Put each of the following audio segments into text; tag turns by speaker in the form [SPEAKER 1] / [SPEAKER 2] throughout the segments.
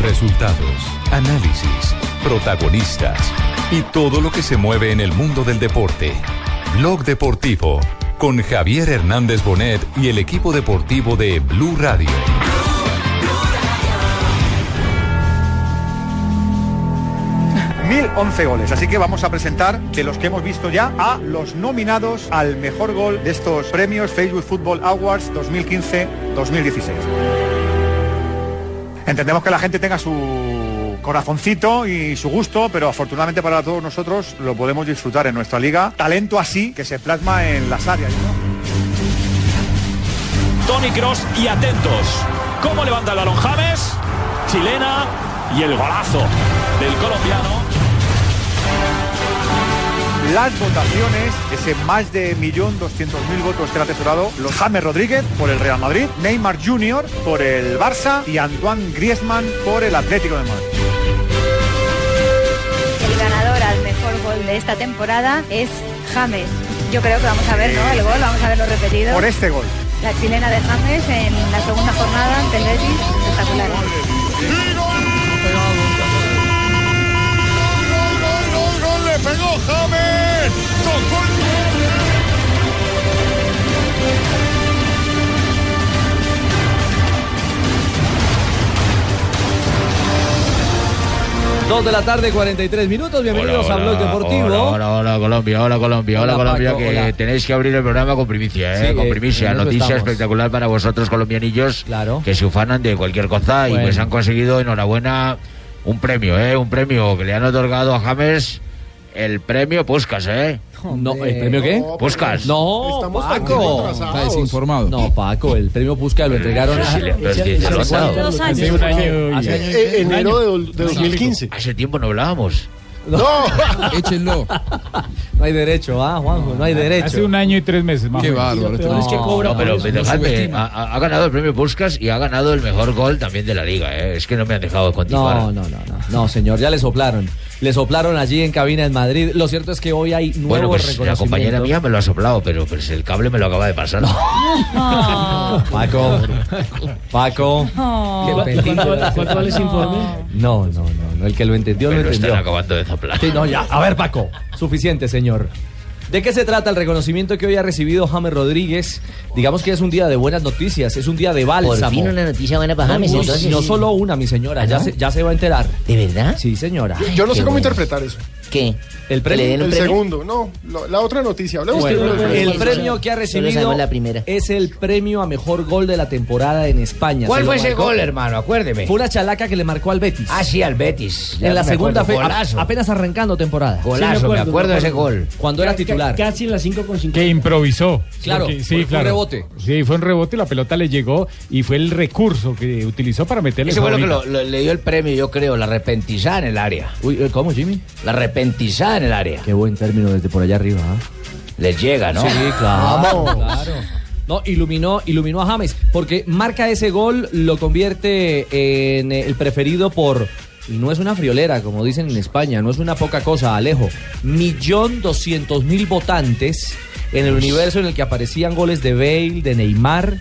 [SPEAKER 1] Resultados, análisis, protagonistas y todo lo que se mueve en el mundo del deporte. Blog Deportivo con Javier Hernández Bonet y el equipo deportivo de Blue Radio.
[SPEAKER 2] Mil once goles, así que vamos a presentar de los que hemos visto ya a los nominados al mejor gol de estos premios Facebook Football Awards 2015-2016. Entendemos que la gente tenga su corazoncito y su gusto, pero afortunadamente para todos nosotros lo podemos disfrutar en nuestra liga. Talento así que se plasma en las áreas.
[SPEAKER 3] Tony Cross y atentos. ¿Cómo levanta el balón James? Chilena y el golazo del colombiano.
[SPEAKER 2] Las votaciones, ese más de 1.200.000 votos que le ha atesorado los James Rodríguez por el Real Madrid, Neymar Jr. por el Barça y Antoine Griezmann por el Atlético de Madrid.
[SPEAKER 4] El ganador al mejor gol de esta temporada es James. Yo creo que vamos a ver, ¿no? El gol, vamos a verlo repetido.
[SPEAKER 5] e-
[SPEAKER 2] Por este gol.
[SPEAKER 4] La chilena de James en la segunda jornada ante el Betis, espectacular.
[SPEAKER 6] pegó James. Tocó
[SPEAKER 5] Dos de la tarde, 43 minutos. Bienvenidos a Blog Deportivo.
[SPEAKER 7] Hola, hola, hola, Colombia, hola Colombia, hola,
[SPEAKER 5] Hola,
[SPEAKER 7] Colombia,
[SPEAKER 5] Paco,
[SPEAKER 7] que
[SPEAKER 5] hola.
[SPEAKER 7] tenéis que abrir el programa con primicia, ¿eh?
[SPEAKER 5] Sí,
[SPEAKER 7] con
[SPEAKER 5] eh,
[SPEAKER 7] primicia,
[SPEAKER 5] en eso
[SPEAKER 7] noticia
[SPEAKER 5] estamos.
[SPEAKER 7] espectacular para vosotros colombianillos
[SPEAKER 5] Claro.
[SPEAKER 7] que se ufanan de cualquier cosa y
[SPEAKER 5] Bueno.
[SPEAKER 7] pues han conseguido, enhorabuena, un premio, ¿eh? un premio que le han otorgado a James, el premio Puskas, ¿eh?
[SPEAKER 5] No, ¿El premio qué?
[SPEAKER 7] Puskas.
[SPEAKER 5] No,
[SPEAKER 8] Estamos
[SPEAKER 5] Paco.
[SPEAKER 8] también atrasados.
[SPEAKER 9] Está desinformado.
[SPEAKER 5] No, Paco, el premio Busca lo entregaron
[SPEAKER 7] Sí, le- pero es que se lo han dado.
[SPEAKER 4] Dos años.
[SPEAKER 9] Hace un año. y-
[SPEAKER 5] Hace año
[SPEAKER 8] Eh, enero de, do- de 2015.
[SPEAKER 7] Hace tiempo no hablábamos.
[SPEAKER 8] No,
[SPEAKER 9] Échenlo.
[SPEAKER 5] No hay derecho, ah, Juanjo, no hay
[SPEAKER 9] Hace
[SPEAKER 5] derecho.
[SPEAKER 9] un año y tres meses más. Qué o menos. bárbaro. este
[SPEAKER 5] No,
[SPEAKER 9] man.
[SPEAKER 7] No, pero eh,
[SPEAKER 9] no,
[SPEAKER 7] pero
[SPEAKER 9] no
[SPEAKER 7] dejadme,
[SPEAKER 9] subestima.
[SPEAKER 7] ha, ha- ha ganado el premio Puskas y ha ganado el mejor gol también de la liga, ¿eh? es que no me han dejado continuar.
[SPEAKER 5] No, no, no, no, no, señor, ya le soplaron. Le soplaron allí en cabina en Madrid. Lo cierto es que hoy hay nuevos
[SPEAKER 7] Bueno, pues la
[SPEAKER 5] reconocimientos.
[SPEAKER 7] compañera mía me lo ha soplado, pero pues el cable me lo acaba de pasar.
[SPEAKER 5] Paco, Paco.
[SPEAKER 4] Oh.
[SPEAKER 10] ¿Cuánto vale ese informe?
[SPEAKER 5] No, no, no, no, el que lo entendió
[SPEAKER 7] pero
[SPEAKER 5] lo
[SPEAKER 7] están
[SPEAKER 5] entendió.
[SPEAKER 7] acabando de soplar.
[SPEAKER 5] Sí, no, ya. A ver, Paco. Suficiente, señor. ¿De qué se trata el reconocimiento que hoy ha recibido James Rodríguez? Digamos que es un día de buenas noticias, es un día de
[SPEAKER 11] Por
[SPEAKER 5] bálsamo.
[SPEAKER 11] fin una noticia buena para
[SPEAKER 5] No,
[SPEAKER 11] James,
[SPEAKER 5] no,
[SPEAKER 11] entonces.
[SPEAKER 5] no solo una, mi señora,
[SPEAKER 11] ¿Ah,
[SPEAKER 5] ya,
[SPEAKER 11] no?
[SPEAKER 5] se, ya se va a enterar.
[SPEAKER 11] ¿De verdad?
[SPEAKER 5] Sí, señora.
[SPEAKER 8] yo no sé
[SPEAKER 11] Qué
[SPEAKER 8] cómo
[SPEAKER 11] bueno.
[SPEAKER 8] interpretar eso.
[SPEAKER 11] ¿Qué?
[SPEAKER 5] El
[SPEAKER 11] ¿Que le den
[SPEAKER 5] premio,
[SPEAKER 11] un
[SPEAKER 8] El
[SPEAKER 11] premio?
[SPEAKER 8] segundo, no. lo- la otra noticia. Hablemos
[SPEAKER 5] Bueno,
[SPEAKER 8] primero del
[SPEAKER 5] el
[SPEAKER 8] segundo.
[SPEAKER 5] premio que ha
[SPEAKER 11] Solo
[SPEAKER 5] recibido
[SPEAKER 11] sabemos la primera.
[SPEAKER 5] es el premio a mejor gol de la temporada en España. Se
[SPEAKER 11] ¿Cuál
[SPEAKER 5] lo
[SPEAKER 11] fue ese
[SPEAKER 5] marcó-
[SPEAKER 11] gol, hermano? Acuérdeme.
[SPEAKER 5] Fue una chalaca que le marcó al Betis.
[SPEAKER 11] Ah, sí, al Betis. Ya
[SPEAKER 5] en la
[SPEAKER 11] me
[SPEAKER 5] segunda
[SPEAKER 11] acuerdo.
[SPEAKER 5] fe, Ah, a-
[SPEAKER 11] Golazo.
[SPEAKER 5] apenas arrancando temporada.
[SPEAKER 11] Golazo,
[SPEAKER 10] Sí, me
[SPEAKER 11] me
[SPEAKER 10] acuerdo,
[SPEAKER 11] acuerdo
[SPEAKER 10] me
[SPEAKER 11] de ese
[SPEAKER 10] acuerdo.
[SPEAKER 11] gol.
[SPEAKER 5] Cuando era titular.
[SPEAKER 10] Casi en las 5 con 5.
[SPEAKER 9] Que improvisó.
[SPEAKER 5] Claro,
[SPEAKER 9] Porque-
[SPEAKER 5] fue- fue un rebote.
[SPEAKER 9] Sí, fue un rebote, la pelota le llegó y fue el recurso que utilizó para meterle
[SPEAKER 11] Ese fue lo que
[SPEAKER 9] favorito.
[SPEAKER 11] lo- lo- le dio el premio, yo creo, la repentizada en el área.
[SPEAKER 5] Uy, eh, ¿cómo, Jimmy?
[SPEAKER 11] La repentizada en el área.
[SPEAKER 5] Qué buen término desde por allá arriba. ¿ah?
[SPEAKER 11] Les llega, ¿no?
[SPEAKER 5] Sí, claro. claro. No, iluminó, iluminó a James, porque marca ese gol, lo convierte en el preferido por. Y no es una friolera, como dicen en España, no es una poca cosa, Alejo. Millón doscientos mil votantes en el universo en el que aparecían goles de Bale, de Neymar,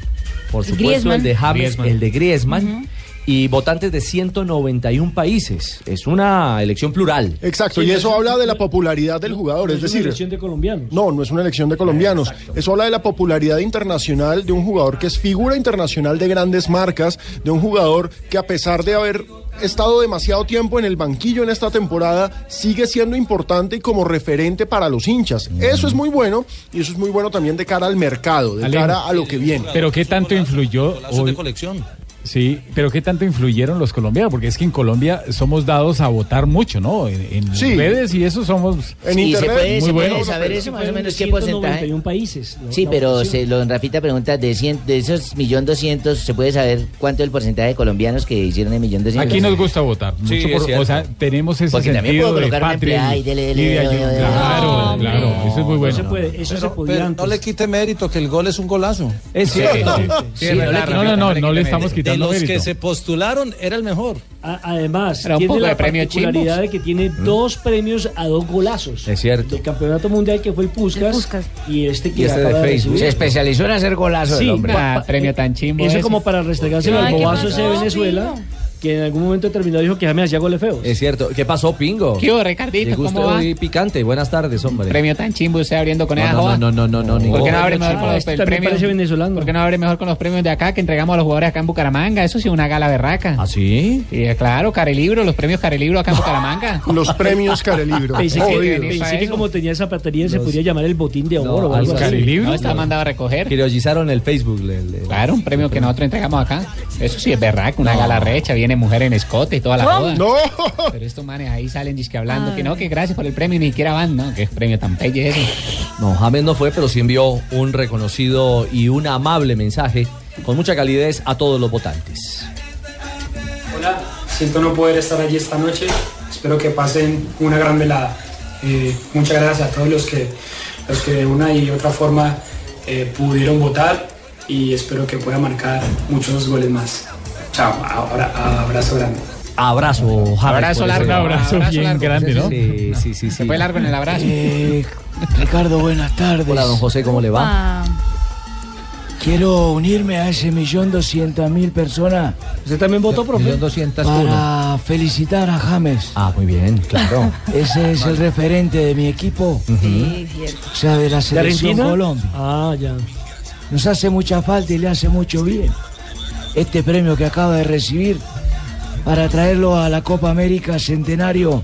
[SPEAKER 5] por supuesto el
[SPEAKER 4] Griezmann.
[SPEAKER 5] de James,
[SPEAKER 9] Griezmann.
[SPEAKER 5] el de Griezmann, y votantes de 191 países. Es una elección plural.
[SPEAKER 8] Exacto, y eso habla de la popularidad del jugador, es
[SPEAKER 10] una
[SPEAKER 8] decir,
[SPEAKER 10] elección de colombianos.
[SPEAKER 8] no, no es una elección de colombianos, eso habla de la popularidad internacional de un jugador que es figura internacional de grandes marcas, de un jugador que a pesar de haber estado demasiado tiempo en el banquillo en esta temporada, sigue siendo importante y como referente para los hinchas. Eso es muy bueno y eso es muy bueno también de cara al mercado, de
[SPEAKER 9] Alejo.
[SPEAKER 8] cara a lo que viene.
[SPEAKER 9] Pero qué tanto influyó hoy-
[SPEAKER 6] colección.
[SPEAKER 9] Sí, pero qué tanto influyeron los colombianos, porque es que en Colombia somos dados a votar mucho, ¿no? En, en
[SPEAKER 8] Sí.
[SPEAKER 9] redes y eso somos
[SPEAKER 8] En
[SPEAKER 11] Sí, se
[SPEAKER 8] internet,
[SPEAKER 11] puede,
[SPEAKER 9] muy
[SPEAKER 11] se puede
[SPEAKER 9] bueno.
[SPEAKER 11] saber eso, más o menos qué
[SPEAKER 10] eh?
[SPEAKER 11] porcentaje.
[SPEAKER 10] 191 países. ¿no?
[SPEAKER 11] Sí,
[SPEAKER 10] La
[SPEAKER 11] pero
[SPEAKER 10] votación.
[SPEAKER 11] se, lo, Rafita pregunta, de, cien- de esos millón doscientos, ¿se puede saber cuánto el porcentaje de colombianos que hicieron el millón doscientos?
[SPEAKER 9] Aquí nos gusta votar.
[SPEAKER 5] Sí,
[SPEAKER 9] mucho
[SPEAKER 5] es
[SPEAKER 9] por- o sea,
[SPEAKER 5] cierto.
[SPEAKER 9] tenemos ese
[SPEAKER 11] Porque también
[SPEAKER 9] sentido
[SPEAKER 11] puedo
[SPEAKER 9] de
[SPEAKER 11] colocar una empleada
[SPEAKER 9] patria.
[SPEAKER 11] y dele,
[SPEAKER 9] y de
[SPEAKER 11] dele,
[SPEAKER 9] ayuda.
[SPEAKER 11] dele,
[SPEAKER 9] Claro,
[SPEAKER 10] dele,
[SPEAKER 9] claro,
[SPEAKER 10] dele.
[SPEAKER 9] eso es muy
[SPEAKER 10] No
[SPEAKER 9] bueno.
[SPEAKER 10] se puede, eso se podía antes.
[SPEAKER 6] quite mérito, que el gol es un golazo.
[SPEAKER 5] Es cierto.
[SPEAKER 11] Sí, no le-
[SPEAKER 9] No, no, no, no le estamos quitando mérito.
[SPEAKER 6] postularon, era el mejor.
[SPEAKER 10] A- además,
[SPEAKER 6] Era un
[SPEAKER 10] tiene
[SPEAKER 6] poco
[SPEAKER 10] la
[SPEAKER 6] de premio
[SPEAKER 10] particularidad
[SPEAKER 6] chimbos.
[SPEAKER 10] de que tiene dos premios a dos golazos.
[SPEAKER 5] Es cierto.
[SPEAKER 10] El campeonato mundial que fue el Puskas,
[SPEAKER 4] El Puskás.
[SPEAKER 10] y este que
[SPEAKER 5] Y este de
[SPEAKER 10] acaba de
[SPEAKER 5] Facebook.
[SPEAKER 10] recibir.
[SPEAKER 11] Se especializó en hacer golazos el
[SPEAKER 10] Sí,
[SPEAKER 11] hombre.
[SPEAKER 10] pa- pa-
[SPEAKER 6] premio tan chimbo
[SPEAKER 10] Eso
[SPEAKER 6] ese.
[SPEAKER 10] como para restregarse el
[SPEAKER 4] Ay, Ah, ¿qué
[SPEAKER 10] bobazo
[SPEAKER 4] pasó,
[SPEAKER 10] ese de Venezuela.
[SPEAKER 4] Pino?
[SPEAKER 10] que en algún momento determinado dijo que James hacía goles feos.
[SPEAKER 5] Es cierto. ¿Qué pasó, Pingo?
[SPEAKER 10] ¿Qué hubo, Ricardito?
[SPEAKER 5] Llegó
[SPEAKER 10] ¿Cómo
[SPEAKER 5] usted
[SPEAKER 10] va?
[SPEAKER 5] hoy picante. Buenas tardes, hombre.
[SPEAKER 12] Premio tan chimbo usted abriendo con
[SPEAKER 5] No,
[SPEAKER 12] esa
[SPEAKER 5] no,
[SPEAKER 12] joda.
[SPEAKER 5] no, no, no, no,
[SPEAKER 12] ¿Por
[SPEAKER 5] ningún
[SPEAKER 12] qué no abre
[SPEAKER 5] premio
[SPEAKER 12] mejor con los,
[SPEAKER 5] chimbo.
[SPEAKER 12] el premio? ¿Por qué no abre mejor con los premios de acá que entregamos a los jugadores acá en Bucaramanga? Eso sí, una gala berraca. ¿Ah,
[SPEAKER 5] sí?
[SPEAKER 12] claro, Carelibro, los premios Carelibro acá en Bucaramanga.
[SPEAKER 8] Los premios Carelibro.
[SPEAKER 10] Pensé
[SPEAKER 12] Hay que
[SPEAKER 10] que,
[SPEAKER 12] venir
[SPEAKER 10] pensé
[SPEAKER 12] para
[SPEAKER 10] que
[SPEAKER 12] eso.
[SPEAKER 10] como tenía esa zapatería se podía llamar el botín de oro
[SPEAKER 5] No,
[SPEAKER 10] o algo así.
[SPEAKER 12] No, está mandado a recoger.
[SPEAKER 5] Criollizaron el Facebook.
[SPEAKER 12] Claro, un premio que nosotros entregamos acá. Eso sí es berraco, una gala recha, viene mujer en escote y toda la joda. Pero estos manes ahí salen disque hablando que no, que gracias por el premio, ni siquiera van, ¿no? Que premio tan pelle ese.
[SPEAKER 5] No, James no fue, pero sí envió un reconocido y un amable mensaje con mucha calidez a todos los votantes.
[SPEAKER 13] Hola, siento no poder estar allí esta noche. Espero que pasen una gran velada. Eh, muchas gracias a todos los que, los que de una y otra forma eh, pudieron votar y espero que pueda marcar muchos goles más. Chao, abra- abrazo grande.
[SPEAKER 5] Abrazo, James.
[SPEAKER 12] Abrazo
[SPEAKER 5] por ese
[SPEAKER 12] largo,
[SPEAKER 5] gol.
[SPEAKER 12] abrazo Abrazo bien largo, grande, sí, ¿no?
[SPEAKER 5] Sí, sí, sí.
[SPEAKER 12] Se fue largo en el abrazo.
[SPEAKER 7] Ricardo, buenas tardes.
[SPEAKER 5] Hola, don José, ¿cómo le va?
[SPEAKER 4] Ah,
[SPEAKER 7] Quiero unirme a ese millón doscientas mil personas. ¿Usted también votó, profe? Millón doscientas Para felicitar a James.
[SPEAKER 5] Ah, muy bien, claro.
[SPEAKER 7] Ese es el referente de mi equipo.
[SPEAKER 10] Sí, cierto.
[SPEAKER 7] O sea, de la selección
[SPEAKER 10] Argentina?
[SPEAKER 7] Colombia.
[SPEAKER 10] Ah, ya.
[SPEAKER 7] Nos hace mucha falta y le hace mucho bien este premio que acaba de recibir para traerlo a la Copa América Centenario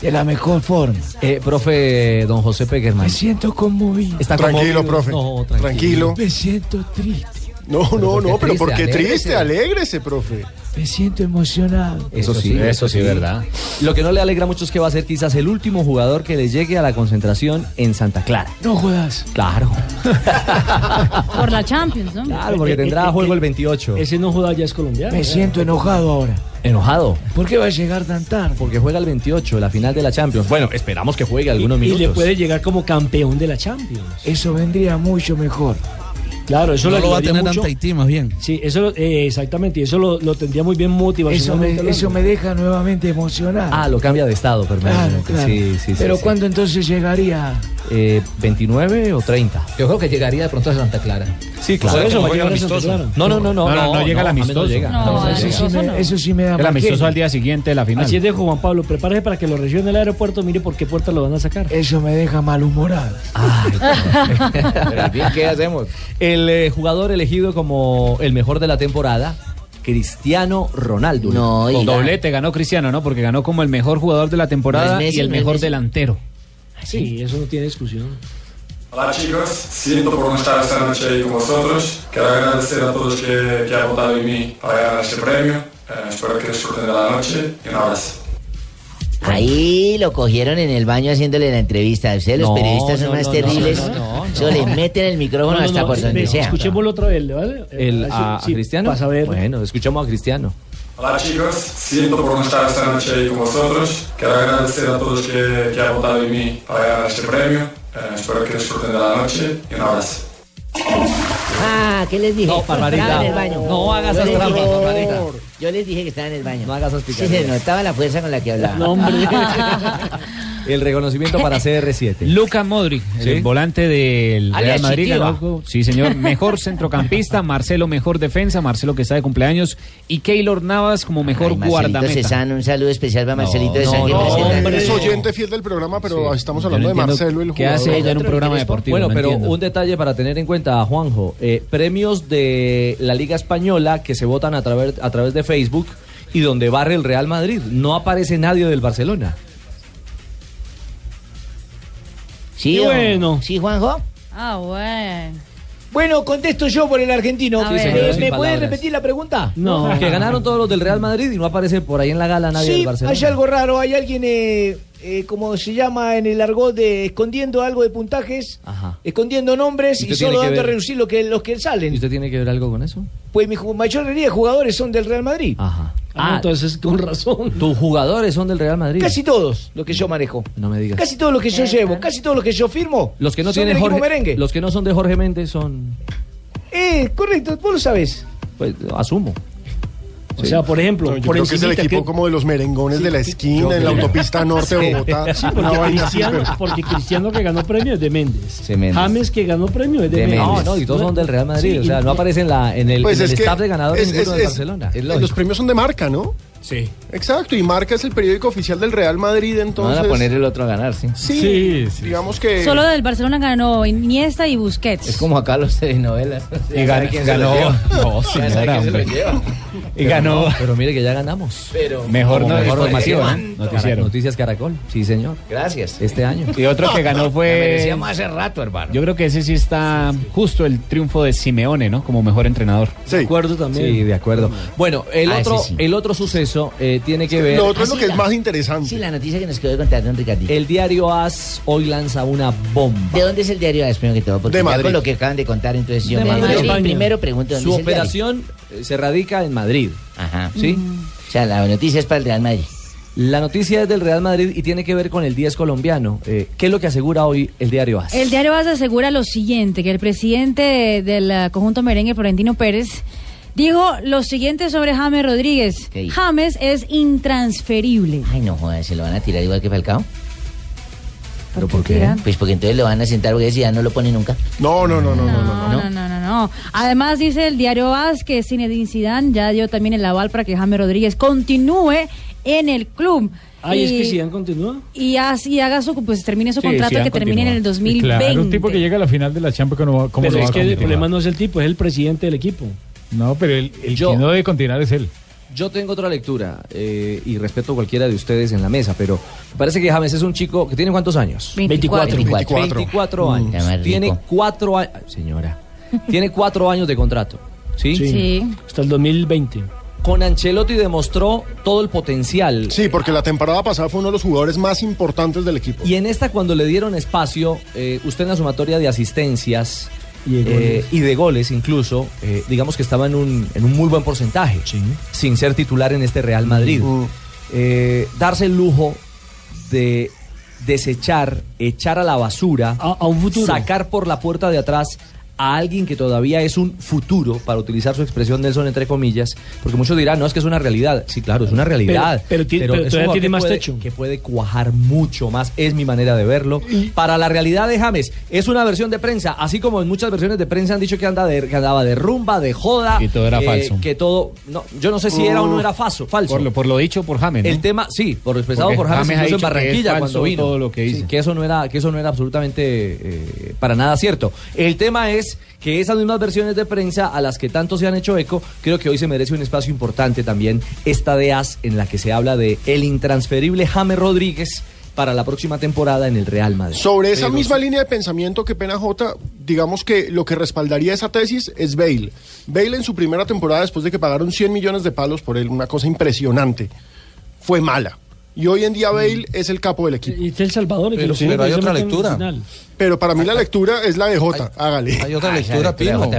[SPEAKER 7] de la mejor forma.
[SPEAKER 5] Eh, profe don José Peguerman.
[SPEAKER 7] Me siento conmovido.
[SPEAKER 5] Está
[SPEAKER 8] Tranquilo,
[SPEAKER 5] conmovido.
[SPEAKER 8] profe.
[SPEAKER 5] No,
[SPEAKER 8] tranquilo.
[SPEAKER 7] Me siento triste.
[SPEAKER 8] No, no, no, pero porque triste,
[SPEAKER 7] alegres.
[SPEAKER 8] alégrese, profe.
[SPEAKER 7] Me siento emocionado.
[SPEAKER 5] Eso sí, eso sí, verdad. Lo que no le alegra mucho es que va a ser quizás el último jugador que le llegue a la concentración en Santa Clara.
[SPEAKER 7] No juegas.
[SPEAKER 5] Claro,
[SPEAKER 4] Por la Champions, ¿no?
[SPEAKER 5] claro,
[SPEAKER 10] Eh,
[SPEAKER 5] porque tendrá juego el 28.
[SPEAKER 10] Ese no juega ya es colombiano.
[SPEAKER 7] Me siento enojado ahora.
[SPEAKER 5] Enojado.
[SPEAKER 7] ¿Por qué va a llegar tan tarde?
[SPEAKER 5] Porque juega el 28, la final de la Champions. Bueno, esperamos que juegue algunos
[SPEAKER 10] Y
[SPEAKER 5] minutos.
[SPEAKER 10] le puede llegar como campeón de la Champions.
[SPEAKER 7] Eso vendría mucho mejor.
[SPEAKER 10] Claro, eso
[SPEAKER 7] No
[SPEAKER 10] le
[SPEAKER 7] lo va a
[SPEAKER 10] ayudaría
[SPEAKER 7] tener
[SPEAKER 10] mucho.
[SPEAKER 7] ante
[SPEAKER 10] Haití, más bien. Sí, eso lo- eh, exactamente, y eso lo, lo tendría muy bien
[SPEAKER 7] Eso me,
[SPEAKER 10] motivacionalmente.
[SPEAKER 7] eso me deja nuevamente emocionado.
[SPEAKER 5] Ah, lo cambia de estado
[SPEAKER 7] Claro,
[SPEAKER 5] permanentemente.
[SPEAKER 7] claro.
[SPEAKER 5] Sí, sí, sí,
[SPEAKER 7] Pero
[SPEAKER 5] sí.
[SPEAKER 7] ¿cuándo entonces llegaría?
[SPEAKER 5] Eh, 29 o 30.
[SPEAKER 14] Yo creo que llegaría de pronto a Santa Clara.
[SPEAKER 5] Sí, claro.
[SPEAKER 14] Por eso,
[SPEAKER 5] No
[SPEAKER 14] no
[SPEAKER 5] llega
[SPEAKER 14] llega
[SPEAKER 5] el
[SPEAKER 14] amistoso.
[SPEAKER 5] amistoso. No, no, no, no, No, no, no, no llega el no, amistoso. no llega. No, No,
[SPEAKER 7] eso, sí me, eso sí me da
[SPEAKER 15] El
[SPEAKER 7] más
[SPEAKER 15] amistoso
[SPEAKER 7] que-
[SPEAKER 15] al día siguiente de la final.
[SPEAKER 10] Así es, dejo Juan Pablo, prepárese para que lo reciban en el aeropuerto, mire por qué puerta lo van a sacar.
[SPEAKER 7] Eso me deja malhumorado.
[SPEAKER 5] ¿Qué hacemos? El eh, jugador elegido como el mejor de la temporada, Cristiano Ronaldo.
[SPEAKER 12] Con doblete ganó Cristiano, ¿no? Porque ganó como el mejor jugador de la temporada
[SPEAKER 5] No es Messi,
[SPEAKER 12] y el
[SPEAKER 5] no es
[SPEAKER 12] mejor
[SPEAKER 5] Messi.
[SPEAKER 12] delantero.
[SPEAKER 10] Sí, eso no tiene discusión.
[SPEAKER 16] Hola chicos, siento por no estar esta noche ahí con vosotros. Quiero agradecer a todos que, que han votado en mí para ganar este premio. Eh, espero que disfruten de la noche y un abrazo.
[SPEAKER 11] Ahí lo cogieron en el baño haciéndole la entrevista. Ustedes, los
[SPEAKER 5] No,
[SPEAKER 11] periodistas, son
[SPEAKER 5] no,
[SPEAKER 11] más
[SPEAKER 5] no, no,
[SPEAKER 11] terribles.
[SPEAKER 5] no, no, no.
[SPEAKER 11] Solo les meten el micrófono
[SPEAKER 5] No, no,
[SPEAKER 11] hasta
[SPEAKER 5] no,
[SPEAKER 11] por
[SPEAKER 5] ve-
[SPEAKER 11] donde sea.
[SPEAKER 10] Escuchémoslo otra vez, ¿le ¿vale?
[SPEAKER 5] El,
[SPEAKER 10] Eh,
[SPEAKER 5] a,
[SPEAKER 10] sí,
[SPEAKER 5] a Cristiano?
[SPEAKER 10] Vas a ver.
[SPEAKER 5] Bueno, escuchamos a Cristiano.
[SPEAKER 16] Hola chicos, siento por no estar esta noche ahí con vosotros. Quiero agradecer a todos que, que han votado en mí para ganar este premio. Eh, espero que disfruten de la noche y un abrazo.
[SPEAKER 11] Ah, ¿qué les dije?
[SPEAKER 5] No, Barbarita.
[SPEAKER 11] Estaba en el baño.
[SPEAKER 5] No hagas
[SPEAKER 11] Yo
[SPEAKER 5] esas
[SPEAKER 11] les
[SPEAKER 5] trampas,
[SPEAKER 11] dije-
[SPEAKER 5] Barbarita.
[SPEAKER 11] Yo les dije que estaba en el baño.
[SPEAKER 5] No hagas esas
[SPEAKER 11] Sí, se
[SPEAKER 5] picaresas.
[SPEAKER 11] notaba la fuerza con la que hablaba.
[SPEAKER 5] No, hombre. El reconocimiento para CR7.
[SPEAKER 12] Luca Modric,
[SPEAKER 5] Sí.
[SPEAKER 12] el volante del
[SPEAKER 11] Ah,
[SPEAKER 12] Real
[SPEAKER 5] Alias
[SPEAKER 12] Madrid.
[SPEAKER 5] Chitiva.
[SPEAKER 12] ganó- sí, señor. Mejor centrocampista, Marcelo mejor defensa, Marcelo que está de cumpleaños y Keylor Navas como mejor
[SPEAKER 11] Marcelito
[SPEAKER 12] guardameta.
[SPEAKER 11] Cezanne, un saludo especial para Marcelito de
[SPEAKER 12] no,
[SPEAKER 11] San
[SPEAKER 12] no,
[SPEAKER 11] Guillermo Cezanne.
[SPEAKER 12] hombre.
[SPEAKER 8] Es oyente fiel del programa, pero estamos hablando de Marcelo, el jugador.
[SPEAKER 5] Bueno, pero un detalle para tener en cuenta, Juanjo. eh, premios de la Liga Española que se votan a través, a través de Facebook y donde barre el Real Madrid. No aparece nadie del Barcelona.
[SPEAKER 11] Sí,
[SPEAKER 5] Qué
[SPEAKER 11] don-
[SPEAKER 5] bueno.
[SPEAKER 11] Sí, Juanjo.
[SPEAKER 4] Ah, bueno.
[SPEAKER 7] Bueno, contesto yo por el argentino.
[SPEAKER 5] Sí, señor, sin palabras.
[SPEAKER 7] la pregunta?
[SPEAKER 5] Que ganaron todos los del Real Madrid y no aparece por ahí en la gala nadie
[SPEAKER 7] Ah. Sí,
[SPEAKER 5] del Barcelona.
[SPEAKER 7] hay algo raro. Hay alguien, eh, eh, como se llama en el argot, de escondiendo algo de puntajes, escondiendo nombres
[SPEAKER 5] ¿Y
[SPEAKER 7] y
[SPEAKER 5] usted tiene
[SPEAKER 7] solo
[SPEAKER 5] que
[SPEAKER 7] dando a
[SPEAKER 5] ver?
[SPEAKER 7] reducir lo que, los que salen.
[SPEAKER 5] ¿Y usted tiene que ver algo con eso?
[SPEAKER 7] Pues mi ju- mayoría de jugadores son del Real Madrid.
[SPEAKER 5] Ajá.
[SPEAKER 7] Ah,
[SPEAKER 5] entonces con razón. Tus jugadores son del Real Madrid.
[SPEAKER 7] Casi todos los que yo manejo.
[SPEAKER 5] No me digas.
[SPEAKER 7] Casi todos los que yo llevo, casi todos los que yo firmo.
[SPEAKER 5] Los que no
[SPEAKER 7] son
[SPEAKER 5] tienen
[SPEAKER 7] del equipo
[SPEAKER 5] Jorge,
[SPEAKER 7] merengue.
[SPEAKER 5] los que no son de Jorge Méndez son,
[SPEAKER 7] Eh, correcto, vos lo sabés.
[SPEAKER 5] pues asumo.
[SPEAKER 10] O sea, por ejemplo,
[SPEAKER 8] yo
[SPEAKER 10] por
[SPEAKER 8] creo que es el
[SPEAKER 10] encimita,
[SPEAKER 8] equipo
[SPEAKER 10] ¿qué?
[SPEAKER 8] como de los merengones de la esquina, en la autopista norte de Bogotá. Ah,
[SPEAKER 10] Sí, porque,
[SPEAKER 8] Una vaina así,
[SPEAKER 10] Cristiano,
[SPEAKER 8] pero-
[SPEAKER 10] porque Cristiano que ganó premio es de Méndez.
[SPEAKER 5] Méndez.
[SPEAKER 10] James que ganó premio es de,
[SPEAKER 5] De
[SPEAKER 10] Méndez.
[SPEAKER 5] Méndez. No, no, y todos son del Real Madrid, o sea,
[SPEAKER 10] y-
[SPEAKER 5] no aparecen en la- en el-
[SPEAKER 10] Pues
[SPEAKER 5] en
[SPEAKER 10] es
[SPEAKER 5] el
[SPEAKER 10] que
[SPEAKER 5] staff de ganadores
[SPEAKER 10] es-
[SPEAKER 5] ninguno
[SPEAKER 10] es-
[SPEAKER 5] de
[SPEAKER 10] es-
[SPEAKER 5] Barcelona.
[SPEAKER 10] es
[SPEAKER 8] los premios son de marca, ¿no? Sí. Exacto, y Marca es el periódico oficial del Real Madrid, entonces.
[SPEAKER 5] Van a poner el otro a ganar, sí.
[SPEAKER 8] Sí, digamos que.
[SPEAKER 4] Solo del Barcelona ganó Iniesta y Busquets.
[SPEAKER 5] Es como acá los telenovelas.
[SPEAKER 4] Y
[SPEAKER 5] Ya sabe
[SPEAKER 12] gan-
[SPEAKER 5] quién se
[SPEAKER 12] ganó-
[SPEAKER 5] los lleva.
[SPEAKER 12] no,
[SPEAKER 5] Ya sabe
[SPEAKER 12] señora,
[SPEAKER 5] quién se los
[SPEAKER 12] hombre.
[SPEAKER 5] lleva.
[SPEAKER 12] Y
[SPEAKER 5] Pero
[SPEAKER 12] ganó.
[SPEAKER 5] no, pero mire que ya ganamos. Pero
[SPEAKER 12] Mejor no-
[SPEAKER 5] mejor
[SPEAKER 12] Mejor
[SPEAKER 5] información.
[SPEAKER 12] formación.
[SPEAKER 5] ¿no?
[SPEAKER 12] Noticiero.
[SPEAKER 5] Noticias Caracol. Sí, señor. Gracias. Este año.
[SPEAKER 12] Y otro que ganó fue-
[SPEAKER 5] La merecíamos hace rato, hermano.
[SPEAKER 12] Yo creo que ese sí está justo el triunfo de Simeone, ¿no? Como mejor entrenador.
[SPEAKER 5] De acuerdo también. Sí, de acuerdo. Bueno, el
[SPEAKER 12] Ah, ese
[SPEAKER 5] otro,
[SPEAKER 12] sí.
[SPEAKER 5] el otro suceso eh, tiene que ver. Ah,
[SPEAKER 8] interesante.
[SPEAKER 11] Ah, Sí, la noticia que nos quedó de contar, don Ricardito.
[SPEAKER 5] El diario AS hoy lanza una bomba.
[SPEAKER 11] ¿De dónde es el diario AS, primero que todo? Porque
[SPEAKER 5] De
[SPEAKER 11] ya
[SPEAKER 5] Madrid.
[SPEAKER 11] con lo que acaban de contar, entonces yo
[SPEAKER 5] De
[SPEAKER 11] me-
[SPEAKER 5] Madrid.
[SPEAKER 11] yo
[SPEAKER 5] España.
[SPEAKER 11] primero pregunto dónde
[SPEAKER 5] Su
[SPEAKER 11] es el diario.
[SPEAKER 5] operación eh, se radica en Madrid.
[SPEAKER 11] Ajá. Mm.
[SPEAKER 5] ¿Sí?
[SPEAKER 11] O sea, la noticia es para el Real Madrid.
[SPEAKER 5] La noticia es del Real Madrid y tiene que ver con el 10 colombiano. Eh, ¿Qué es lo que asegura hoy el diario AS?
[SPEAKER 4] El diario AS asegura lo siguiente, que el presidente del eh, conjunto merengue, Florentino Pérez, dijo lo siguiente sobre James Rodríguez.
[SPEAKER 11] ¿Qué dijo?
[SPEAKER 4] James es intransferible.
[SPEAKER 11] Ay, no jodas, ¿se lo van a tirar igual que Falcao?
[SPEAKER 4] ¿Pero por qué? tiran?
[SPEAKER 11] Pues porque entonces lo van a sentar porque si ya no lo pone nunca.
[SPEAKER 8] No, no, no, no, no.
[SPEAKER 4] No, no, no, no, no. Además dice el diario AS que Zinedine Zidane ya dio también el aval para que James Rodríguez continúe en el club.
[SPEAKER 10] Ay, es
[SPEAKER 4] Y-
[SPEAKER 10] que Zidane continúa.
[SPEAKER 4] y, haz- y haga su, pues termine su
[SPEAKER 9] Sí,
[SPEAKER 4] contrato
[SPEAKER 9] Zidane
[SPEAKER 4] que termine en el
[SPEAKER 9] Y
[SPEAKER 4] 2020.
[SPEAKER 9] Claro, un tipo que llega a la final de la Champions, ¿cómo, no va- cómo
[SPEAKER 10] Pero
[SPEAKER 9] no va
[SPEAKER 10] es
[SPEAKER 9] a
[SPEAKER 10] que el
[SPEAKER 9] continuar?
[SPEAKER 10] problema no es el tipo, es el presidente del equipo.
[SPEAKER 9] No, pero el, el
[SPEAKER 10] Yo-
[SPEAKER 9] que no debe continuar es él.
[SPEAKER 5] Yo tengo otra lectura eh, y respeto a cualquiera de ustedes en la mesa, pero me parece que James es un chico que tiene cuántos años?
[SPEAKER 10] 24.
[SPEAKER 5] 24,
[SPEAKER 10] 24. Mm,
[SPEAKER 5] 24
[SPEAKER 10] ya
[SPEAKER 5] años.
[SPEAKER 10] más rico.
[SPEAKER 5] tiene cuatro años. Señora, tiene cuatro años de contrato. ¿Sí?
[SPEAKER 4] Sí.
[SPEAKER 10] Hasta el 2020.
[SPEAKER 5] Con Ancelotti demostró todo el potencial.
[SPEAKER 8] Sí, porque la temporada pasada fue uno de los jugadores más importantes del equipo.
[SPEAKER 5] Y en esta, cuando le dieron espacio, eh, usted en la sumatoria de asistencias
[SPEAKER 10] Y de
[SPEAKER 5] eh,
[SPEAKER 10] goles.
[SPEAKER 5] y de goles incluso, eh, digamos que estaba en un, en un muy buen porcentaje, sin ser titular en este Real Madrid.
[SPEAKER 10] Mm.
[SPEAKER 5] Eh, darse el lujo de desechar, echar a la basura, sacar por la puerta de atrás a alguien que todavía es un futuro, para utilizar su expresión Nelson entre comillas, porque muchos dirán, no, es que es una realidad. Sí, claro, es una realidad.
[SPEAKER 10] Pero- pero ti- pero
[SPEAKER 5] es un
[SPEAKER 10] todavía
[SPEAKER 5] jugador
[SPEAKER 10] tiene
[SPEAKER 5] que
[SPEAKER 10] más
[SPEAKER 5] puede-
[SPEAKER 10] techo.
[SPEAKER 5] Que puede cuajar mucho más, es mi manera de verlo. Para la realidad de James, es una versión de prensa, así como en muchas versiones de prensa han dicho que, anda de, que andaba de rumba, de joda.
[SPEAKER 12] Y todo era
[SPEAKER 5] eh,
[SPEAKER 12] falso.
[SPEAKER 5] Que todo, no, yo no sé si era o no era falso, falso.
[SPEAKER 12] Por lo, por lo dicho por James. ¿no?
[SPEAKER 5] El tema, sí, por lo expresado
[SPEAKER 12] Porque
[SPEAKER 5] por James,
[SPEAKER 12] James ha
[SPEAKER 5] incluso en
[SPEAKER 12] dicho que es
[SPEAKER 5] Barranquilla
[SPEAKER 12] falso
[SPEAKER 5] cuando vino.
[SPEAKER 12] todo lo que
[SPEAKER 5] Sí,
[SPEAKER 12] dice.
[SPEAKER 5] que eso no era, que eso no era absolutamente eh, para nada cierto. El tema es que esas mismas versiones de prensa a las que tanto se han hecho eco, creo que hoy se merece un espacio importante también esta de AS en la que se habla de el intransferible James Rodríguez para la próxima temporada en el Real Madrid.
[SPEAKER 8] Sobre esa
[SPEAKER 5] Pero
[SPEAKER 8] misma línea de pensamiento que pena J, digamos que lo que respaldaría esa tesis es Bale. Bale en su primera temporada, después de que pagaron 100 millones de palos por él, una cosa impresionante, fue mala. Y hoy en día Bale es el capo del equipo.
[SPEAKER 10] Mm. Y está El Salvador. y que
[SPEAKER 8] Pero-
[SPEAKER 10] los
[SPEAKER 8] pero
[SPEAKER 10] jugadores
[SPEAKER 8] hay
[SPEAKER 10] se
[SPEAKER 8] otra
[SPEAKER 10] meten en
[SPEAKER 8] lectura.
[SPEAKER 10] final.
[SPEAKER 8] Pero para mí la lectura es la de J, hágale.
[SPEAKER 6] Hay otra Ah, lectura, Pino.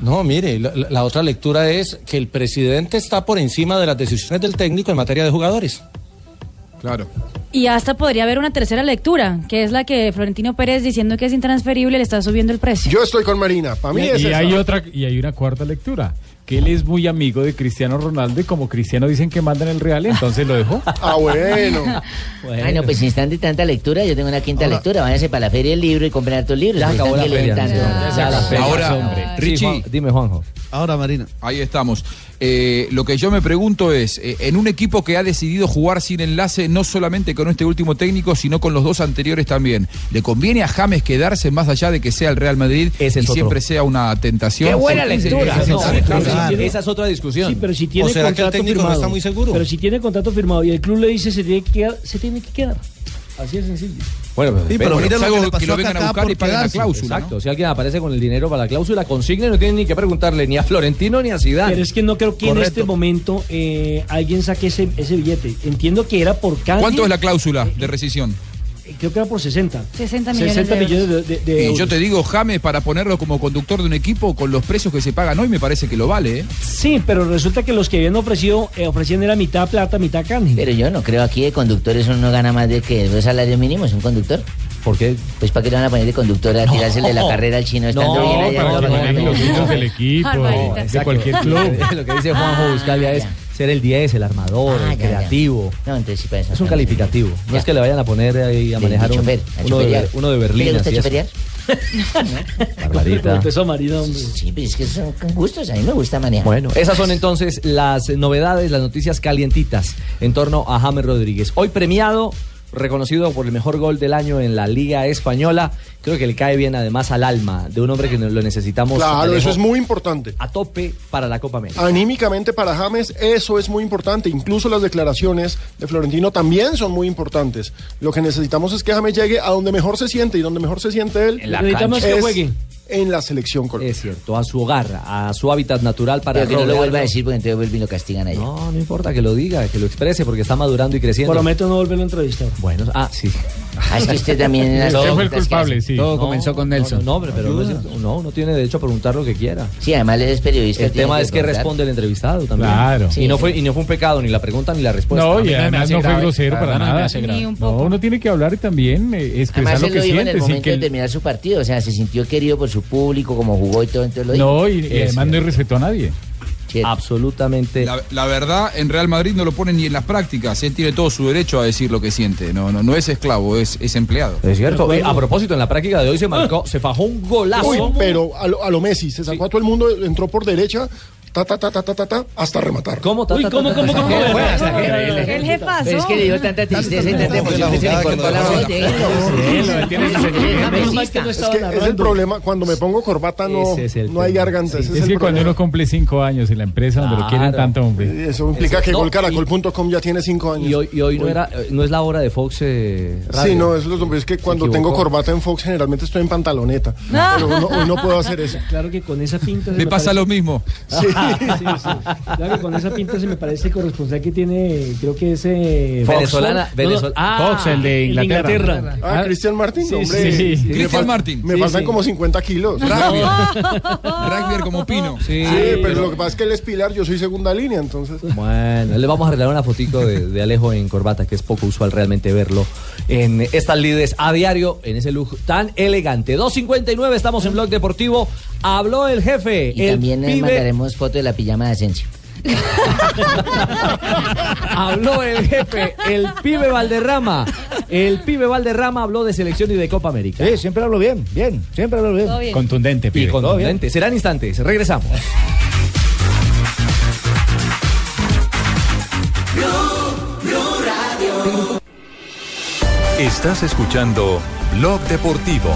[SPEAKER 6] No, mire, la, la- la otra lectura es que el presidente está por encima de las decisiones del técnico en materia de jugadores.
[SPEAKER 8] Claro.
[SPEAKER 4] Y hasta podría haber una tercera lectura, que es la que Florentino Pérez diciendo que es intransferible le está subiendo el precio.
[SPEAKER 8] Yo estoy con Marina, para mí
[SPEAKER 9] y,
[SPEAKER 8] es
[SPEAKER 9] y
[SPEAKER 8] esa.
[SPEAKER 9] hay otra y hay una cuarta lectura que él es muy amigo de Cristiano Ronaldo y como Cristiano dicen que manda en el Real entonces lo dejó
[SPEAKER 8] ah bueno
[SPEAKER 11] Ay, no, pues si están de tanta lectura, yo tengo una quinta lectura. Váyanse para la feria del libro y comprar tus libros.
[SPEAKER 5] Ya
[SPEAKER 11] porque
[SPEAKER 5] acabó la
[SPEAKER 11] están
[SPEAKER 5] feria.
[SPEAKER 11] violentando.
[SPEAKER 5] Ya, ya la feria,
[SPEAKER 17] Ahora,
[SPEAKER 5] hombre.
[SPEAKER 17] Richie.
[SPEAKER 5] Sí, Juan- dime, Juanjo.
[SPEAKER 17] Ahora, Marina. Ahí estamos. Eh, lo que yo me pregunto es, eh, en un equipo que ha decidido jugar sin enlace, no solamente con este último técnico, sino con los dos anteriores también, ¿le conviene a James quedarse más allá de que sea el Real Madrid y
[SPEAKER 5] otro.
[SPEAKER 17] siempre sea una tentación?
[SPEAKER 5] Qué buena
[SPEAKER 17] Porque se-
[SPEAKER 5] lectura.
[SPEAKER 17] se- se-
[SPEAKER 5] No,
[SPEAKER 17] se-
[SPEAKER 5] claro.
[SPEAKER 17] se-
[SPEAKER 5] Claro. Esa es otra discusión.
[SPEAKER 10] Sí, pero si tiene
[SPEAKER 5] ¿O será que el
[SPEAKER 10] contrato
[SPEAKER 5] técnico no
[SPEAKER 10] firmado.
[SPEAKER 5] está muy seguro?
[SPEAKER 10] Pero si tiene contrato firmado y el club le dice se tiene que quedar, se tiene que quedar. Así de sencillo.
[SPEAKER 5] Bueno,
[SPEAKER 10] Sí, pero
[SPEAKER 5] depende.
[SPEAKER 10] mira lo
[SPEAKER 5] Salvo
[SPEAKER 10] que le pasó a Kaká por quedarse.
[SPEAKER 5] Exacto, si alguien aparece con el dinero para la cláusula, consigne, no tiene ni que preguntarle ni a Florentino ni a Zidane.
[SPEAKER 10] Pero es que no creo que en este momento eh, alguien saque ese, ese billete. Entiendo que era por cada.
[SPEAKER 17] ¿Cuánto es la cláusula de rescisión?
[SPEAKER 10] Creo que era por 60.
[SPEAKER 4] 60
[SPEAKER 17] millones de
[SPEAKER 10] millones de, de- de
[SPEAKER 17] Y yo
[SPEAKER 10] euros.
[SPEAKER 17] te digo, James, para ponerlo como conductor de un equipo, con los precios que se pagan hoy, me parece que lo vale. ¿eh?
[SPEAKER 10] Sí, pero resulta que los que habían ofrecido eh, ofrecían era mitad plata, mitad canje.
[SPEAKER 11] Pero yo no creo aquí de conductores uno gana más de que dos salarios mínimos, un conductor.
[SPEAKER 5] ¿Por qué?
[SPEAKER 11] Pues para qué le van a poner de conductor a tirarse de la carrera al chino estando
[SPEAKER 5] No,
[SPEAKER 11] bien
[SPEAKER 5] para
[SPEAKER 11] allá.
[SPEAKER 5] que manejen los hilos del
[SPEAKER 9] equipo,
[SPEAKER 11] Ah,
[SPEAKER 5] No, exacto. Lo que dice Juanjo Buscalia es ser el 10, el armador, el creativo.
[SPEAKER 11] Ah, No, entonces sí, para eso.
[SPEAKER 5] Es un calificativo. No es que le vayan a poner ahí a
[SPEAKER 11] De- de
[SPEAKER 5] manejar un-
[SPEAKER 11] chofer, a
[SPEAKER 5] uno, de,
[SPEAKER 11] choferear.
[SPEAKER 5] uno de
[SPEAKER 11] ¿Te
[SPEAKER 5] Berlín.
[SPEAKER 11] gusta
[SPEAKER 5] así es.
[SPEAKER 11] choferear?
[SPEAKER 5] Barbarita.
[SPEAKER 10] Eso, marido, hombre.
[SPEAKER 11] Sí, pero es que son gustos. A mí me gusta manejar.
[SPEAKER 5] Bueno, esas son entonces las novedades, las noticias calientitas en torno a James Rodríguez. Hoy premiado, reconocido por el mejor gol del año en la Liga Española. Creo que le cae bien además al alma de un hombre que lo necesitamos.
[SPEAKER 8] Claro, eso
[SPEAKER 5] Alejo,
[SPEAKER 8] es muy importante. Ah,
[SPEAKER 5] A tope para la Copa América.
[SPEAKER 8] Anímicamente para James eso es muy importante. Incluso las declaraciones de Florentino también son muy importantes. Lo que necesitamos es que James llegue a donde mejor se siente y donde mejor se siente él.
[SPEAKER 5] En la Necesitamos cancha. que
[SPEAKER 8] es
[SPEAKER 5] juegue.
[SPEAKER 8] En la selección colombiana.
[SPEAKER 5] Es cierto, a su hogar, a su hábitat natural para
[SPEAKER 11] Pero que no lo vuelva a
[SPEAKER 5] decir
[SPEAKER 11] porque entonces vuelven y lo castigan a
[SPEAKER 5] No, no importa que lo diga, que lo exprese porque está madurando y creciendo.
[SPEAKER 10] Prometo no volverlo a entrevistar.
[SPEAKER 5] Bueno, ah, sí.
[SPEAKER 11] Ah, es que usted también en las Usted fue el preguntas que culpable, hace. sí.
[SPEAKER 5] Todo
[SPEAKER 11] No,
[SPEAKER 5] comenzó con Nelson. No, hombre, pero no, es- no, uno tiene derecho a preguntar lo que quiera.
[SPEAKER 11] Sí, además él es periodista.
[SPEAKER 5] El
[SPEAKER 11] tiene
[SPEAKER 5] tema es que
[SPEAKER 11] preguntar.
[SPEAKER 5] responde el entrevistado también.
[SPEAKER 11] Claro.
[SPEAKER 5] Y no fue, y no fue un pecado, ni la pregunta ni la respuesta.
[SPEAKER 9] Pues No, y además no fue grosero para nada. No, uno tiene que hablar y también eh, expresar
[SPEAKER 11] Además,
[SPEAKER 9] lo
[SPEAKER 11] él
[SPEAKER 9] que
[SPEAKER 11] lo dijo en el
[SPEAKER 9] siente. sin
[SPEAKER 11] momento
[SPEAKER 9] que
[SPEAKER 11] de
[SPEAKER 9] el-
[SPEAKER 11] terminar su partido. O sea, se sintió querido por su público, como jugó y todo. Entonces lo
[SPEAKER 9] No, y,
[SPEAKER 11] dijo.
[SPEAKER 9] y además no irrespetó a nadie.
[SPEAKER 5] Absolutamente.
[SPEAKER 17] La, la verdad, en Real Madrid no lo ponen ni en las prácticas. Él tiene todo su derecho a decir lo que siente. No, no, no es esclavo, es, es empleado.
[SPEAKER 5] Es cierto. Y a propósito, en la práctica de hoy se marcó, se fajó un golazo.
[SPEAKER 8] Uy, pero a lo, a lo Messi, se sacó a todo el mundo, entró por derecha, ta, ta, ta, ta, ta, ta, ta, hasta rematar.
[SPEAKER 5] ¿Cómo,
[SPEAKER 8] ta,
[SPEAKER 11] ta, ta, ta, ta? Fue hasta que- El jefazo. Pero es que le dio tanta tristeza y tanta emoción que se le cortó la voz.
[SPEAKER 8] Es que es el problema, cuando me pongo corbata no,
[SPEAKER 9] Ese es el
[SPEAKER 8] no hay garganta.
[SPEAKER 9] Es,
[SPEAKER 8] ese es,
[SPEAKER 9] que
[SPEAKER 8] el
[SPEAKER 9] cuando
[SPEAKER 8] problema.
[SPEAKER 9] uno cumple cinco años en la empresa donde lo quieren
[SPEAKER 5] Claro.
[SPEAKER 9] tanto, hombre.
[SPEAKER 8] Eso implica que
[SPEAKER 5] No,
[SPEAKER 8] golcaracol.com ya tiene cinco años.
[SPEAKER 5] Y hoy, y hoy no, era, eh, no es la hora de Fox eh, Radio.
[SPEAKER 8] Sí, no, es los hombres que cuando tengo
[SPEAKER 5] equivocó.
[SPEAKER 8] corbata en Fox generalmente estoy en pantaloneta. Pero no, hoy no puedo hacer eso.
[SPEAKER 10] Claro que con esa pinta. se
[SPEAKER 8] Me pasa
[SPEAKER 17] lo mismo.
[SPEAKER 10] Sí, sí, sí. Claro que con esa pinta se me parece el corresponsal que tiene, creo que es. eh,
[SPEAKER 5] Fox.
[SPEAKER 10] Fox,
[SPEAKER 5] Venezolana.
[SPEAKER 10] ¿no?
[SPEAKER 5] Venezol- Ah,
[SPEAKER 10] Fox, el de Inglaterra.
[SPEAKER 8] Ah, Cristian Martín,
[SPEAKER 5] Sí,
[SPEAKER 8] hombre.
[SPEAKER 5] sí, sí.
[SPEAKER 8] Me
[SPEAKER 5] Cristian
[SPEAKER 8] faltan-
[SPEAKER 5] Martin.
[SPEAKER 8] Me
[SPEAKER 5] Sí,
[SPEAKER 8] faltan
[SPEAKER 5] sí.
[SPEAKER 8] como 50 kilos.
[SPEAKER 17] Rugby como pino.
[SPEAKER 8] Sí, pero lo que pasa es que él es pilar, yo soy segunda línea, entonces.
[SPEAKER 5] Bueno, le vamos a arreglar una fotico de, de Alejo en corbata, que es poco usual realmente verlo en estas lides a diario, en ese look tan elegante. 2.59, estamos en Blog Deportivo. Habló el jefe.
[SPEAKER 11] Y
[SPEAKER 5] el
[SPEAKER 11] también le
[SPEAKER 5] pibe-
[SPEAKER 11] mandaremos foto de la pijama de Asensio.
[SPEAKER 5] Habló el jefe, el pibe Valderrama. El pibe Valderrama habló de selección y de Copa América. Sí, siempre hablo bien, bien, siempre hablo
[SPEAKER 14] bien. Todo bien. Contundente,
[SPEAKER 5] pibe. Y
[SPEAKER 14] Todo bien.
[SPEAKER 5] contundente. Serán instantes, regresamos.
[SPEAKER 1] Estás escuchando Blog Deportivo.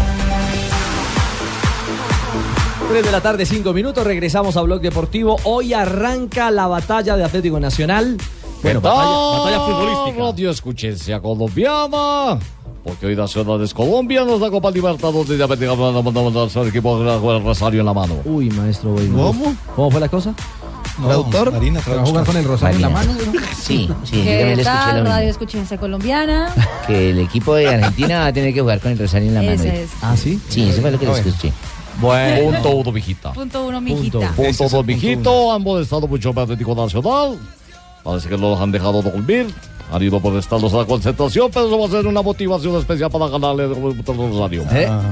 [SPEAKER 5] 3 de la tarde, 5 minutos, regresamos a Blog Deportivo. Hoy arranca la batalla de Atlético Nacional. Bueno, batalla, batalla futbolística.
[SPEAKER 18] Radio Escuchencia Colombiana. Porque hoy Nacionales Colombia nos da Copa Libertadores y ya me diga, bueno, bueno, bueno, el equipo con el rosario en la mano.
[SPEAKER 5] Uy, maestro
[SPEAKER 18] ¿Cómo?
[SPEAKER 5] ¿Cómo fue la cosa?
[SPEAKER 18] Traductor.
[SPEAKER 6] Marina,
[SPEAKER 18] ¿Va a jugar con el
[SPEAKER 6] rosario en la
[SPEAKER 18] mano?
[SPEAKER 11] Pues, Sí, sí, yo también
[SPEAKER 4] ¿Qué
[SPEAKER 11] lo escuché lo
[SPEAKER 4] tal?
[SPEAKER 11] mismo.
[SPEAKER 4] Radio Escuchencia Colombiana.
[SPEAKER 11] Que el equipo de Argentina va a tener que jugar con el Rosario en la mano.
[SPEAKER 4] Ese es.
[SPEAKER 5] ¿Ah, sí?
[SPEAKER 11] Sí, eso fue lo que les escuché.
[SPEAKER 5] Bueno.
[SPEAKER 18] Punto uno, mijita.
[SPEAKER 4] Punto uno,
[SPEAKER 18] Punto,
[SPEAKER 4] mijita.
[SPEAKER 18] punto dos, mijito. Han molestado mucho a Atlético Nacional. Parece que no los han dejado dormir. Han ido por estados a la concentración, pero eso va a ser una motivación especial para ganarle el Rosario.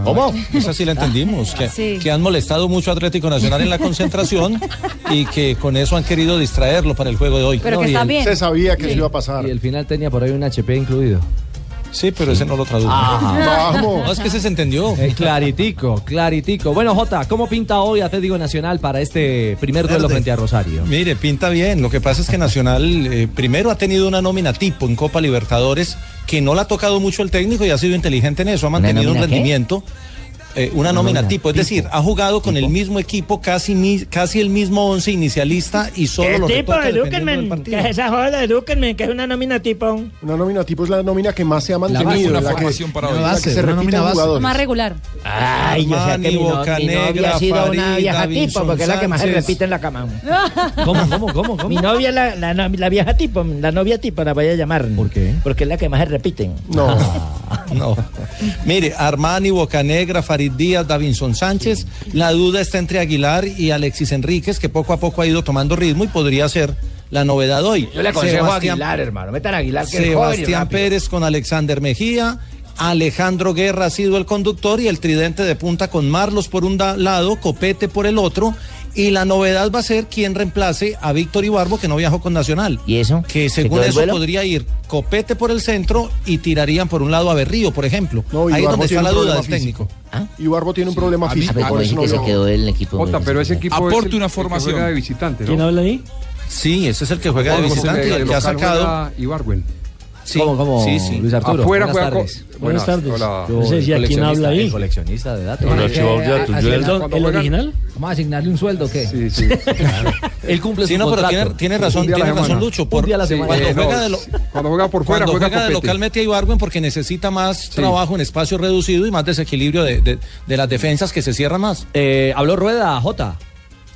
[SPEAKER 18] ¿Cómo?
[SPEAKER 6] Esa sí la entendimos, que, que han molestado mucho a Atlético Nacional en la concentración y que con eso han querido distraerlo para el juego de hoy. No, y el-
[SPEAKER 8] sabía que se iba a pasar.
[SPEAKER 5] Y el final tenía por ahí un HP incluido.
[SPEAKER 6] Sí, pero ese no lo tradujo.
[SPEAKER 5] Ah.
[SPEAKER 6] No, es que ese se entendió.
[SPEAKER 5] Eh, claritico, claritico. Bueno, Jota, ¿cómo pinta hoy Atlético Nacional para este primer duelo
[SPEAKER 6] Verde.
[SPEAKER 5] frente a Rosario?
[SPEAKER 6] Mire, pinta bien. Lo que pasa es que Nacional eh, primero ha tenido una nómina tipo en Copa Libertadores que no la ha tocado mucho el técnico y ha sido inteligente en eso. Ha mantenido un
[SPEAKER 19] nómina qué?
[SPEAKER 6] rendimiento. eh, una, nómina, tipo, es decir, ha jugado con el mismo equipo, casi, ni- casi el mismo once inicialista y solo lo
[SPEAKER 20] ¿Qué
[SPEAKER 6] que
[SPEAKER 20] tipo,
[SPEAKER 6] toca dependiendo del
[SPEAKER 20] edúquenme?
[SPEAKER 6] partido.
[SPEAKER 20] ¿Qué es esa joda? Edúquenme, que es una nómina tipo.
[SPEAKER 8] Una nómina tipo es la nómina que más se ha mantenido.
[SPEAKER 6] una
[SPEAKER 8] que-
[SPEAKER 6] formación para hoy.
[SPEAKER 8] la
[SPEAKER 6] Base,
[SPEAKER 8] que se
[SPEAKER 6] una
[SPEAKER 8] repite
[SPEAKER 6] nómina
[SPEAKER 8] en
[SPEAKER 6] base.
[SPEAKER 8] jugadores.
[SPEAKER 4] Más regular.
[SPEAKER 6] Ay,
[SPEAKER 20] yo sé que mi no- mi novia ha sido una vieja tipo, porque es la que más se repite en la cama.
[SPEAKER 5] ¿Cómo, cómo, cómo?
[SPEAKER 20] Mi novia es la, la, no- la vieja tipo, la novia tipo la voy a llamar. ¿Por qué? Porque es la que más se repiten.
[SPEAKER 6] No. No. Mire, Armani, Bocanegra, Farid Díaz, Davinson Sánchez. La duda está entre Aguilar y Alexis Enríquez, que poco a poco ha ido tomando ritmo y podría ser la novedad hoy.
[SPEAKER 19] Yo le aconsejo a
[SPEAKER 6] Sebastián-
[SPEAKER 19] Aguilar, hermano. Metan a Aguilar que es joven y
[SPEAKER 6] Sebastián
[SPEAKER 19] rápido.
[SPEAKER 6] Pérez con Alexander Mejía. Alejandro Guerra ha sido el conductor y el tridente de punta con Marlos por un da- lado, Copete por el otro Y la novedad va a ser quién reemplace a Víctor Ibarbo, que no viajó con Nacional.
[SPEAKER 11] ¿Y eso?
[SPEAKER 6] Que según
[SPEAKER 11] quedó el
[SPEAKER 6] eso
[SPEAKER 11] vuelo?
[SPEAKER 6] podría ir Copete por el centro y tirarían por un lado a Berrío, por ejemplo. Ahí es
[SPEAKER 8] Ibarbo
[SPEAKER 6] donde está
[SPEAKER 8] tiene
[SPEAKER 6] la
[SPEAKER 8] un
[SPEAKER 6] duda del
[SPEAKER 8] problema
[SPEAKER 6] técnico. ¿Ah?
[SPEAKER 8] Y Barbo tiene un problema
[SPEAKER 6] A mí-
[SPEAKER 8] físico.
[SPEAKER 6] a mí
[SPEAKER 8] por
[SPEAKER 6] me
[SPEAKER 8] eso
[SPEAKER 6] dice
[SPEAKER 8] no
[SPEAKER 6] que se
[SPEAKER 8] lo-
[SPEAKER 6] quedó el equipo
[SPEAKER 21] Jota, pero ese equipo es
[SPEAKER 6] Aporte
[SPEAKER 21] el-
[SPEAKER 6] una
[SPEAKER 21] el que
[SPEAKER 6] formación.
[SPEAKER 21] juega de visitante, ¿no?
[SPEAKER 6] ¿Quién
[SPEAKER 10] habla ahí?
[SPEAKER 6] Sí, ese es el que juega de
[SPEAKER 21] Porque
[SPEAKER 6] visitante,
[SPEAKER 21] de
[SPEAKER 6] el que ha
[SPEAKER 21] local
[SPEAKER 6] sacado.
[SPEAKER 21] juega Ibarwen.
[SPEAKER 6] Sí, ¿Cómo, cómo, sí, sí. Luis Arturo?
[SPEAKER 21] Afuera
[SPEAKER 6] Buenas
[SPEAKER 21] juega co-
[SPEAKER 6] tardes.
[SPEAKER 21] Buenas,
[SPEAKER 6] Buenas tardes.
[SPEAKER 21] hola.
[SPEAKER 6] Yo No sé si a quién habla ahí.
[SPEAKER 22] El coleccionista de datos.
[SPEAKER 6] Bueno,
[SPEAKER 7] Eh,
[SPEAKER 22] Hay que
[SPEAKER 6] Chihuahua, ya, tú,
[SPEAKER 22] asignarle-
[SPEAKER 6] yo era-
[SPEAKER 22] ¿El
[SPEAKER 6] cuando juegan-
[SPEAKER 22] original? ¿Vamos a asignarle un sueldo o qué?
[SPEAKER 21] Sí, sí.
[SPEAKER 22] Él cumple
[SPEAKER 6] Sí,
[SPEAKER 22] su
[SPEAKER 6] no, pero
[SPEAKER 22] contrato.
[SPEAKER 6] tiene, tiene razón,
[SPEAKER 22] Un día a la
[SPEAKER 6] tiene razón
[SPEAKER 22] semana.
[SPEAKER 6] Lucho.
[SPEAKER 22] Un
[SPEAKER 6] por-
[SPEAKER 22] día a la semana.
[SPEAKER 6] Cuando,
[SPEAKER 22] Eh, no,
[SPEAKER 6] juega de lo-
[SPEAKER 21] Cuando juega por fuera,
[SPEAKER 6] cuando
[SPEAKER 21] juega,
[SPEAKER 6] juega de
[SPEAKER 21] Copete.
[SPEAKER 6] local mete a Ibarwen porque necesita más trabajo en espacio reducido y más desequilibrio de, de- de las defensas que se cierran más.
[SPEAKER 5] habló Rueda, Jota.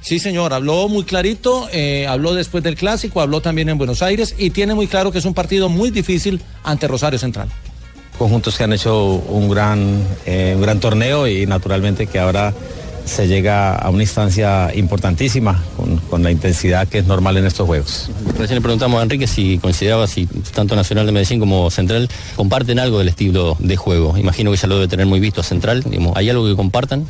[SPEAKER 6] Sí, señor, habló muy clarito, eh, habló después del clásico, habló también en Buenos Aires y tiene muy claro que es un partido muy difícil ante Rosario Central.
[SPEAKER 23] conjuntos que han hecho un gran, eh, un gran torneo y naturalmente que ahora se llega a una instancia importantísima con, con la intensidad que es normal en estos juegos.
[SPEAKER 24] Recién le preguntamos a Enrique si consideraba si tanto Nacional de Medellín como Central comparten algo del estilo de juego. Imagino que ya lo debe tener muy visto Central. Digamos, ¿Hay algo que compartan?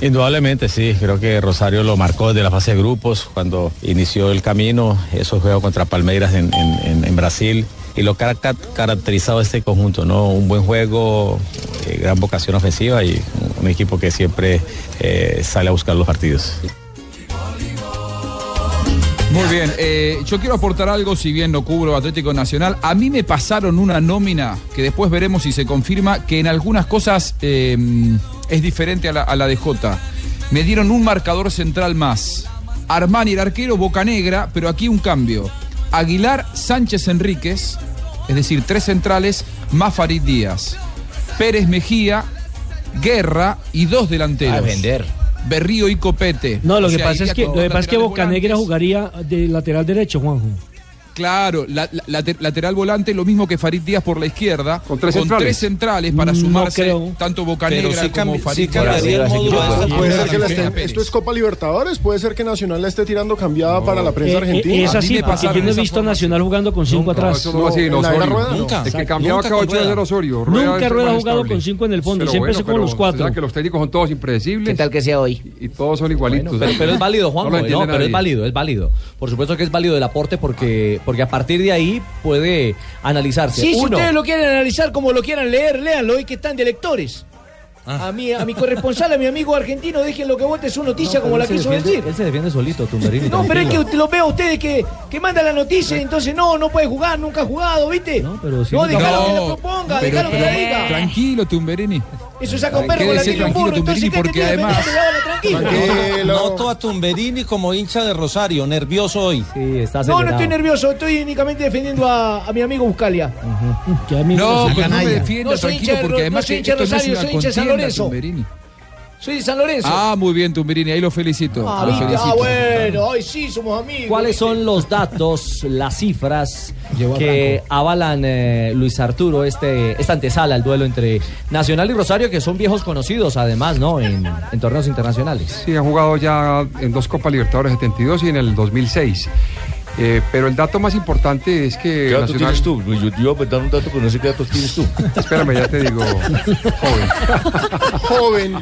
[SPEAKER 23] Indudablemente sí, creo que Rosario lo marcó desde la fase de grupos cuando inició el camino, esos juegos contra Palmeiras en, en- en- en Brasil y lo que ha ca- caracterizado este conjunto, ¿no? Un buen juego, eh, gran vocación ofensiva y un equipo que siempre eh, sale a buscar los partidos.
[SPEAKER 17] Muy bien, eh, yo quiero aportar algo, si bien no cubro Atlético Nacional. A mí me pasaron una nómina que después veremos si se confirma, que en algunas cosas eh, es diferente a la, a la de Jota. Me dieron un marcador central más. Armani el arquero, Boca Negra, pero aquí un cambio. Aguilar, Sánchez Enríquez, es decir, tres centrales, más Farid Díaz. Pérez Mejía, Guerra y dos delanteros.
[SPEAKER 10] A vender.
[SPEAKER 17] Berrío y Copete.
[SPEAKER 10] No, lo
[SPEAKER 17] O
[SPEAKER 10] que
[SPEAKER 17] sea,
[SPEAKER 10] pasa es
[SPEAKER 17] iría
[SPEAKER 10] que,
[SPEAKER 17] con
[SPEAKER 10] lo que
[SPEAKER 17] dos
[SPEAKER 10] pasa es que
[SPEAKER 17] laterales
[SPEAKER 10] Bocanegra jugaría de lateral derecho, Juanjo.
[SPEAKER 17] Claro, la- la- late- lateral volante, lo mismo que Farid Díaz por la izquierda, con
[SPEAKER 10] tres centrales.
[SPEAKER 17] centrales para
[SPEAKER 10] No
[SPEAKER 17] sumarse
[SPEAKER 10] creo.
[SPEAKER 17] tanto Bocanegra
[SPEAKER 8] sí
[SPEAKER 17] como
[SPEAKER 8] cambi-
[SPEAKER 17] Farid
[SPEAKER 8] sí
[SPEAKER 17] Díaz.
[SPEAKER 8] cambiaría el módulo
[SPEAKER 17] Claro,
[SPEAKER 8] de esta-
[SPEAKER 17] sí,
[SPEAKER 8] puede ser
[SPEAKER 17] claro,
[SPEAKER 8] que la
[SPEAKER 17] sí.
[SPEAKER 8] estén- Esto es Copa Libertadores, puede ser que Nacional la esté tirando cambiada para la
[SPEAKER 10] Eh,
[SPEAKER 8] prensa
[SPEAKER 10] eh,
[SPEAKER 8] argentina.
[SPEAKER 10] es así, porque yo no he visto a Nacional jugando con cinco atrás.
[SPEAKER 8] eso no, así, en
[SPEAKER 10] No,
[SPEAKER 8] Osorio.
[SPEAKER 10] en la rueda, no.
[SPEAKER 8] Nunca.
[SPEAKER 10] Exacto.
[SPEAKER 8] El que cambiaba
[SPEAKER 10] Nunca
[SPEAKER 8] cada
[SPEAKER 10] con
[SPEAKER 8] ocho días
[SPEAKER 10] Rueda.
[SPEAKER 8] era
[SPEAKER 21] Osorio. Rueda
[SPEAKER 10] Nunca
[SPEAKER 21] es
[SPEAKER 10] Rueda ha
[SPEAKER 21] más
[SPEAKER 10] jugado
[SPEAKER 21] estable.
[SPEAKER 10] con cinco en el fondo,
[SPEAKER 21] Pero
[SPEAKER 10] siempre
[SPEAKER 21] bueno,
[SPEAKER 10] empezó con
[SPEAKER 21] pero
[SPEAKER 10] los
[SPEAKER 21] se
[SPEAKER 10] cuatro.
[SPEAKER 21] da que los técnicos son todos impredecibles. ¿Qué tal
[SPEAKER 5] que sea hoy?
[SPEAKER 21] Y todos son igualitos.
[SPEAKER 5] Bueno, pero, pero es válido, Juan.
[SPEAKER 21] No lo
[SPEAKER 5] No,
[SPEAKER 21] entiende
[SPEAKER 5] pero
[SPEAKER 21] nadie.
[SPEAKER 5] es válido, es válido. Por supuesto que es válido el aporte porque, porque a partir de ahí puede analizarse.
[SPEAKER 7] Sí, si
[SPEAKER 5] Uno,
[SPEAKER 7] ustedes lo quieren analizar como lo quieran leer, léanlo hoy que están de lectores. A, mi, a mi corresponsal, a mi amigo argentino, dejen lo que vote su noticia como
[SPEAKER 5] él
[SPEAKER 7] la
[SPEAKER 5] se
[SPEAKER 7] quiso
[SPEAKER 5] defiende-
[SPEAKER 7] decir.
[SPEAKER 5] Él se defiende solito, Tumberini.
[SPEAKER 7] No, pero es que
[SPEAKER 5] tranquilo.
[SPEAKER 7] usted- lo veo a ustedes que, que manda la noticia, entonces no, no puede jugar, nunca ha jugado, ¿viste? No,
[SPEAKER 5] pero sí-
[SPEAKER 7] dejaron
[SPEAKER 17] No,
[SPEAKER 7] que lo proponga,
[SPEAKER 17] pero-
[SPEAKER 7] dejaron que la
[SPEAKER 17] pero-
[SPEAKER 7] diga.
[SPEAKER 17] Tranquilo, Tumberini.
[SPEAKER 7] Eso saca un
[SPEAKER 17] Ay,
[SPEAKER 7] perro con la
[SPEAKER 17] quédese
[SPEAKER 7] tira un
[SPEAKER 17] tranquilo,
[SPEAKER 7] burro, entonces
[SPEAKER 17] Tumberini, porque
[SPEAKER 7] ¿qué te tiene?
[SPEAKER 17] además-
[SPEAKER 7] Métete, llévala, tranquilo.
[SPEAKER 6] Noto a Tumberini como hincha de Rosario, nervioso hoy.
[SPEAKER 5] Sí, está
[SPEAKER 7] No, no estoy nervioso, estoy únicamente defendiendo a, a mi amigo Buscalia.
[SPEAKER 17] No, pero no me
[SPEAKER 7] defiendo,
[SPEAKER 17] defienda, tranquilo, porque además
[SPEAKER 7] soy
[SPEAKER 17] que
[SPEAKER 7] hincha de
[SPEAKER 17] esto no es
[SPEAKER 7] Rosario,
[SPEAKER 17] una
[SPEAKER 7] soy hincha de San
[SPEAKER 17] contienda,
[SPEAKER 7] Lorenzo.
[SPEAKER 17] Tumberini.
[SPEAKER 7] Soy de San Lorenzo.
[SPEAKER 17] Ah, muy bien, Tumberini, ahí lo felicito.
[SPEAKER 7] Ah,
[SPEAKER 17] lo
[SPEAKER 7] viste, ah,
[SPEAKER 17] felicito.
[SPEAKER 7] bueno, hoy sí somos amigos.
[SPEAKER 5] ¿Cuáles son los datos, las cifras que avalan eh, Luis Arturo este esta antesala al duelo entre Nacional y Rosario, que son viejos conocidos además, ¿no? En, en torneos internacionales.
[SPEAKER 21] Sí, han jugado ya en dos Copas Libertadores 72 y en el 2006. Eh, pero el dato más importante es que.
[SPEAKER 25] ¿Qué dato
[SPEAKER 21] Nacional-
[SPEAKER 25] tienes tú? Yo te iba a dar un dato, pero no sé qué datos tienes tú.
[SPEAKER 21] Espérame, ya te digo.
[SPEAKER 8] Joven.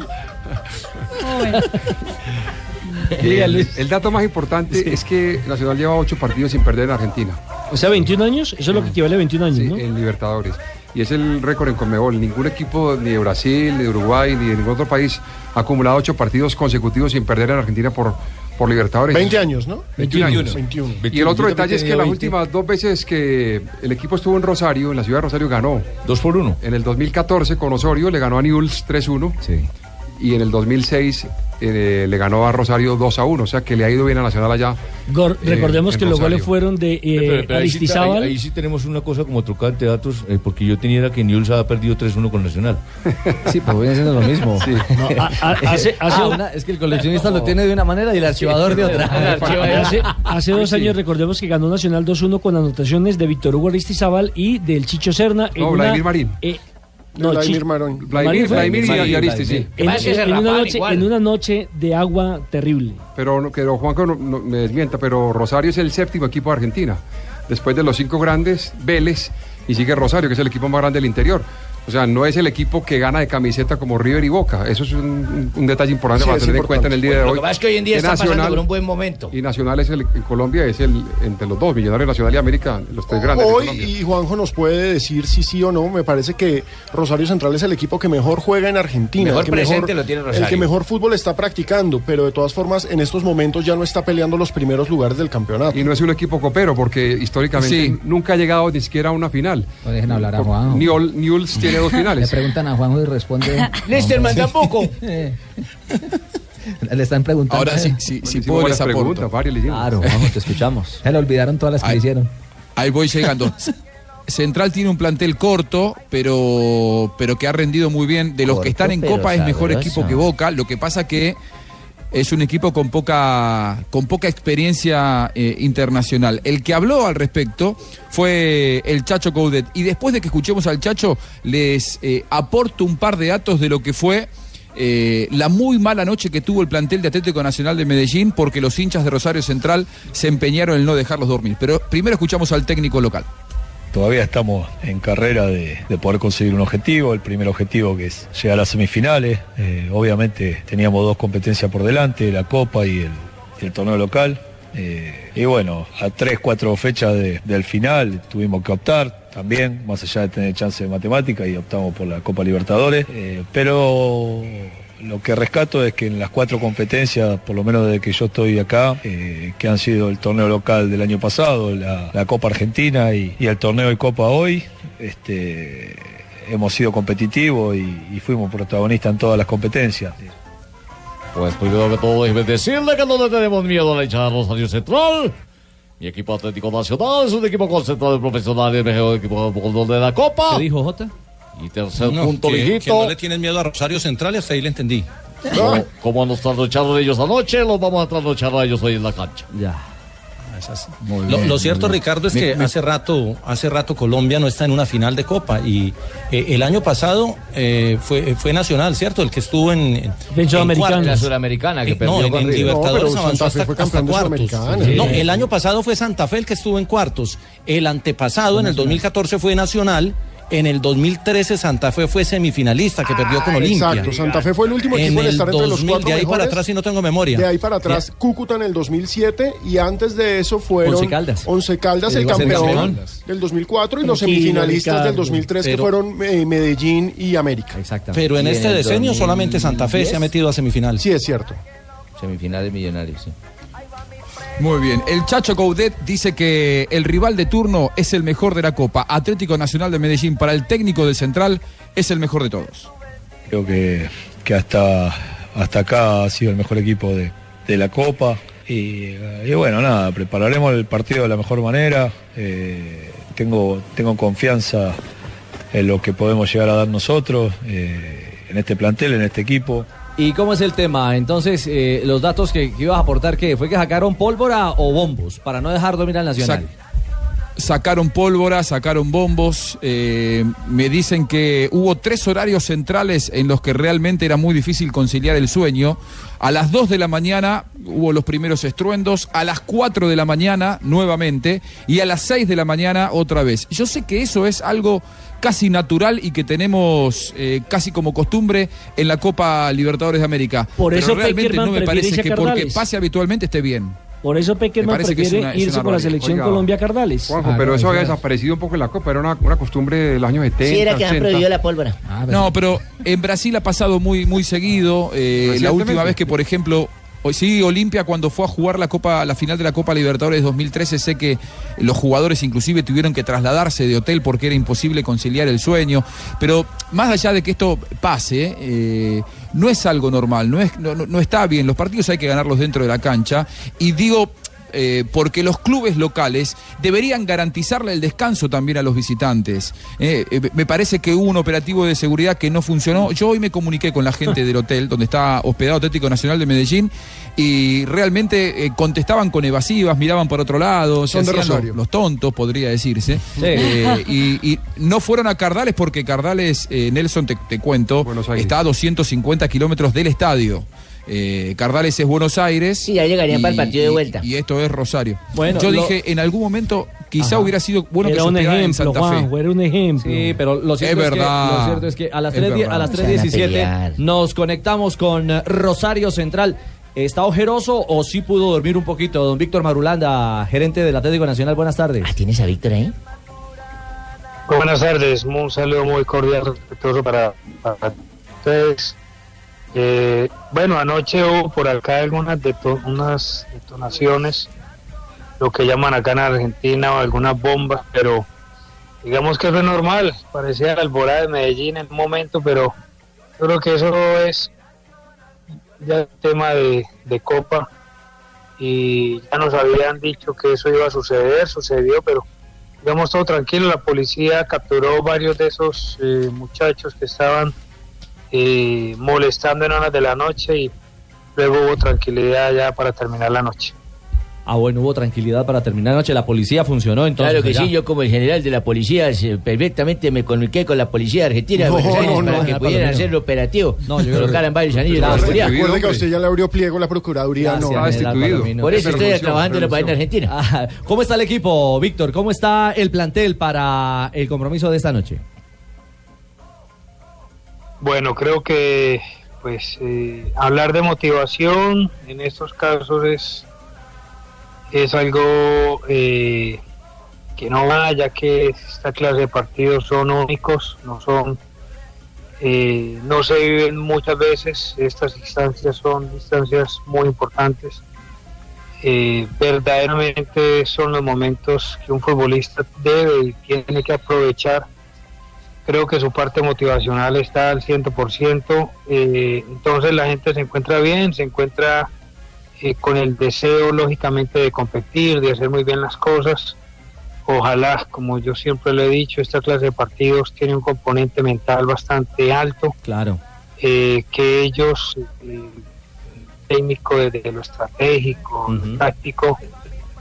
[SPEAKER 21] El, el dato más importante es que Nacional lleva ocho partidos sin perder en Argentina.
[SPEAKER 10] O sea, 21 años, eso es lo que equivale a 21 años, ¿no?
[SPEAKER 21] en Libertadores. Y es el récord en Conmebol. Ningún equipo, ni de Brasil, ni de Uruguay, ni de ningún otro país, ha acumulado ocho partidos consecutivos sin perder en Argentina por, por Libertadores.
[SPEAKER 8] 20 años, ¿no?
[SPEAKER 21] 21 años.
[SPEAKER 8] 21.
[SPEAKER 21] Y el otro detalle es que las
[SPEAKER 8] 20.
[SPEAKER 21] últimas dos veces que el equipo estuvo en Rosario, en la ciudad de Rosario, ganó. Dos por uno. En el 2014 con Osorio le ganó a Newell's 3-1. Sí. Y en el 2006 eh, le ganó a Rosario 2-1. O sea que le ha ido bien a Nacional allá.
[SPEAKER 10] Gor-
[SPEAKER 21] eh,
[SPEAKER 10] recordemos
[SPEAKER 21] en
[SPEAKER 10] que los
[SPEAKER 21] Rosario.
[SPEAKER 10] goles fueron de eh,
[SPEAKER 25] Pero- pero ahí, sí, ahí-
[SPEAKER 10] Aristizábal.
[SPEAKER 25] ahí sí tenemos una cosa como trocante de datos, eh, porque yo tenía que Newell's ha perdido 3-1 con Nacional.
[SPEAKER 22] Sí, pero viene siendo lo mismo.
[SPEAKER 10] hace- hace
[SPEAKER 22] Ah,
[SPEAKER 10] un-
[SPEAKER 22] una- es que el coleccionista lo tiene de una manera y el archivador de otra.
[SPEAKER 10] Hace, hace dos
[SPEAKER 22] Sí.
[SPEAKER 10] años recordemos que ganó Nacional 2-1 con anotaciones de Víctor Hugo Aristizábal y del Chicho Serna. en
[SPEAKER 21] No,
[SPEAKER 10] una-
[SPEAKER 21] Vladimir Marín.
[SPEAKER 10] eh, no,
[SPEAKER 8] Vladimir
[SPEAKER 10] Chi-
[SPEAKER 8] Marín.
[SPEAKER 21] Vladimir,
[SPEAKER 10] fue-
[SPEAKER 21] Vladimir y- y Aristi, sí.
[SPEAKER 10] En, en una noche, en una noche de agua terrible.
[SPEAKER 21] Pero, no- pero Juanjo no- no- me desmienta, pero Rosario es el séptimo equipo de Argentina. Después de los cinco grandes, Vélez y sigue Rosario, que es el equipo más grande del interior.
[SPEAKER 26] O sea, no es el equipo que gana de camiseta como River y Boca. Eso es un, un detalle importante
[SPEAKER 20] Sí,
[SPEAKER 26] para
[SPEAKER 20] es
[SPEAKER 26] tener en cuenta en el día de
[SPEAKER 20] Bueno,
[SPEAKER 26] hoy.
[SPEAKER 20] Lo que pasa es que hoy en día
[SPEAKER 26] Que
[SPEAKER 20] está pasando
[SPEAKER 26] Nacional-
[SPEAKER 20] por un buen momento.
[SPEAKER 26] Y Nacional es el, en Colombia es el entre los dos, Millonarios Nacional y América, los tres grandes. de
[SPEAKER 8] Hoy,
[SPEAKER 26] Colombia.
[SPEAKER 8] y Juanjo nos puede decir si sí o no, me parece que Rosario Central es el equipo que mejor juega en Argentina.
[SPEAKER 20] Mejor
[SPEAKER 8] el que
[SPEAKER 20] presente lo tiene Rosario.
[SPEAKER 8] El que mejor fútbol está practicando, pero de todas formas, en estos momentos ya no está peleando los primeros lugares del campeonato.
[SPEAKER 26] Y no es un equipo copero, porque históricamente nunca ha llegado ni siquiera a una final.
[SPEAKER 8] No dejen hablar a Juan.
[SPEAKER 26] Newell- Newell's tiene dos finales.
[SPEAKER 14] Le preguntan a Juanjo y responde.
[SPEAKER 20] Lesterman tampoco.
[SPEAKER 14] Le están preguntando.
[SPEAKER 5] ¿eh?
[SPEAKER 17] Ahora Ah, sí, sí, sí puedo les aporto.
[SPEAKER 14] Claro, Juanjo, te escuchamos. Se le olvidaron todas las que le hicieron.
[SPEAKER 17] Ahí voy llegando. Central tiene un plantel corto, pero, pero que ha rendido muy bien. De los que están en
[SPEAKER 27] pero
[SPEAKER 17] Copa es mejor
[SPEAKER 27] sabroso.
[SPEAKER 17] equipo que Boca. Lo que pasa que es un equipo con poca, con poca experiencia eh, internacional. El que habló al respecto fue el Chacho Coudet. Y después de que escuchemos al Chacho, les eh, aporto un par de datos de lo que fue eh, la muy mala noche que tuvo el plantel de Atlético Nacional de Medellín porque los hinchas de Rosario Central se empeñaron en no dejarlos dormir. Pero primero escuchamos al técnico local.
[SPEAKER 28] Todavía estamos en carrera de, de poder conseguir un objetivo, el primer objetivo que es llegar a las semifinales. Eh, obviamente teníamos dos competencias por delante, la Copa y el, y el torneo local. Eh, y bueno, a tres, cuatro fechas de- del final tuvimos que optar también, más allá de tener chance de matemática y optamos por la Copa Libertadores. Eh, pero lo que rescato es que en las cuatro competencias, por lo menos desde que yo estoy acá, eh, que han sido el torneo local del año pasado, la, la Copa Argentina y, y el torneo de Copa hoy, este, hemos sido competitivos y, y fuimos protagonistas en todas las competencias.
[SPEAKER 18] Pues primero que todo, déjeme decirle que no le tenemos miedo a la hinchada de Rosario Central. Mi equipo Atlético Nacional es un equipo concentrado de profesionales, el mejor equipo de fútbol de la Copa.
[SPEAKER 6] ¿Qué dijo
[SPEAKER 18] Jota? Y tercer
[SPEAKER 6] No,
[SPEAKER 18] punto,
[SPEAKER 6] que-
[SPEAKER 18] mijito.
[SPEAKER 6] que no le tienen miedo a Rosario Central y hasta ahí le entendí.
[SPEAKER 18] Como- Como nos trasnocharon ellos anoche, los vamos a trasnochar a ellos hoy en la cancha.
[SPEAKER 6] Ya.
[SPEAKER 17] Ah,
[SPEAKER 6] Lo, lo cierto, Ricardo, es que hace rato, hace rato Colombia no está en una final de Copa y eh, el año pasado eh, fue, fue Nacional, ¿cierto? El que estuvo en, en, en cuartos.
[SPEAKER 20] La suramericana que
[SPEAKER 6] Eh,
[SPEAKER 20] perdió
[SPEAKER 6] no, en,
[SPEAKER 20] con
[SPEAKER 6] en
[SPEAKER 20] River.
[SPEAKER 6] Libertadores avanzó hasta, hasta cuartos.
[SPEAKER 20] Sudamericana.
[SPEAKER 6] No,
[SPEAKER 20] Sí.
[SPEAKER 6] el año pasado fue Santa Fe el que estuvo en cuartos. El antepasado, en el 2014, fue Nacional. En el 2013 Santa Fe fue semifinalista que perdió con
[SPEAKER 8] Ah,
[SPEAKER 6] Olimpia.
[SPEAKER 8] Exacto, Santa Fe fue el último equipo en
[SPEAKER 6] el
[SPEAKER 8] estar entre los
[SPEAKER 6] 2000,
[SPEAKER 8] cuatro
[SPEAKER 6] De ahí para
[SPEAKER 8] mejores.
[SPEAKER 6] atrás si no tengo memoria.
[SPEAKER 8] De ahí para atrás, Cúcuta en el 2007 y antes de eso fueron
[SPEAKER 6] Once Caldas.
[SPEAKER 8] Once Caldas,
[SPEAKER 6] Le
[SPEAKER 8] el
[SPEAKER 6] llegó a ser
[SPEAKER 8] campeón
[SPEAKER 6] campeón.
[SPEAKER 8] del 2004 y los
[SPEAKER 6] Tranquilo,
[SPEAKER 8] semifinalistas
[SPEAKER 6] Ricardo.
[SPEAKER 8] del 2003 que
[SPEAKER 6] Pero-
[SPEAKER 8] fueron eh, Medellín y América.
[SPEAKER 20] Exactamente.
[SPEAKER 6] Pero en
[SPEAKER 20] Y en
[SPEAKER 6] este
[SPEAKER 20] el
[SPEAKER 6] decenio
[SPEAKER 20] 2010.
[SPEAKER 6] solamente Santa Fe se ha metido a semifinal.
[SPEAKER 8] Sí, es cierto.
[SPEAKER 20] Semifinales millonarios, sí.
[SPEAKER 17] Muy bien. El Chacho Coudet dice que el rival de turno es el mejor de la Copa. Atlético Nacional de Medellín para el técnico del Central es el mejor de todos.
[SPEAKER 28] Creo que, que hasta, hasta acá ha sido el mejor equipo de, de la Copa. Y, eh, y bueno, nada, prepararemos el partido de la mejor manera. Eh, tengo, tengo confianza en lo que podemos llegar a dar nosotros, eh, en este plantel, en este equipo.
[SPEAKER 5] ¿Y cómo es el tema? Entonces, eh, los datos que, que ibas a aportar, ¿qué? ¿Fue que sacaron pólvora o bombos para no dejar dominar al Nacional?
[SPEAKER 17] Sacaron pólvora, sacaron bombos. eh, me dicen que hubo tres horarios centrales en los que realmente era muy difícil conciliar el sueño. A las 2 de la mañana hubo los primeros estruendos, a las 4 de la mañana nuevamente y a las 6 de la mañana otra vez. Yo sé que eso es algo casi natural y que tenemos eh, casi como costumbre en la Copa Libertadores de América.
[SPEAKER 10] Por
[SPEAKER 17] Pero
[SPEAKER 10] eso
[SPEAKER 17] realmente
[SPEAKER 10] Peckerman
[SPEAKER 17] no me
[SPEAKER 10] prefiere
[SPEAKER 17] parece
[SPEAKER 10] irse a
[SPEAKER 17] que porque
[SPEAKER 10] Cardales.
[SPEAKER 17] pase habitualmente esté bien.
[SPEAKER 10] Por eso Peckerman
[SPEAKER 17] parece que es
[SPEAKER 10] prefiere
[SPEAKER 17] una- es
[SPEAKER 10] irse
[SPEAKER 17] una
[SPEAKER 10] con la
[SPEAKER 17] barbaridad.
[SPEAKER 10] selección
[SPEAKER 17] Oiga,
[SPEAKER 10] Colombia Cardales.
[SPEAKER 26] Juanjo,
[SPEAKER 8] Ah,
[SPEAKER 26] pero eso había desaparecido un poco en la Copa, era una, una costumbre del año 70.
[SPEAKER 11] Sí, era que han
[SPEAKER 26] 80.
[SPEAKER 11] prohibido la pólvora.
[SPEAKER 8] Ah,
[SPEAKER 17] No, pero en Brasil ha pasado muy, muy seguido. eh, la
[SPEAKER 11] Recientemente.
[SPEAKER 17] última vez que, por ejemplo, hoy sí, Olimpia cuando fue a jugar la Copa, la final de la Copa Libertadores 2013, sé que los jugadores inclusive tuvieron que trasladarse de hotel porque era imposible conciliar el sueño. Pero más allá de que esto pase, eh, no es algo normal, no, es, no, no- no está bien. Los partidos hay que ganarlos dentro de la cancha. Y digo, eh, porque los clubes locales deberían garantizarle el descanso también a los visitantes. Eh, eh, me parece que hubo un operativo de seguridad que no funcionó. Yo hoy me comuniqué con la gente del hotel donde está hospedado Atlético Nacional de Medellín y realmente eh, contestaban con evasivas, miraban por otro lado, se
[SPEAKER 8] Son de
[SPEAKER 17] hacían los-
[SPEAKER 8] Rosario.
[SPEAKER 17] los, tontos, podría decirse. Eh, y, y no fueron a Cardales porque Cardales, eh, Nelson, te, te cuento, está a 250 kilómetros del estadio. Eh, Cardales es Buenos Aires. Sí,
[SPEAKER 11] ya llegarían para el partido de vuelta.
[SPEAKER 17] Y esto es Rosario.
[SPEAKER 11] Bueno,
[SPEAKER 17] Yo
[SPEAKER 11] lo-
[SPEAKER 17] dije, en algún momento Quizá
[SPEAKER 5] Ajá.
[SPEAKER 17] hubiera sido bueno
[SPEAKER 5] Era
[SPEAKER 17] que se
[SPEAKER 5] un
[SPEAKER 17] pegara en
[SPEAKER 5] ejemplo,
[SPEAKER 17] Santa Fe.
[SPEAKER 5] Juanjo,
[SPEAKER 10] era un ejemplo.
[SPEAKER 5] Sí, pero lo cierto,
[SPEAKER 17] Es
[SPEAKER 5] es, que,
[SPEAKER 17] verdad.
[SPEAKER 5] lo cierto es que a las
[SPEAKER 17] Es
[SPEAKER 5] 3 di- a
[SPEAKER 17] verdad.
[SPEAKER 5] las
[SPEAKER 17] Se van a
[SPEAKER 5] 3.17
[SPEAKER 17] pelear.
[SPEAKER 5] nos conectamos con eh, Rosario Central. ¿Está ojeroso o sí pudo dormir un poquito? Don Víctor Marulanda, gerente del Atlético Nacional, buenas tardes.
[SPEAKER 11] Ah, ¿Tienes a Víctor ahí?
[SPEAKER 27] Muy Buenas tardes, un saludo muy cordial, respetuoso para, para ustedes. Eh, bueno, anoche hubo por acá algunas deto- unas detonaciones, lo que llaman acá en Argentina o algunas bombas, pero digamos que eso es normal, parecía la alborada de Medellín en un momento, pero yo creo que eso es ya tema de, de copa y ya nos habían dicho que eso iba a suceder, sucedió, pero digamos todo tranquilo, la policía capturó varios de esos eh, muchachos que estaban eh, molestando en horas de la noche y luego hubo tranquilidad ya para terminar la noche.
[SPEAKER 5] Ah, bueno, hubo tranquilidad para terminar la noche. La policía funcionó entonces.
[SPEAKER 11] Claro que
[SPEAKER 5] allá.
[SPEAKER 11] sí, yo como el general de la policía se- perfectamente me comuniqué con la policía argentina de
[SPEAKER 8] No,
[SPEAKER 11] Buenos Aires
[SPEAKER 8] no, no,
[SPEAKER 11] para que
[SPEAKER 8] nada,
[SPEAKER 11] pudieran
[SPEAKER 8] Palomino.
[SPEAKER 11] hacer el operativo,
[SPEAKER 8] No, yo creo
[SPEAKER 11] colocaran
[SPEAKER 8] que-
[SPEAKER 11] varios anillos de
[SPEAKER 8] Recuerde-
[SPEAKER 11] seguridad.
[SPEAKER 8] Recuerde que a usted ya le abrió pliego la Procuraduría.
[SPEAKER 5] Gracias,
[SPEAKER 8] no.
[SPEAKER 5] general Palomino.
[SPEAKER 11] Por eso estoy trabajando en la página argentina.
[SPEAKER 5] Ah, ¿Cómo está el equipo, Víctor? ¿Cómo está el plantel para el compromiso de esta noche?
[SPEAKER 27] Bueno, creo que pues eh, hablar de motivación en estos casos es es algo eh, que no va, ya que esta clase de partidos son únicos, no son eh, no se viven muchas veces. Estas instancias son distancias muy importantes. Eh, verdaderamente son los momentos que un futbolista debe y tiene que aprovechar creo que su parte motivacional está al 100%, eh, entonces la gente se encuentra bien, se encuentra eh, con el deseo lógicamente de competir, de hacer muy bien las cosas. Ojalá, como yo siempre lo he dicho, esta clase de partidos tiene un componente mental bastante alto,
[SPEAKER 5] Claro.
[SPEAKER 27] eh, que ellos, eh, técnico desde lo estratégico, lo táctico,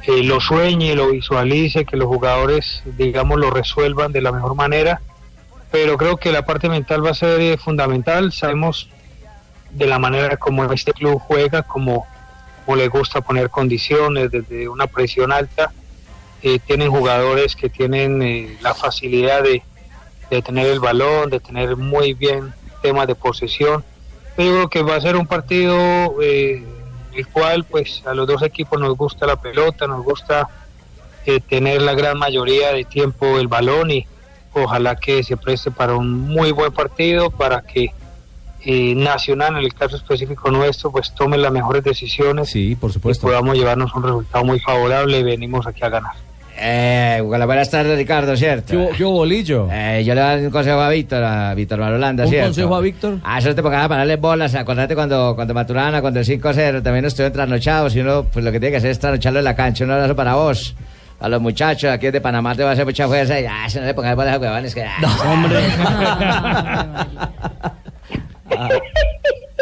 [SPEAKER 27] eh, lo sueñe, lo visualice, que los jugadores, digamos, lo resuelvan de la mejor manera pero creo que la parte mental va a ser eh, fundamental. Sabemos de la manera como este club juega, como, como le gusta poner condiciones desde una presión alta. Eh, tienen jugadores que tienen eh, la facilidad de, de tener el balón, de tener muy bien temas de posesión. Yo creo que va a ser un partido eh, el cual pues a los dos equipos nos gusta la pelota, nos gusta eh, tener la gran mayoría de tiempo el balón y, ojalá que se preste para un muy buen partido, para que eh, Nacional, en el caso específico nuestro, pues tome las mejores decisiones
[SPEAKER 5] sí, por
[SPEAKER 27] supuesto. y podamos llevarnos un resultado muy favorable y venimos aquí a ganar.
[SPEAKER 19] Eh, bueno, buenas tardes, Ricardo, ¿cierto? ¿Qué,
[SPEAKER 5] bolillo?
[SPEAKER 19] Eh, yo le voy a dar un consejo a Víctor, a Víctor Marolanda,
[SPEAKER 5] ¿Un
[SPEAKER 19] ¿cierto?
[SPEAKER 5] consejo a Víctor?
[SPEAKER 19] Ah, eso te pongas a pararle bolas. Acordate cuando, cuando Maturana, cuando el 5-0, también estuvieron trasnochados. Y uno, pues lo que tiene que hacer es trasnocharlo en la cancha. Un abrazo para vos. A los muchachos aquí de Panamá te va a hacer mucha fuerza. Y, ah, si no le pongas bolas a huevones, que. ah,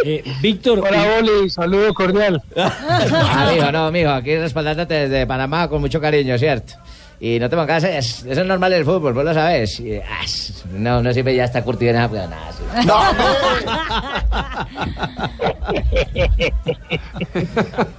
[SPEAKER 10] Eh, Víctor.
[SPEAKER 27] Hola, Oli, saludo cordial.
[SPEAKER 19] Ah, mijo, no, mijo, aquí respaldándote desde Panamá con mucho cariño, ¿cierto? Y no te pongas, es- eso es normal del fútbol, vos lo sabés. Y, ah, no, no siempre ya está curtido en esa
[SPEAKER 11] pues,
[SPEAKER 19] nada, sí.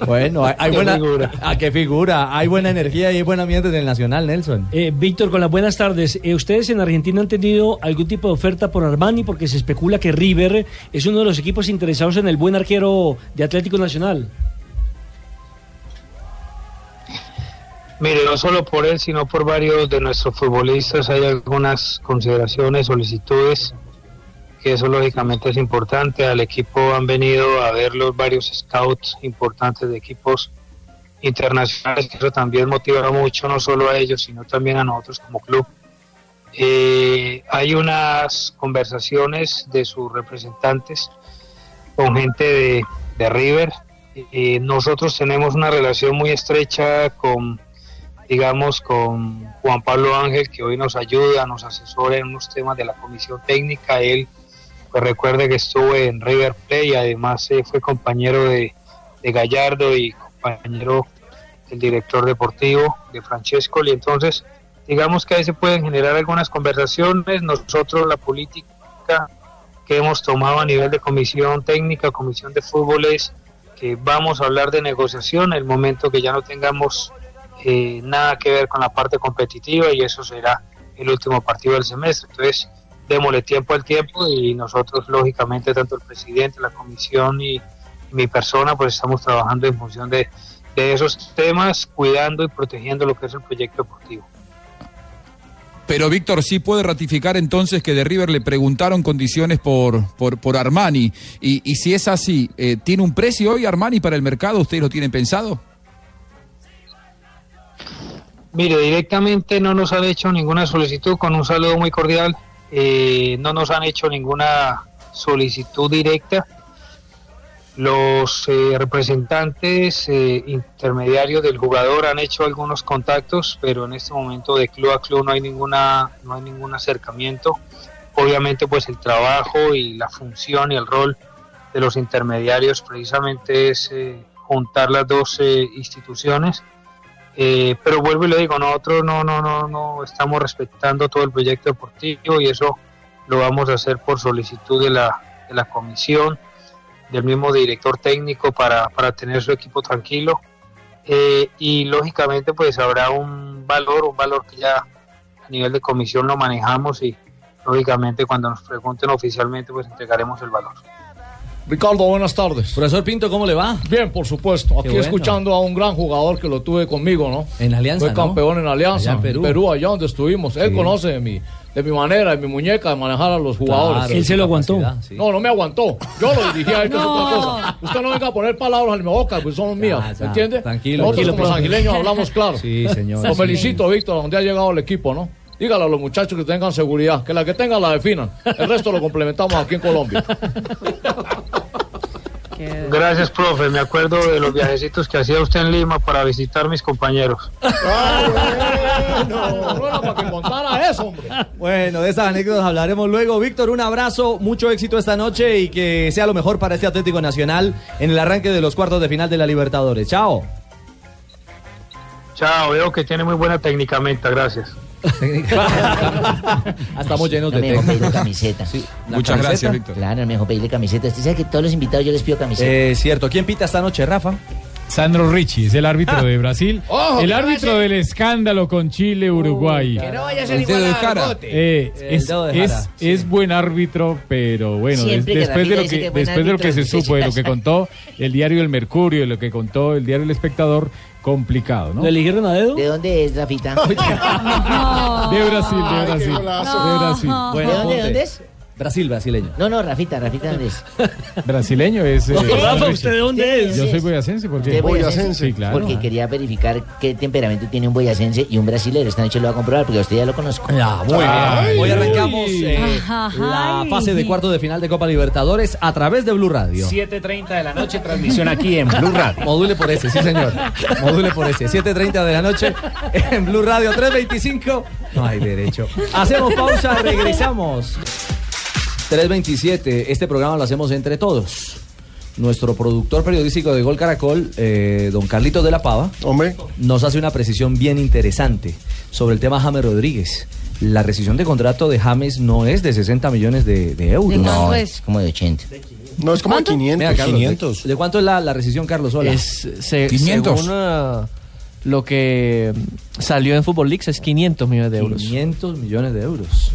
[SPEAKER 5] Bueno, hay, hay
[SPEAKER 10] Qué
[SPEAKER 5] buena.
[SPEAKER 10] figura.
[SPEAKER 5] ¿A qué figura? Hay buena energía y hay buen ambiente en el Nacional, Nelson.
[SPEAKER 10] Eh, Víctor, con las buenas tardes. Eh, ¿Ustedes en Argentina han tenido algún tipo de oferta por Armani? Porque se especula que River es uno de los equipos interesados en el buen arquero de Atlético Nacional.
[SPEAKER 27] Mire, no solo por él, sino por varios de nuestros futbolistas hay algunas consideraciones, solicitudes, que eso lógicamente es importante. Al equipo han venido a verlos varios scouts importantes de equipos internacionales, que eso también motiva mucho, no solo a ellos, sino también a nosotros como club. Eh, hay unas conversaciones de sus representantes con gente de, de River. Eh, nosotros tenemos una relación muy estrecha con, digamos, con Juan Pablo Ángel, que hoy nos ayuda, nos asesora en unos temas de la comisión técnica. Él, pues recuerde que estuvo en River Play, además eh, fue compañero de, de Gallardo y compañero del director deportivo de Francesco. Y entonces, digamos que ahí se pueden generar algunas conversaciones. Nosotros, la política que hemos tomado a nivel de comisión técnica, comisión de fútbol, es que vamos a hablar de negociación el momento que ya no tengamos eh, nada que ver con la parte competitiva y eso será el último partido del semestre. Entonces, démosle tiempo al tiempo y nosotros, lógicamente, tanto el presidente, la comisión y mi persona, pues estamos trabajando en función de, de esos temas, cuidando y protegiendo lo que es el proyecto deportivo.
[SPEAKER 17] Pero Víctor sí puede ratificar entonces que de River le preguntaron condiciones por, por, por Armani. Y, y si es así, eh, ¿tiene un precio hoy Armani para el mercado? ¿Ustedes lo tienen pensado?
[SPEAKER 27] Mire, directamente no nos han hecho ninguna solicitud, con un saludo muy cordial. Eh, no nos han hecho ninguna solicitud directa. Los eh, representantes eh, intermediarios del jugador han hecho algunos contactos, pero en este momento de club a club no hay ninguna no hay ningún acercamiento. Obviamente, pues el trabajo y la función y el rol de los intermediarios precisamente es eh, juntar las dos eh, instituciones. Eh, pero vuelvo y le digo, nosotros no no no no estamos respetando todo el proyecto deportivo y eso lo vamos a hacer por solicitud de la, de la comisión del mismo director técnico para, para tener su equipo tranquilo. Eh, y lógicamente pues habrá un valor, un valor que ya a nivel de comisión lo manejamos y lógicamente cuando nos pregunten oficialmente pues entregaremos el valor.
[SPEAKER 15] Ricardo, buenas tardes.
[SPEAKER 5] Profesor Pinto, ¿cómo le va?
[SPEAKER 15] Bien, por supuesto. Aquí
[SPEAKER 5] bueno.
[SPEAKER 15] escuchando a un gran jugador que lo tuve conmigo, ¿no?
[SPEAKER 5] En Alianza,
[SPEAKER 15] Fue
[SPEAKER 5] ¿no?
[SPEAKER 15] campeón en
[SPEAKER 5] Allá
[SPEAKER 15] Alianza,
[SPEAKER 5] en
[SPEAKER 15] en
[SPEAKER 5] Perú.
[SPEAKER 15] Perú. allá donde estuvimos. Él
[SPEAKER 5] Sí.
[SPEAKER 15] conoce de mi, de mi manera, de mi muñeca, de manejar a los jugadores.
[SPEAKER 10] Él se lo aguantó.
[SPEAKER 15] No, no me aguantó. Yo lo dirigí a él, que es otra cosa. Usted no venga a poner palabras en mi boca, pues son mías,
[SPEAKER 5] ya,
[SPEAKER 15] ¿entiende?
[SPEAKER 5] tranquilo, tranquilo,
[SPEAKER 15] Nosotros como los
[SPEAKER 5] profesor.
[SPEAKER 15] angileños hablamos claro.
[SPEAKER 5] Sí, señor.
[SPEAKER 15] Lo
[SPEAKER 5] Sí.
[SPEAKER 15] felicito, Víctor, a donde ha llegado el equipo, ¿no? Dígale a los muchachos que tengan seguridad, que la que tengan la definan. El resto lo complementamos aquí en Colombia.
[SPEAKER 27] Gracias, profe. Me acuerdo de los viajecitos que hacía usted en Lima para visitar mis compañeros.
[SPEAKER 15] Para eso, hombre.
[SPEAKER 14] Bueno, de esas anécdotas hablaremos luego. Víctor, un abrazo, mucho éxito esta noche y que sea lo mejor para este Atlético Nacional en el arranque de los cuartos de final de la Libertadores. Chao.
[SPEAKER 27] Chao, veo que tiene muy buena técnicamente, gracias.
[SPEAKER 5] Estamos llenos
[SPEAKER 11] No
[SPEAKER 5] de
[SPEAKER 11] me dejó
[SPEAKER 5] textos.
[SPEAKER 11] pedirle camiseta.
[SPEAKER 5] ¿La Muchas camiseta? gracias, Víctor.
[SPEAKER 11] Claro, no me dejó pedirle camiseta. Usted sabe que todos los invitados yo les pido camiseta.
[SPEAKER 14] Eh, cierto. ¿Quién pita esta noche, Rafa? Ah.
[SPEAKER 9] Sandro Ricci es el árbitro de Brasil,
[SPEAKER 14] Ojo,
[SPEAKER 9] el
[SPEAKER 14] que no
[SPEAKER 9] árbitro
[SPEAKER 14] vaya-
[SPEAKER 9] del escándalo con Chile, Uruguay.
[SPEAKER 14] que no
[SPEAKER 9] vaya
[SPEAKER 14] vaya a ser El dedo igual de al Jara. bote. El
[SPEAKER 9] es,
[SPEAKER 14] dedo de
[SPEAKER 9] es-
[SPEAKER 14] Jara,
[SPEAKER 9] es buen árbitro, pero bueno, des-
[SPEAKER 14] Siempre que
[SPEAKER 9] después
[SPEAKER 14] Gatica
[SPEAKER 9] de lo
[SPEAKER 14] dice que
[SPEAKER 9] que,
[SPEAKER 14] es buen
[SPEAKER 9] después de lo que se
[SPEAKER 14] árbitro,
[SPEAKER 9] supo, de lo que
[SPEAKER 14] sí.
[SPEAKER 9] contó el diario El Mercurio, de lo que contó el diario El Espectador, complicado, ¿no?
[SPEAKER 10] eligieron a dedo?
[SPEAKER 11] ¿De dónde es Rafita?
[SPEAKER 9] De Brasil, de Brasil. De Brasil.
[SPEAKER 11] ¿De dónde, dónde es?
[SPEAKER 14] Brasil, brasileño.
[SPEAKER 11] No, no, Rafita, Rafita, ¿dónde es?
[SPEAKER 9] Brasileño es. eh,
[SPEAKER 11] Rafa,
[SPEAKER 9] Richie.
[SPEAKER 11] ¿usted de dónde es?
[SPEAKER 9] Yo soy boyacense porque.
[SPEAKER 11] ¿De boyacense?
[SPEAKER 9] Sí, claro.
[SPEAKER 11] Porque quería verificar qué temperamento tiene un boyacense y un brasilero. Esta noche lo va a comprobar porque a usted ya lo conozco.
[SPEAKER 14] Ah, muy bien. Hoy arrancamos eh, la fase de cuartos de final de Copa Libertadores a través de Blue Radio.
[SPEAKER 12] 7.30 de la noche, transmisión aquí en Blue Radio.
[SPEAKER 14] Module por ese, sí señor. Module por ese. 7.30 de la noche en Blue Radio 325. No hay derecho. Hacemos pausa, regresamos.
[SPEAKER 5] 327, este programa lo hacemos entre todos. Nuestro productor periodístico de Gol Caracol, eh, don Carlitos de la Pava, nos hace una precisión bien interesante sobre el tema James Rodríguez. La rescisión de contrato de James no es de 60 millones de, de euros.
[SPEAKER 4] ¿De cuánto No, es?
[SPEAKER 11] es como de 80.
[SPEAKER 8] No, es como de 500.
[SPEAKER 5] Carlos, ¿de, de cuánto es la, la rescisión, Carlos? Hola.
[SPEAKER 13] Es, se- Según ah, lo que mm, salió en Football Leaks es 500 millones de euros.
[SPEAKER 5] 500 millones de euros.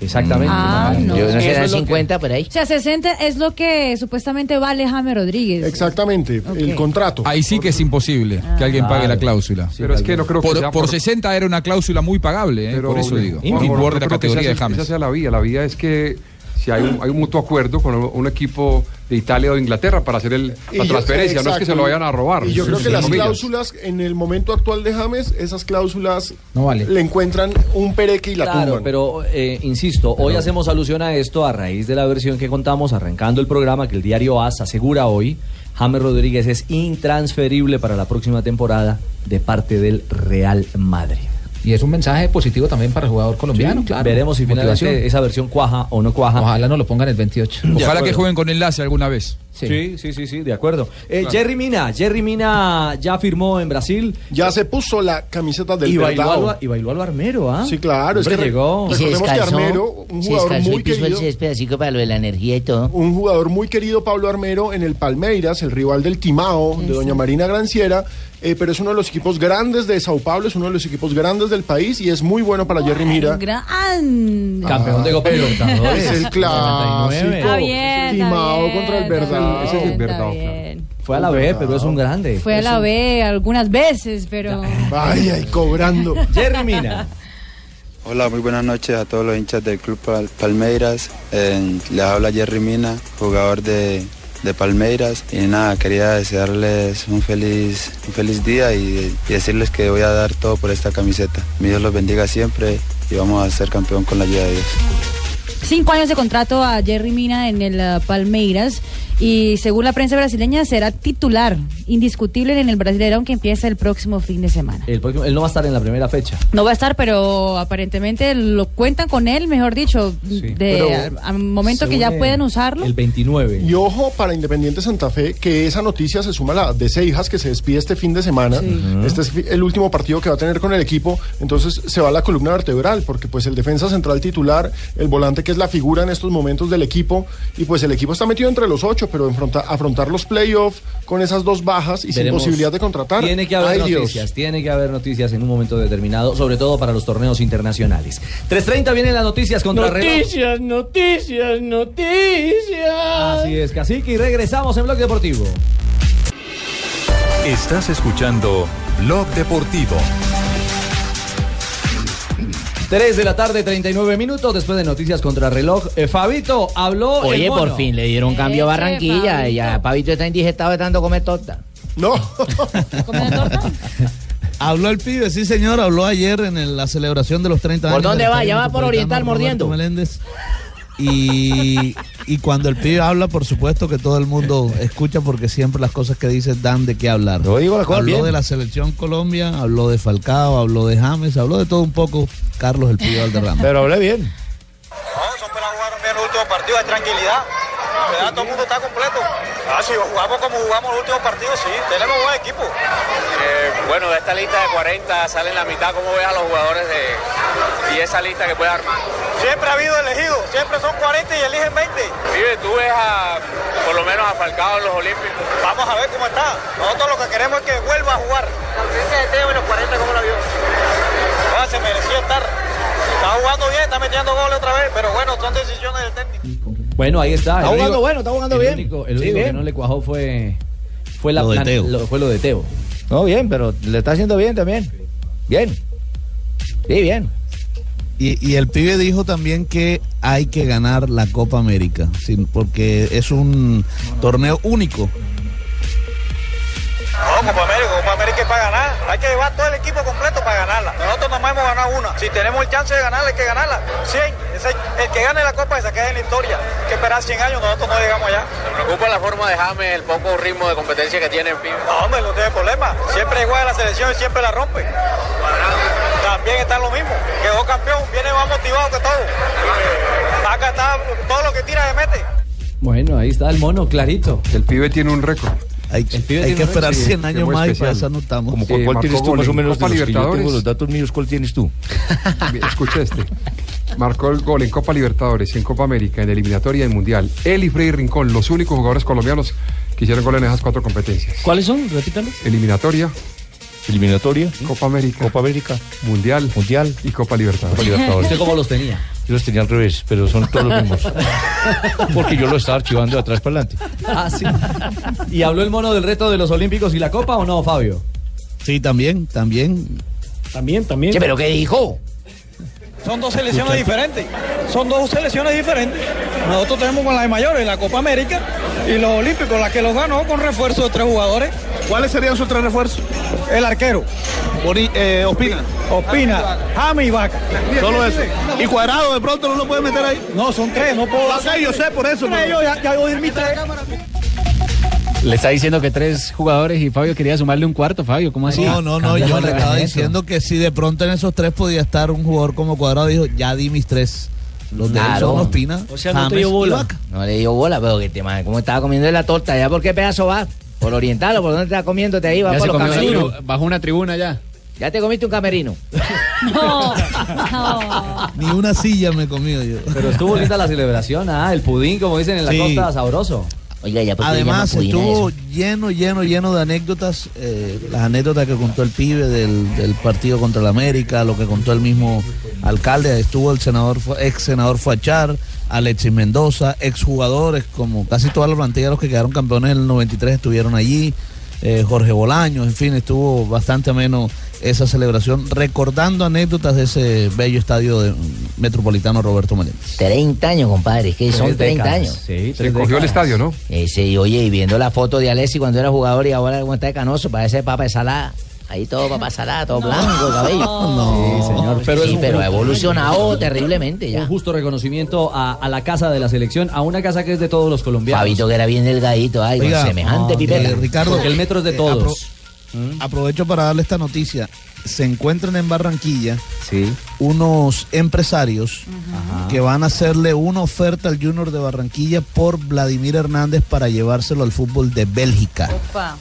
[SPEAKER 5] Exactamente.
[SPEAKER 4] Ah,
[SPEAKER 13] no.
[SPEAKER 11] Yo no
[SPEAKER 13] Eso
[SPEAKER 11] sé,
[SPEAKER 13] es
[SPEAKER 11] eran
[SPEAKER 13] lo que-
[SPEAKER 11] 50 por ahí.
[SPEAKER 4] O sea, 60 es lo que supuestamente vale James Rodríguez.
[SPEAKER 8] Exactamente,
[SPEAKER 4] el
[SPEAKER 8] contrato.
[SPEAKER 17] Ahí sí que es imposible
[SPEAKER 11] Ah.
[SPEAKER 17] que alguien pague la cláusula.
[SPEAKER 26] Pero es que no creo que
[SPEAKER 17] por,
[SPEAKER 26] sea
[SPEAKER 17] por
[SPEAKER 26] por-
[SPEAKER 17] 60 era una cláusula muy pagable, eh, por eso digo.
[SPEAKER 26] No,
[SPEAKER 17] Un
[SPEAKER 26] no,
[SPEAKER 17] jugador
[SPEAKER 26] no
[SPEAKER 17] de la
[SPEAKER 26] creo que esa
[SPEAKER 17] categoría de
[SPEAKER 26] sea-
[SPEAKER 17] James.
[SPEAKER 26] Esa sea la vía. La vía es que si hay un, hay un mutuo acuerdo con un equipo de Italia o de Inglaterra para hacer el,
[SPEAKER 8] Y
[SPEAKER 26] la
[SPEAKER 8] yo-
[SPEAKER 26] transferencia, no es que
[SPEAKER 8] exacto.
[SPEAKER 26] se lo vayan a robar.
[SPEAKER 8] Y yo creo que
[SPEAKER 26] entre
[SPEAKER 8] las
[SPEAKER 26] comillas.
[SPEAKER 8] cláusulas, en el momento actual de James, esas cláusulas
[SPEAKER 5] No vale.
[SPEAKER 8] le encuentran un pereque y la
[SPEAKER 5] Claro,
[SPEAKER 8] tumban.
[SPEAKER 5] pero eh, insisto, hoy hacemos alusión a esto a raíz de la versión que contamos arrancando el programa que el diario AS asegura hoy. James Rodríguez es intransferible para la próxima temporada de parte del Real Madrid.
[SPEAKER 13] Y es un mensaje positivo también para el jugador colombiano,
[SPEAKER 5] Sí,
[SPEAKER 13] claro.
[SPEAKER 5] Veremos si finalmente
[SPEAKER 13] Motivación.
[SPEAKER 5] esa versión cuaja o no cuaja.
[SPEAKER 13] Ojalá no lo pongan el 28.
[SPEAKER 17] Ojalá que jueguen con enlace alguna vez.
[SPEAKER 5] Sí, sí, sí, sí, de acuerdo. Eh, Jerry Mina, Jerry Mina ya firmó en Brasil.
[SPEAKER 8] Ya se puso la camiseta del
[SPEAKER 5] y bailó,
[SPEAKER 8] Verdao.
[SPEAKER 5] al, y bailó al armero, ¿ah?
[SPEAKER 8] Sí, claro, es
[SPEAKER 5] Hombre,
[SPEAKER 8] que re-
[SPEAKER 5] llegó.
[SPEAKER 11] Y se
[SPEAKER 8] Recordemos que
[SPEAKER 11] descalzó,
[SPEAKER 8] Armero, un
[SPEAKER 11] se
[SPEAKER 8] jugador
[SPEAKER 11] descalzó
[SPEAKER 8] muy
[SPEAKER 11] y pisó el
[SPEAKER 8] querido.
[SPEAKER 11] césped así como para lo de la energía y todo.
[SPEAKER 8] un jugador muy querido, Pablo Armero, en el Palmeiras, el rival del Timao, de Doña Marina Granciera, eh, pero es uno de los equipos grandes de Sao Paulo, es uno de los equipos grandes del país y es muy bueno para Jerry Mira.
[SPEAKER 4] Gran.
[SPEAKER 13] Ah.
[SPEAKER 8] Campeón de Copa Libertadores. Es el clásico.
[SPEAKER 4] Está bien, está
[SPEAKER 8] Timao
[SPEAKER 4] bien,
[SPEAKER 8] contra el
[SPEAKER 4] está
[SPEAKER 8] Verdao.
[SPEAKER 4] bien, está
[SPEAKER 5] Fue a la B, pero es un grande.
[SPEAKER 4] Fue a la B algunas veces, pero.
[SPEAKER 8] Ay, ay, cobrando.
[SPEAKER 5] Jerry Mina.
[SPEAKER 1] Hola, muy buenas noches a todos los hinchas del Club Pal- Palmeiras. Eh, les habla Jerry Mina, jugador de, de Palmeiras. Y nada, quería desearles un feliz, un feliz día y, y decirles que voy a dar todo por esta camiseta. Mi Dios los bendiga siempre y vamos a ser campeón con la ayuda de Dios.
[SPEAKER 4] Cinco años de contrato a Jerry Mina en el eh, Palmeiras y según la prensa brasileña será titular indiscutible en el Brasileirão que empieza el próximo fin de semana.
[SPEAKER 5] El próximo- él no va a estar en la primera fecha.
[SPEAKER 4] No va a estar, pero aparentemente lo cuentan con él, mejor dicho,
[SPEAKER 5] pero
[SPEAKER 4] de eh, al- al momento que ya
[SPEAKER 8] según, eh,
[SPEAKER 4] puedan usarlo.
[SPEAKER 5] 29.
[SPEAKER 8] Y ojo para Independiente Santa Fe, que esa noticia se suma a la de Seijas, que se despide este fin de semana.
[SPEAKER 4] Ujú.
[SPEAKER 8] Este es fi- el último partido que va a tener con el equipo. Entonces se va a la columna vertebral, porque pues el defensa central titular, el volante que es la figura en estos momentos del equipo, y pues el equipo está metido entre los ocho, pero enfronta- afrontar los playoffs con esas dos bajas y sin
[SPEAKER 5] Veremos.
[SPEAKER 8] posibilidad de contratar.
[SPEAKER 5] Tiene que haber
[SPEAKER 8] Ay, Dios.
[SPEAKER 5] noticias, tiene que haber noticias en un momento determinado, sobre todo para los torneos internacionales. 3.30 vienen las noticias contra reloj.
[SPEAKER 20] Noticias, noticias, noticias.
[SPEAKER 5] Así es, Cacique, y regresamos en Blog Deportivo.
[SPEAKER 7] Estás escuchando Blog Deportivo.
[SPEAKER 5] 3 de la tarde, 39 minutos, después de Noticias contra reloj. Eh, Fabito, habló el
[SPEAKER 11] Oye,
[SPEAKER 5] mono.
[SPEAKER 11] por fin le dieron cambio a Eche, Barranquilla. Fabito. Ya, Pavito está indigestado de tanto comer torta.
[SPEAKER 8] No.
[SPEAKER 16] Habló el pibe, sí señor, habló ayer en el- la celebración de los 30
[SPEAKER 11] ¿Por
[SPEAKER 16] años.
[SPEAKER 11] dónde
[SPEAKER 16] del
[SPEAKER 11] va?
[SPEAKER 16] Estadio
[SPEAKER 11] Ya va por Oriental
[SPEAKER 16] Metropolitano Roberto
[SPEAKER 11] mordiendo.
[SPEAKER 16] Meléndez. Y, y cuando el pibe habla, por supuesto que todo el mundo escucha porque siempre las cosas que dice dan de qué hablar. digo la cosa habló bien. de la selección Colombia, habló de Falcao, habló de James, habló de todo un poco Carlos el pibe Valderrama. Pero hablé bien.
[SPEAKER 29] partido de tranquilidad. ¿Verdad? Todo el mundo está completo. Ah, si jugamos como jugamos los últimos partidos, sí, tenemos buen equipo.
[SPEAKER 30] Eh, bueno, de esta lista de 40 salen la mitad. ¿Cómo ves a los jugadores de, y esa lista que puede armar?
[SPEAKER 29] Siempre ha habido elegidos, siempre son 40 y eligen 20.
[SPEAKER 30] Vive, tú ves a, por lo menos a Falcao en los Olímpicos.
[SPEAKER 29] Vamos a ver cómo está. Nosotros lo que queremos es que vuelva a jugar. La ausencia de Teo en los 40, este ¿cómo la vio? Ah, se merecía estar. Está jugando bien, está metiendo goles otra vez, pero bueno, son decisiones del técnico.
[SPEAKER 5] Bueno, ahí está.
[SPEAKER 29] Está
[SPEAKER 5] El
[SPEAKER 29] jugando
[SPEAKER 5] único-
[SPEAKER 29] bueno, está jugando
[SPEAKER 5] el
[SPEAKER 29] bien.
[SPEAKER 5] único- el
[SPEAKER 29] Sí,
[SPEAKER 5] único que
[SPEAKER 29] bien.
[SPEAKER 5] no le cuajó fue, fue la
[SPEAKER 29] Lo de
[SPEAKER 5] plan-
[SPEAKER 29] Teo.
[SPEAKER 5] lo- fue lo de Teo.
[SPEAKER 29] No, bien, pero le está haciendo bien también. Bien.
[SPEAKER 16] Sí, bien. Y, y el pibe dijo también que hay que ganar la Copa América, sí, porque es un torneo único.
[SPEAKER 29] No, Copa América, Copa América es para ganar. Hay que llevar todo el equipo completo para ganarla. Nosotros nomás hemos ganado una. Si tenemos el chance de ganarla, hay que ganarla. 100. Ese- el que gane la Copa esa queda en la historia. Hay que esperar 100 años, nosotros no llegamos allá.
[SPEAKER 30] ¿Te preocupa la forma de James, el poco ritmo de competencia que tiene en pibe?
[SPEAKER 29] No, hombre, no tiene problema. Siempre juega la selección y siempre la rompe. También está lo mismo. Quedó campeón, viene más motivado que todo. Acá está, todo lo que tira se mete.
[SPEAKER 5] Bueno, ahí está el mono, clarito.
[SPEAKER 26] El pibe tiene un récord.
[SPEAKER 16] Hay,
[SPEAKER 26] tiene un récord. Sí, que muy especial.
[SPEAKER 21] Como,
[SPEAKER 26] Eh,
[SPEAKER 21] ¿Cuál, cuál
[SPEAKER 26] marcó
[SPEAKER 21] tienes tú
[SPEAKER 26] gol
[SPEAKER 21] más o
[SPEAKER 26] en
[SPEAKER 21] menos de
[SPEAKER 26] Copa
[SPEAKER 21] los que yo tengo
[SPEAKER 26] Libertadores.
[SPEAKER 21] los datos míos? ¿Cuál tienes tú?
[SPEAKER 26] Escucha este. Marcó el gol en Copa Libertadores, en Copa América, en eliminatoria y en Mundial. Él y Freddy Rincón, los únicos jugadores colombianos que hicieron gol en esas cuatro competencias.
[SPEAKER 16] ¿Cuáles son? Repítalos.
[SPEAKER 26] Eliminatoria.
[SPEAKER 21] Eliminatoria.
[SPEAKER 26] Copa América.
[SPEAKER 21] Copa América.
[SPEAKER 26] Mundial.
[SPEAKER 21] Mundial.
[SPEAKER 26] Y Copa Libertadores.
[SPEAKER 21] Copa Libertadores.
[SPEAKER 5] ¿Usted cómo los tenía?
[SPEAKER 21] Yo los tenía al revés, pero son todos los mismos. Porque yo lo estaba archivando de atrás para adelante.
[SPEAKER 5] Ah, sí. ¿Y habló el mono del reto de los Olímpicos y la Copa o no, Fabio?
[SPEAKER 16] Sí, también, también.
[SPEAKER 29] También, también.
[SPEAKER 16] Che, pero ¿qué dijo?
[SPEAKER 29] Son dos selecciones diferentes. Son dos selecciones diferentes. Nosotros tenemos con las de mayores la Copa América y los Olímpicos, la que los ganó con refuerzo de tres jugadores. ¿Cuáles serían sus tres refuerzos? eh, El arquero. Opina. Opina. Jame y Vaca.
[SPEAKER 16] Solo eso.
[SPEAKER 29] Y Cuadrado de pronto no lo puede meter ahí. No, son tres, no puedo. Vaca yo sé por eso. yo ya, ya voy a ir mi tres.
[SPEAKER 12] Le está diciendo que tres jugadores y Fabio quería sumarle un cuarto, Fabio, ¿cómo así?
[SPEAKER 16] No, no, no, yo le estaba diciendo que si de pronto en esos tres podía estar un jugador como Cuadrado, dijo, ya di mis tres. Los de
[SPEAKER 11] Claro.
[SPEAKER 16] Edson Ospina.
[SPEAKER 11] O sea, no te dio
[SPEAKER 16] James y
[SPEAKER 11] bola.
[SPEAKER 16] Vaca.
[SPEAKER 11] No le dio bola, pero que tema, ¿cómo estaba comiendo la torta? ¿Ya por qué pedazo vas? ¿Por oriental o por dónde estás comiéndote ahí? Va
[SPEAKER 12] Ya se
[SPEAKER 11] por los
[SPEAKER 12] comió la
[SPEAKER 11] camerinos.
[SPEAKER 12] tribu- bajo una tribuna ya.
[SPEAKER 11] ¿Ya te comiste un camerino?
[SPEAKER 16] Ni una silla me he comido yo.
[SPEAKER 5] Pero estuvo linda la celebración, ah, el pudín, como dicen en la
[SPEAKER 16] Sí.
[SPEAKER 5] costa, sabroso.
[SPEAKER 11] Oiga, ya
[SPEAKER 16] Además, estuvo lleno, lleno, lleno de anécdotas. eh, las anécdotas que contó el pibe del, del partido contra la América, lo que contó el mismo alcalde. Estuvo el senador, Fu- ex senador Fachar, Alexis Mendoza, ex jugadores, como casi toda la plantilla de los que quedaron campeones en el 93 estuvieron allí. eh, Jorge Bolaños, en fin, estuvo bastante ameno esa celebración, recordando anécdotas de ese bello estadio de- metropolitano Roberto Meléndez.
[SPEAKER 11] 30 años, compadre, que son 30 años.
[SPEAKER 16] Se cogió el estadio, ¿no?
[SPEAKER 11] Ese, y oye, y viendo la foto de Alessi cuando era jugador y ahora cómo está de canoso, parece papa de salada. Ahí todo papa salada, todo blanco, el cabello.
[SPEAKER 5] No, señor, pero
[SPEAKER 11] sí,
[SPEAKER 5] es un
[SPEAKER 11] pero
[SPEAKER 5] bruto.
[SPEAKER 11] ha evolucionado terriblemente ya.
[SPEAKER 5] Un justo reconocimiento a, a la casa de la selección, a una casa que es de todos los colombianos.
[SPEAKER 11] Fabito que era bien delgadito, ay,
[SPEAKER 16] Oiga,
[SPEAKER 11] con semejante
[SPEAKER 16] no,
[SPEAKER 11] pipeta.
[SPEAKER 16] eh, Ricardo,
[SPEAKER 5] Porque el metro es de
[SPEAKER 16] eh,
[SPEAKER 5] todos. ¿Mm?
[SPEAKER 16] apro- Aprovecho para darle esta noticia. Se encuentran en Barranquilla unos empresarios
[SPEAKER 5] Ah.
[SPEAKER 16] que van a hacerle una oferta al Junior de Barranquilla por Vladimir Hernández para llevárselo al fútbol de Bélgica.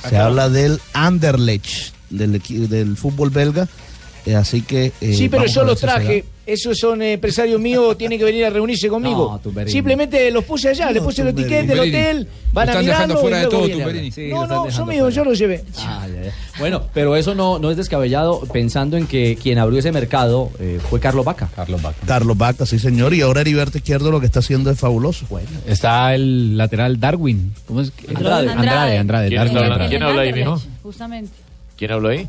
[SPEAKER 16] Se habla del Anderlecht, del, equi- del fútbol belga. eh, así que. eh,
[SPEAKER 20] sí, pero
[SPEAKER 16] vamos
[SPEAKER 20] yo
[SPEAKER 16] a ver
[SPEAKER 20] los
[SPEAKER 16] si se da.
[SPEAKER 20] traje. Esos son eh, empresarios míos, tienen que venir a reunirse conmigo.
[SPEAKER 16] No, Tumberini.
[SPEAKER 20] Simplemente los puse allá, les puse los tickets del
[SPEAKER 5] Tumberini.
[SPEAKER 20] hotel, van a
[SPEAKER 5] Lo están dejando
[SPEAKER 20] mirarlo
[SPEAKER 5] fuera
[SPEAKER 20] y
[SPEAKER 5] de
[SPEAKER 20] luego
[SPEAKER 5] todo,
[SPEAKER 20] vienen.
[SPEAKER 5] Tumberini. Sí, lo
[SPEAKER 20] No,
[SPEAKER 5] están
[SPEAKER 20] no,
[SPEAKER 5] dejando
[SPEAKER 20] son míos, yo los llevé.
[SPEAKER 5] Bueno, pero eso no, no es descabellado pensando en que quien abrió ese mercado eh, fue Carlos Vaca. Carlos Vaca.
[SPEAKER 16] Carlos Vaca, sí, señor. Y ahora Heriberto Izquierdo lo que está haciendo es fabuloso.
[SPEAKER 12] Está el lateral Darwin. ¿Cómo es? que-
[SPEAKER 4] Andrade.
[SPEAKER 12] Andrade, Andrade,
[SPEAKER 28] ¿Quién
[SPEAKER 12] Darwin
[SPEAKER 28] habla-
[SPEAKER 12] Andrade.
[SPEAKER 28] quién habla ahí, mijo?
[SPEAKER 4] Justamente.
[SPEAKER 28] ¿Quién habló ahí?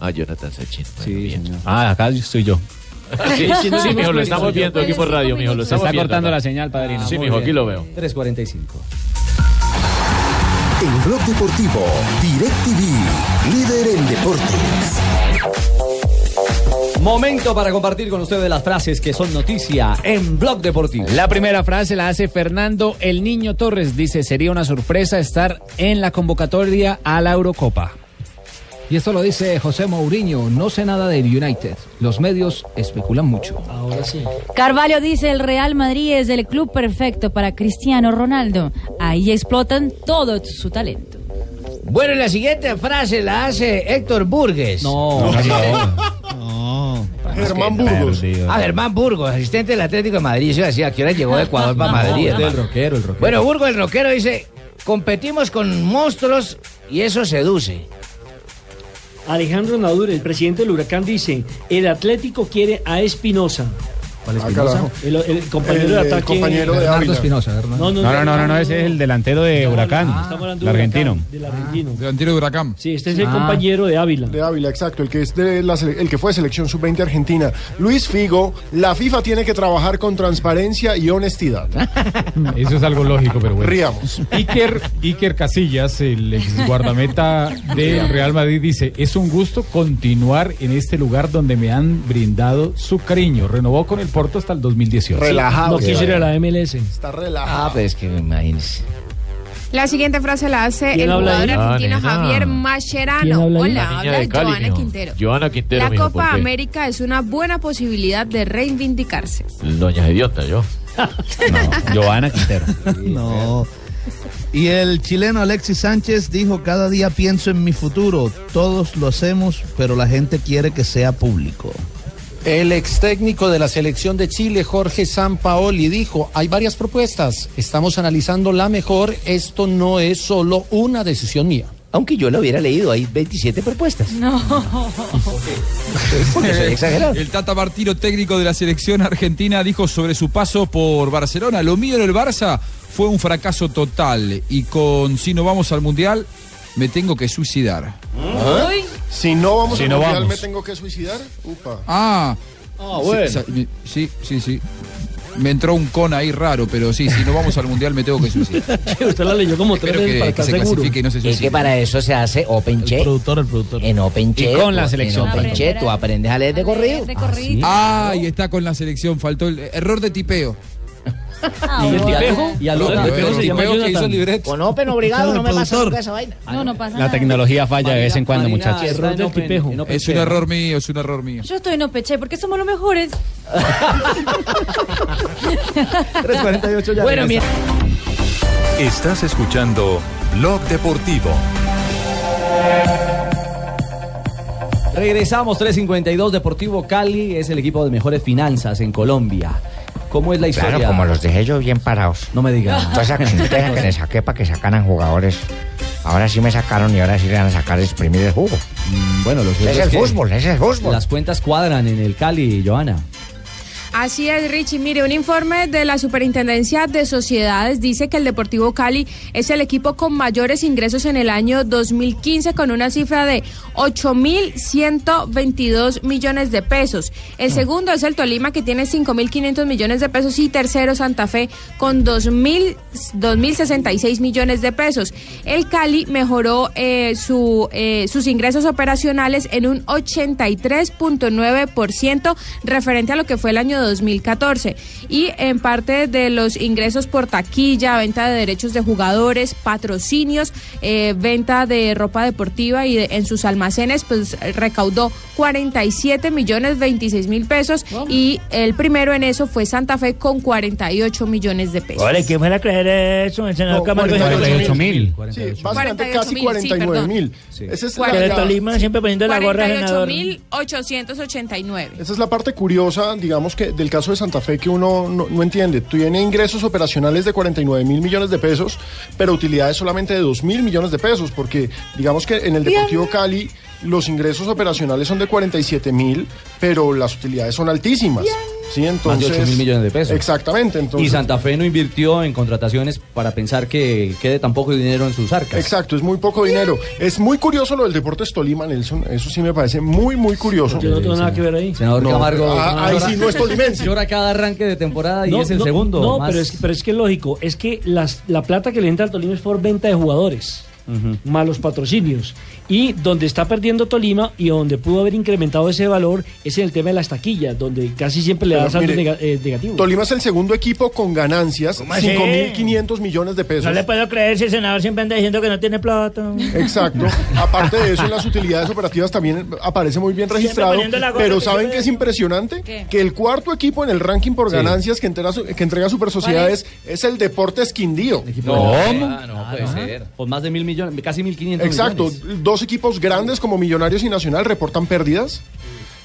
[SPEAKER 28] Ah, Jonathan Sachin. Bueno, bien.
[SPEAKER 12] Ah, acá estoy yo.
[SPEAKER 28] Sí, sí, sí, mijo, lo estamos viendo aquí por radio, mijo. Lo
[SPEAKER 12] Se
[SPEAKER 28] estamos
[SPEAKER 12] está
[SPEAKER 28] viendo
[SPEAKER 12] cortando
[SPEAKER 28] acá.
[SPEAKER 12] la señal, padrino.
[SPEAKER 28] Sí, mijo, aquí lo veo.
[SPEAKER 5] 345.
[SPEAKER 7] En Blog Deportivo, DirecTV, líder en deportes.
[SPEAKER 5] Momento para compartir con ustedes las frases que son noticia en Blog Deportivo.
[SPEAKER 12] La primera frase la hace Fernando El Niño Torres. Dice, sería una sorpresa estar en la convocatoria a la Eurocopa.
[SPEAKER 6] Y esto lo dice José Mourinho, no sé nada del United. Los medios especulan mucho. Ahora sí.
[SPEAKER 4] Carvalho dice, el Real Madrid es el club perfecto para Cristiano Ronaldo. Ahí explotan todo su talento.
[SPEAKER 11] Bueno, y la siguiente frase la hace Héctor Burgues.
[SPEAKER 5] No,
[SPEAKER 11] Germán Burgos. Ah, Germán Burgos, asistente del Atlético de Madrid. Yo decía, ¿a qué hora llegó de Ecuador para Madrid?
[SPEAKER 5] No, el
[SPEAKER 11] hermano?
[SPEAKER 5] rockero, el rockero.
[SPEAKER 11] Bueno, Burgos el rockero dice, competimos con monstruos y eso seduce.
[SPEAKER 10] Alejandro Nadur, el presidente del Huracán, dice, el Atlético quiere a Espinosa.
[SPEAKER 6] ¿Cuál
[SPEAKER 8] Ah,
[SPEAKER 6] Espinosa? carajo.
[SPEAKER 10] el, el compañero
[SPEAKER 6] El,
[SPEAKER 10] de
[SPEAKER 6] eh,
[SPEAKER 10] ataque.
[SPEAKER 6] compañero de Bernardo Ávila. Espinosa, Hernán.
[SPEAKER 10] No, no,
[SPEAKER 6] No,
[SPEAKER 10] no,
[SPEAKER 6] no, no, no,
[SPEAKER 10] no.
[SPEAKER 6] ese
[SPEAKER 12] Es el delantero de Huracán,
[SPEAKER 10] Estamos hablando
[SPEAKER 12] el
[SPEAKER 10] de Huracán,
[SPEAKER 12] argentino.
[SPEAKER 10] del argentino.
[SPEAKER 17] Delantero Ah, de Huracán.
[SPEAKER 10] Sí, este
[SPEAKER 6] es el Ah.
[SPEAKER 10] compañero de Ávila.
[SPEAKER 8] De Ávila, exacto, el que es de la sele- el que fue selección sub-20 argentina. Luis Figo, la FIFA tiene que trabajar con transparencia y honestidad.
[SPEAKER 9] Eso es algo lógico, pero bueno.
[SPEAKER 8] Riamos.
[SPEAKER 9] Iker, Iker Casillas, el ex guardameta del Real Madrid, dice: Es un gusto continuar en este lugar donde me han brindado su cariño. Renovó con el Porto hasta el 2018.
[SPEAKER 10] No quiso ir a la MLS.
[SPEAKER 8] Está relajado.
[SPEAKER 11] Ah, pues que imagínense.
[SPEAKER 18] La siguiente frase la hace
[SPEAKER 28] ¿Quién
[SPEAKER 18] el
[SPEAKER 28] habla ahí?
[SPEAKER 18] jugador
[SPEAKER 28] Ah,
[SPEAKER 18] argentino
[SPEAKER 28] nena.
[SPEAKER 18] Javier
[SPEAKER 28] ¿Quién
[SPEAKER 18] Mascherano.
[SPEAKER 28] habla ahí?
[SPEAKER 18] Hola,
[SPEAKER 28] La niña de
[SPEAKER 18] habla
[SPEAKER 28] Cali,
[SPEAKER 18] Joana
[SPEAKER 28] mijo.
[SPEAKER 18] Quintero.
[SPEAKER 28] Joana Quintero,
[SPEAKER 18] La
[SPEAKER 28] mijo, ¿por
[SPEAKER 18] Copa
[SPEAKER 28] qué?
[SPEAKER 18] América es una buena posibilidad de reivindicarse.
[SPEAKER 5] pues,
[SPEAKER 28] Doña Idiota, yo.
[SPEAKER 12] Joana Quintero.
[SPEAKER 16] No. Y el chileno Alexis Sánchez dijo, cada día pienso en mi futuro, todos lo hacemos, pero la gente quiere que sea público.
[SPEAKER 19] El ex técnico de la selección de Chile, Jorge Sampaoli, dijo, hay varias propuestas, estamos analizando la mejor, esto no es solo una decisión mía.
[SPEAKER 11] Aunque yo lo hubiera leído, hay 27 propuestas.
[SPEAKER 4] No.
[SPEAKER 11] Porque soy exagerado.
[SPEAKER 17] El Tata Martino, técnico de la selección argentina, dijo sobre su paso por Barcelona, lo mío en el Barça fue un fracaso total y con si no vamos al Mundial me tengo que suicidar.
[SPEAKER 8] Ay. ¿Ah? Si no vamos
[SPEAKER 17] Si
[SPEAKER 8] al
[SPEAKER 17] no
[SPEAKER 8] mundial,
[SPEAKER 17] vamos.
[SPEAKER 8] me tengo que suicidar. Upa.
[SPEAKER 17] Ah.
[SPEAKER 8] Ah, bueno.
[SPEAKER 17] Sí, sa- mi- sí, sí, sí. Me entró un con ahí raro, pero sí, si no vamos al Mundial me tengo que suicidar.
[SPEAKER 10] Usted la leyó como
[SPEAKER 17] Espero que, que se clasifique y no se
[SPEAKER 11] Es
[SPEAKER 17] suicide.
[SPEAKER 11] que para eso se hace Open Chef. El productor, el productor. En Open Chef.
[SPEAKER 17] con la
[SPEAKER 11] tú-
[SPEAKER 17] selección.
[SPEAKER 11] En Open
[SPEAKER 17] Para
[SPEAKER 11] Chef,
[SPEAKER 17] aprender.
[SPEAKER 11] tú aprendes a leer de corrido.
[SPEAKER 17] Ah, y está con la selección, faltó el error de tipeo.
[SPEAKER 4] Ah, ¿Y
[SPEAKER 11] el tipejo?
[SPEAKER 17] Y al otro,
[SPEAKER 12] El
[SPEAKER 17] el
[SPEAKER 12] tipejo se llama
[SPEAKER 17] tipeo que hizo
[SPEAKER 12] Jonathan.
[SPEAKER 17] el libreto.
[SPEAKER 11] Con Open obligado, no me pasa nunca esa vaina.
[SPEAKER 4] No, no pasa
[SPEAKER 12] La
[SPEAKER 4] nada.
[SPEAKER 12] tecnología falla de vez en cuando,
[SPEAKER 17] Marina,
[SPEAKER 12] muchachos.
[SPEAKER 17] está en Error del Open- tipejo. en Open Es un Chef. error mío, es un error mío.
[SPEAKER 4] Yo estoy en Opeche porque somos los mejores.
[SPEAKER 27] 3.48 ya.
[SPEAKER 15] Bueno,
[SPEAKER 27] regresa.
[SPEAKER 15] Estás escuchando Blog Deportivo.
[SPEAKER 5] Regresamos 352 Deportivo Cali es el equipo de mejores finanzas en Colombia. ¿Cómo es la historia?
[SPEAKER 13] Claro, como los dejé yo bien parados.
[SPEAKER 5] No me
[SPEAKER 11] Ah.
[SPEAKER 5] diga.
[SPEAKER 13] Toda esa cantera que le saqué para que sacaran jugadores. Ahora sí me sacaron y ahora sí le van a sacar a exprimir el jugo.
[SPEAKER 5] Mm, Bueno, lo
[SPEAKER 13] Es
[SPEAKER 5] cierto
[SPEAKER 13] el
[SPEAKER 5] que
[SPEAKER 13] fútbol, es el fútbol.
[SPEAKER 5] Las cuentas cuadran en el Cali, Joana.
[SPEAKER 18] Así es, Richie. Mire, un informe de la Superintendencia de Sociedades dice que el Deportivo Cali es el equipo con mayores ingresos en el año 2015 con una cifra de 8.122 millones de pesos. El segundo es el Tolima que tiene 5.500 millones de pesos y tercero Santa Fe con 2.000 2.066 millones de pesos. El Cali mejoró eh, su, eh, sus ingresos operacionales en un 83.9% referente a lo que fue el año 2014 y en parte de los ingresos por taquilla, venta de derechos de jugadores, patrocinios, eh, venta de ropa deportiva y de- en sus almacenes pues recaudó 47 millones 26 mil pesos y el primero en eso fue Santa Fe con 48 millones de pesos.
[SPEAKER 14] Ole, ¿quién fuera a creer eso? El senador
[SPEAKER 8] No,
[SPEAKER 14] Camargo.
[SPEAKER 8] 48
[SPEAKER 14] mil.
[SPEAKER 8] Sí, básicamente
[SPEAKER 18] 48
[SPEAKER 8] casi
[SPEAKER 18] mil, sí,
[SPEAKER 8] 49
[SPEAKER 18] perdón.
[SPEAKER 8] mil.
[SPEAKER 18] Sí.
[SPEAKER 8] Esa es
[SPEAKER 18] Pero
[SPEAKER 8] la-
[SPEAKER 14] Tolima siempre poniendo la gorra, senador.
[SPEAKER 18] 48.889.
[SPEAKER 8] Esa es la parte curiosa, digamos, que del caso de Santa Fe que uno no, no entiende. Tiene ingresos operacionales de 49 mil millones de pesos, pero utilidades solamente de 2 mil millones de pesos, porque digamos que en el Deportivo Cali los ingresos operacionales son de 47 mil, pero las utilidades son altísimas. Sí, entonces,
[SPEAKER 5] 8.000 millones de pesos.
[SPEAKER 8] Exactamente, entonces.
[SPEAKER 5] Y Santa Fe no invirtió en contrataciones para pensar que quede tan poco dinero en sus arcas.
[SPEAKER 8] Exacto, es muy poco dinero. Es muy curioso lo del Deportes Tolima, Nelson. Eso sí me parece muy, muy curioso.
[SPEAKER 10] Yo no tengo nada que ver ahí.
[SPEAKER 5] Senador
[SPEAKER 8] No,
[SPEAKER 5] Camargo.
[SPEAKER 8] ah, ahí sí no es tolimense.
[SPEAKER 5] Llora cada arranque de temporada y
[SPEAKER 10] No,
[SPEAKER 5] es el
[SPEAKER 10] no,
[SPEAKER 5] segundo.
[SPEAKER 10] No,
[SPEAKER 5] más.
[SPEAKER 10] pero, es, pero es que es lógico. Es que las, la plata que le entra al Tolima es por venta de jugadores. malos patrocinios. Y donde está perdiendo Tolima y donde pudo haber incrementado ese valor es en el tema de las taquillas, donde casi siempre le
[SPEAKER 8] Pero
[SPEAKER 10] da saldo
[SPEAKER 8] mire,
[SPEAKER 5] eh,
[SPEAKER 10] negativo.
[SPEAKER 8] Tolima es el segundo equipo con ganancias,
[SPEAKER 10] así?
[SPEAKER 8] 5.500 millones de pesos.
[SPEAKER 14] eh. No le puedo creer si el senador siempre anda diciendo que no tiene plata.
[SPEAKER 8] Exacto. Aparte de eso, en las utilidades operativas también aparece muy bien
[SPEAKER 14] Siempre
[SPEAKER 8] registrado.
[SPEAKER 14] poniendo la gorra
[SPEAKER 8] Pero
[SPEAKER 14] que
[SPEAKER 8] ¿saben
[SPEAKER 14] yo
[SPEAKER 8] qué es impresionante? Que el cuarto equipo en el ranking por
[SPEAKER 14] Sí.
[SPEAKER 8] ganancias que, entera su- que entrega Super Sociedades es? el Deportes Quindío.
[SPEAKER 5] Ah, no puede ser. Con más de mil millones, casi mil quinientos
[SPEAKER 8] Exacto.
[SPEAKER 5] millones.
[SPEAKER 8] Dos equipos grandes como Millonarios y Nacional reportan pérdidas.